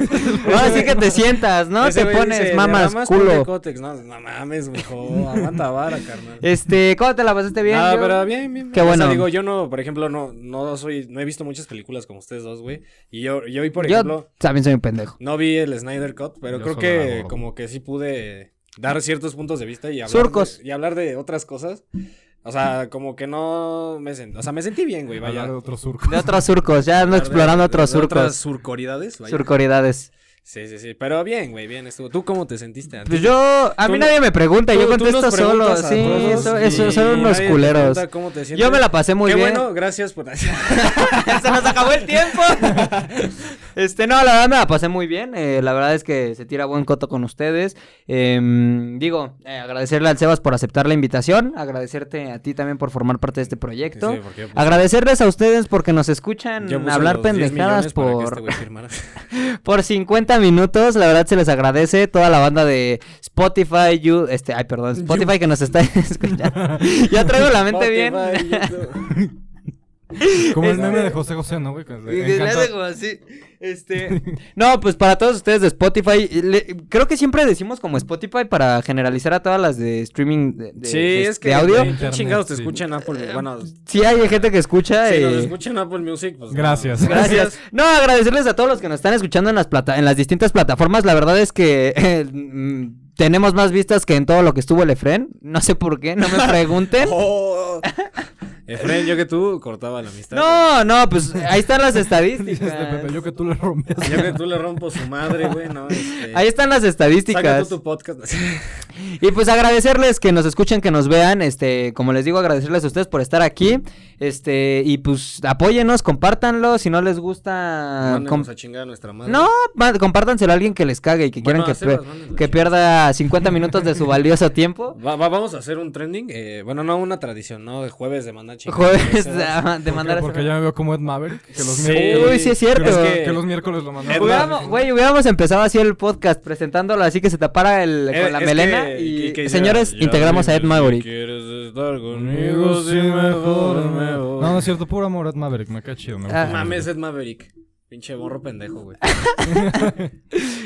Speaker 2: Ahora sí que te sientas, ¿no?
Speaker 4: Ese
Speaker 2: Te
Speaker 4: güey
Speaker 2: pones
Speaker 4: dice,
Speaker 2: mamas,
Speaker 4: "Nada más ponle
Speaker 2: culo.
Speaker 4: cótex". No, no mames, mijo. Aguanta vara, carnal.
Speaker 2: Este, ¿cómo te la pasaste bien?
Speaker 4: Ah,
Speaker 2: Yo-
Speaker 4: pero bien, bien.
Speaker 2: Qué
Speaker 4: bien. O
Speaker 2: bueno.
Speaker 4: sea, digo, yo no, por ejemplo, no, no soy, no he visto muchas películas como ustedes dos, güey. Y yo, yo hoy, por
Speaker 2: Yo
Speaker 4: ejemplo,
Speaker 2: también soy un pendejo.
Speaker 4: no vi el Snyder Cut, pero
Speaker 3: Yo
Speaker 4: creo
Speaker 3: solo
Speaker 4: que
Speaker 3: la borro.
Speaker 4: como que sí pude dar ciertos puntos de vista y hablar.
Speaker 2: Surcos.
Speaker 4: de- y hablar de otras cosas. O sea, como que no me sentí, o sea, me sentí bien, güey, vaya.
Speaker 3: Hablar de otro surco.
Speaker 2: De otros surcos, ya ando
Speaker 4: Hablar de-
Speaker 2: explorando otros
Speaker 4: de
Speaker 2: surcos.
Speaker 4: Otras surcoridades, vaya.
Speaker 2: Surcoridades.
Speaker 4: Sí, sí, sí. Pero bien, güey, bien estuvo. ¿Tú cómo te sentiste? ¿A ti?
Speaker 2: Pues yo, a
Speaker 4: Tú
Speaker 2: mí
Speaker 4: no-
Speaker 2: nadie me pregunta, yo
Speaker 4: Tú- tú nos
Speaker 2: contesto solo.
Speaker 4: preguntas a
Speaker 2: Sí,
Speaker 4: todos
Speaker 2: eso,
Speaker 4: y
Speaker 2: eso, son unos
Speaker 4: nadie te
Speaker 2: culeros.
Speaker 4: pregunta cómo te
Speaker 2: Yo me
Speaker 4: sientes.
Speaker 2: la pasé muy
Speaker 4: Qué
Speaker 2: bien.
Speaker 4: bueno, gracias por...
Speaker 2: Se nos acabó el tiempo. Este, no, la verdad me la pasé muy bien. eh, la verdad es que se tira buen coto con ustedes. Em, digo, eh, agradecerle al Sebas por aceptar la invitación. Agradecerte a ti también por formar parte de este proyecto.
Speaker 4: Sí, sí, porque yo puse-
Speaker 2: Agradecerles a ustedes porque nos escuchan
Speaker 4: Yo puse
Speaker 2: hablar
Speaker 4: los 10
Speaker 2: pendejadas
Speaker 4: millones para que
Speaker 2: por,
Speaker 4: este güey firmara.
Speaker 2: por 50 minutos. La verdad se les agradece toda la banda de Spotify, you, este, ay, perdón, Spotify que nos está escuchando. ya traigo la mente bien.
Speaker 4: Spotify, YouTube.
Speaker 3: Como el meme
Speaker 2: Este-
Speaker 3: de José José, ¿no, güey? Que le
Speaker 2: Y que le
Speaker 3: encanta-
Speaker 2: hace como así, este, no, pues para todos ustedes de Spotify, le- creo que siempre decimos como Spotify para generalizar a todas las de streaming de, de-
Speaker 4: sí,
Speaker 2: de- este
Speaker 4: es que
Speaker 2: de audio. Eh,
Speaker 4: ¿quién
Speaker 3: Internet,
Speaker 4: chingados te
Speaker 3: sí.
Speaker 4: escuchan Apple. Bueno, si
Speaker 2: Sí hay gente que escucha.
Speaker 4: nos
Speaker 2: eh,
Speaker 4: escuchan Apple Music, pues. no.
Speaker 3: Gracias.
Speaker 2: Gracias. No, agradecerles a todos los que nos están escuchando en las plata en las distintas plataformas. La verdad es que eh, mm, tenemos más vistas que en todo lo que estuvo el Efren. No sé por qué, no me pregunten.
Speaker 4: Oh. Efren, yo que tú cortaba la amistad.
Speaker 2: No, no, pues ahí están las
Speaker 3: Dices de este Pepe, yo
Speaker 2: estadísticas.
Speaker 3: que tú le rompes.
Speaker 4: güey. Yo que tú le rompo su madre, güey, no. Este...
Speaker 2: Ahí están las
Speaker 4: Saca tú
Speaker 2: estadísticas.
Speaker 4: tu podcast.
Speaker 2: Y pues agradecerles que nos escuchen, que nos vean. Este, como les digo, agradecerles a ustedes por estar aquí. Este, y pues apóyennos, compártanlo. Si no les gusta,
Speaker 4: Mándenos
Speaker 2: com-
Speaker 4: a chingar a nuestra madre.
Speaker 2: Ah, no, ma- compártanselo a alguien que les cague y que
Speaker 4: Bueno,
Speaker 2: quieran que,
Speaker 4: a Sebas,
Speaker 2: pe-
Speaker 4: mándenlo a
Speaker 2: que
Speaker 4: chingar.
Speaker 2: pierda 50 minutos de su valioso tiempo.
Speaker 4: Va- va- vamos a hacer un trending. eh, bueno, no una tradición, ¿no? De jueves de mandar chingar.
Speaker 2: Jueves
Speaker 4: Ese-
Speaker 2: ah, de mandar a-
Speaker 3: Porque ya me veo como Ed Maverick. Que los,
Speaker 4: Sí.
Speaker 3: miércoles,
Speaker 2: Uy, sí es cierto.
Speaker 3: que los-
Speaker 4: Es que-
Speaker 3: que los miércoles lo mandamos.
Speaker 4: Ed
Speaker 2: Hubiéramos, güey, hubiéramos empezado así el podcast presentándolo así que se tapara el,
Speaker 4: Eh,
Speaker 2: con la
Speaker 4: es
Speaker 2: melena
Speaker 4: que-
Speaker 2: y,
Speaker 4: que- que
Speaker 2: señores,
Speaker 4: ya- ya
Speaker 2: integramos a Ed
Speaker 4: dime si
Speaker 2: Maverick.
Speaker 4: quieres estar conmigo,
Speaker 3: Amigos,
Speaker 4: si mejor me
Speaker 3: No,
Speaker 4: voy.
Speaker 3: no es cierto, puro amor Ed Maverick, me cae chido. me gusta
Speaker 2: Ah.
Speaker 3: mucho.
Speaker 4: Mames, Ed Maverick. Pinche borro pendejo, güey.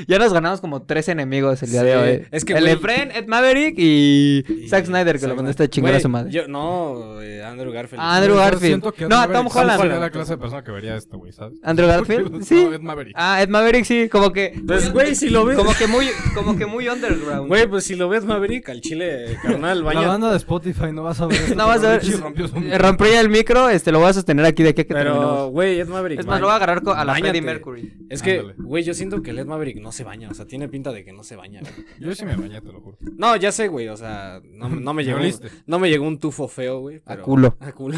Speaker 2: Ya nos ganamos como tres enemigos el día de
Speaker 4: Sí,
Speaker 2: hoy.
Speaker 4: es que,
Speaker 2: el
Speaker 4: güey-
Speaker 2: Efren, Ed Maverick y, Zack Snyder que lo
Speaker 4: Zack
Speaker 2: mandaste a chingar
Speaker 4: Güey,
Speaker 2: a su madre.
Speaker 4: yo- no, eh, Andrew Garfield.
Speaker 2: Ah, Andrew
Speaker 3: Yo
Speaker 2: Garfield.
Speaker 3: siento que Ed
Speaker 2: No, a
Speaker 3: Maverick
Speaker 2: Tom Holland.
Speaker 3: sería la clase de persona que vería esto, güey, ¿sabes?
Speaker 2: Andrew Garfield,
Speaker 3: No,
Speaker 2: sí.
Speaker 3: Ed Maverick.
Speaker 2: Ah, Ed Maverick sí, como que
Speaker 4: Pues, güey, si lo ves.
Speaker 2: como que muy como que muy underground.
Speaker 4: Güey, pues si lo ves Maverick al chile, carnal,
Speaker 3: La
Speaker 4: baña.
Speaker 3: banda de Spotify no vas a ver. esto,
Speaker 2: no vas a ver,
Speaker 3: Richie rompió su-
Speaker 2: rompí el micro, este lo voy a sostener aquí de aquí a que
Speaker 4: Pero,
Speaker 2: terminemos.
Speaker 4: güey, Ed Maverick.
Speaker 2: Es más, lo voy a
Speaker 4: baña.
Speaker 2: agarrar co- a la
Speaker 4: Báñate.
Speaker 2: Freddie Mercury.
Speaker 4: Es que,
Speaker 3: Ándale.
Speaker 4: güey, yo siento que el Ed Maverick no se baña. O sea, tiene pinta de que no se baña. güey.
Speaker 3: Yo sí me bañé, te lo juro.
Speaker 4: No, ya sé, güey. O sea, no, no me
Speaker 3: Me
Speaker 4: llegó.
Speaker 3: oliste.
Speaker 4: No me llegó un tufo feo, güey.
Speaker 2: A
Speaker 4: pero-
Speaker 2: culo.
Speaker 4: A culo.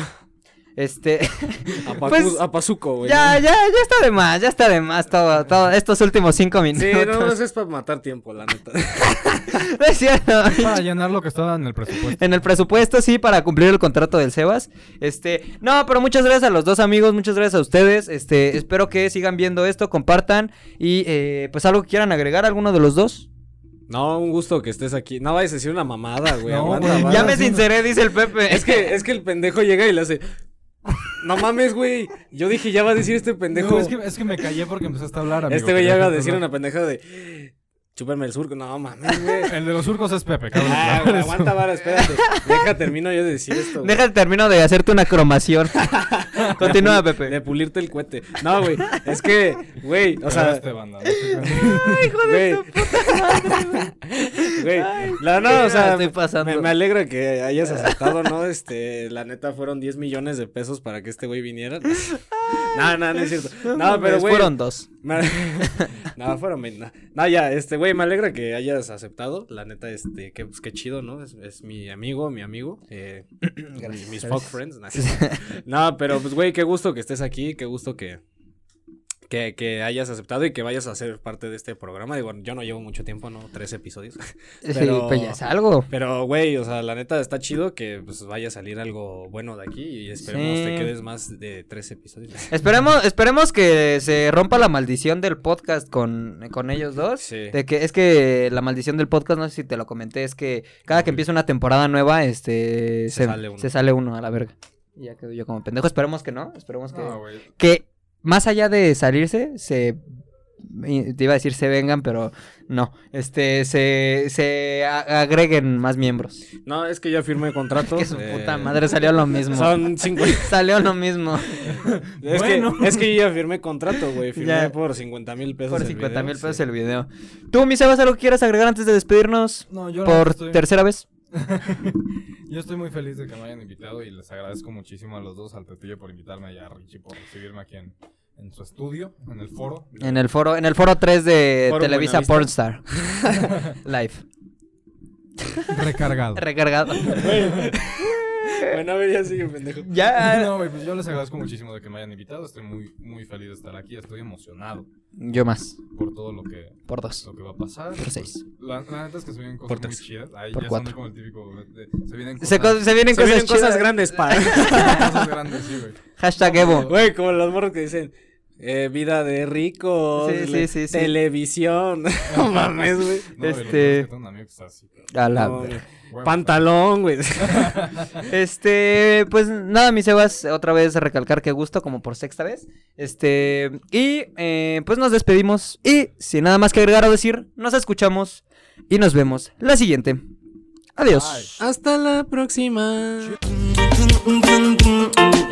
Speaker 2: Este
Speaker 4: A, pacu-
Speaker 2: Pues,
Speaker 4: a pazuco, güey.
Speaker 2: Ya,
Speaker 4: ¿no?
Speaker 2: ya, ya está de más, ya está de más todo, todo estos últimos cinco minutos.
Speaker 4: Sí, no, eso es para matar tiempo, la neta.
Speaker 2: No es cierto.
Speaker 3: Para llenar lo que estaba en el presupuesto.
Speaker 2: En el presupuesto, sí, para cumplir el contrato del Sebas. Este, no, pero muchas gracias a los dos amigos, muchas gracias a ustedes. Este, espero que sigan viendo esto, compartan. Y eh, pues algo que quieran agregar, alguno de los dos.
Speaker 4: No, un gusto que estés aquí. No vayas a decir una mamada, güey.
Speaker 3: No,
Speaker 4: aguanta,
Speaker 3: güey,
Speaker 4: aguanta.
Speaker 2: ya me sinceré, dice el Pepe.
Speaker 4: Es que, es que el pendejo llega y le hace. No mames, güey. Yo dije, ya va a decir este pendejo.
Speaker 3: No, es, que, es que me callé porque empezaste a hablar, amigo.
Speaker 4: este güey ya
Speaker 3: Quería
Speaker 4: va a
Speaker 3: dejar
Speaker 4: decir
Speaker 3: hablar.
Speaker 4: una pendeja de. Chúpame el surco. No mames, güey.
Speaker 3: El de los surcos es Pepe, cabrón.
Speaker 4: Ah,
Speaker 3: claro,
Speaker 4: güey,
Speaker 3: eso.
Speaker 4: aguanta vara, espérate. Deja, termino yo de decir esto. güey.
Speaker 2: Deja, termino de hacerte una cromación. Continúa, Pepe.
Speaker 4: De pulirte el cohete. No, güey. Es que, güey, o sea.
Speaker 3: Esperaste, Este banda, no sé
Speaker 4: Güey. Güey, la no,
Speaker 2: qué
Speaker 4: o sea,
Speaker 2: estoy pasando.
Speaker 4: Me, me alegra que hayas aceptado, ¿no? Este, la neta fueron 10 millones de pesos para que este güey viniera. No, no, no es cierto. No, pero güey.
Speaker 2: Pues Fueron dos.
Speaker 4: me- No, fueron 20. No, No, ya, este, güey, me alegra que hayas aceptado. La neta, este, que, pues, qué chido, ¿no? Es, es mi amigo, mi amigo. eh, mis fuck friends. No, No, pero pues, güey, qué gusto que estés aquí, qué gusto que, que, que hayas aceptado y que vayas a ser parte de este programa. Digo, yo no llevo mucho tiempo, ¿no? Tres episodios.
Speaker 2: Sí,
Speaker 4: Pero-
Speaker 2: pues ya es algo.
Speaker 4: Pero, güey, o sea, la neta está chido que pues, vaya a salir algo bueno de aquí y esperemos
Speaker 2: Sí.
Speaker 4: te quedes más de tres episodios.
Speaker 2: Esperemos, esperemos que se rompa la maldición del podcast con, con ellos dos.
Speaker 4: Sí.
Speaker 2: De que es que la maldición del podcast, no sé si te lo comenté, es que cada que empieza una temporada nueva, este
Speaker 4: Se sale uno.
Speaker 2: se sale uno a la verga. Y ya quedo yo como pendejo. Esperemos que no, esperemos que,
Speaker 4: Ah,
Speaker 3: qué. No, güey.
Speaker 2: que más allá de salirse, se y- te iba a decir se vengan, pero no. Este, se, se a- agreguen más miembros.
Speaker 4: No, es que ya firmé contrato.
Speaker 2: Que su
Speaker 4: eh,
Speaker 2: puta madre salió lo mismo.
Speaker 4: Son 50.
Speaker 2: Salió lo mismo.
Speaker 4: Es,
Speaker 3: Bueno.
Speaker 4: que, es que yo ya firmé contrato, güey. Firmé
Speaker 2: Ya.
Speaker 4: por 50 mil pesos.
Speaker 2: Por
Speaker 4: el
Speaker 2: 50 mil
Speaker 4: video,
Speaker 2: pesos
Speaker 4: sí.
Speaker 2: el video. Tú, mi Sebas, ¿algo que quieras agregar antes de despedirnos?
Speaker 3: No, yo
Speaker 2: por
Speaker 3: estoy,
Speaker 2: tercera vez.
Speaker 3: yo estoy muy feliz de que me hayan invitado y les agradezco muchísimo a los dos, al Pepillo por invitarme y a Richie por recibirme aquí en, en su estudio, en el foro.
Speaker 2: En el foro, en el foro 3 de
Speaker 4: Foro
Speaker 2: Televisa
Speaker 4: Buenavista.
Speaker 2: Pornstar. Live.
Speaker 3: Recargado.
Speaker 2: Recargado.
Speaker 4: Bueno, a ver, ya sigue, pendejo.
Speaker 2: ya.
Speaker 3: No, güey, pues yo les agradezco muchísimo de que me hayan invitado. Estoy muy, muy feliz de estar aquí. Estoy emocionado
Speaker 2: Yo más.
Speaker 3: por todo lo que,
Speaker 2: Por dos.
Speaker 3: lo que va a pasar.
Speaker 2: Por seis.
Speaker 3: La, la neta es que se vienen cosas
Speaker 4: Por
Speaker 3: muy
Speaker 4: tres.
Speaker 3: chidas. Ahí
Speaker 2: Por
Speaker 3: ya
Speaker 2: cuatro.
Speaker 3: soné como el típico. de- de- se vienen
Speaker 2: Se,
Speaker 3: cosas,
Speaker 2: co- se vienen
Speaker 4: Ah, Se
Speaker 2: cosas,
Speaker 4: vienen cosas
Speaker 2: chidas.
Speaker 4: grandes, pa.
Speaker 3: cosas grandes, sí, güey.
Speaker 2: Hashtag Evo.
Speaker 4: Güey, como los morros que dicen. eh, vida de rico,
Speaker 2: Sí, sí, sí, sí.
Speaker 4: televisión, no mames, güey.
Speaker 3: No,
Speaker 2: Este-
Speaker 3: este... tengo un amigo que está así.
Speaker 2: A la-
Speaker 4: No, güey.
Speaker 3: Huevos,
Speaker 4: Pantalón, güey.
Speaker 2: Este, pues nada, mi Sebas, otra vez recalcar que gusto, como por sexta vez. Este, y eh, pues nos despedimos. Y sin nada más que agregar o decir, nos escuchamos y nos vemos la siguiente. Adiós.
Speaker 3: Bye.
Speaker 4: Hasta la próxima.
Speaker 5: Mm, mm, mm, mm, mm.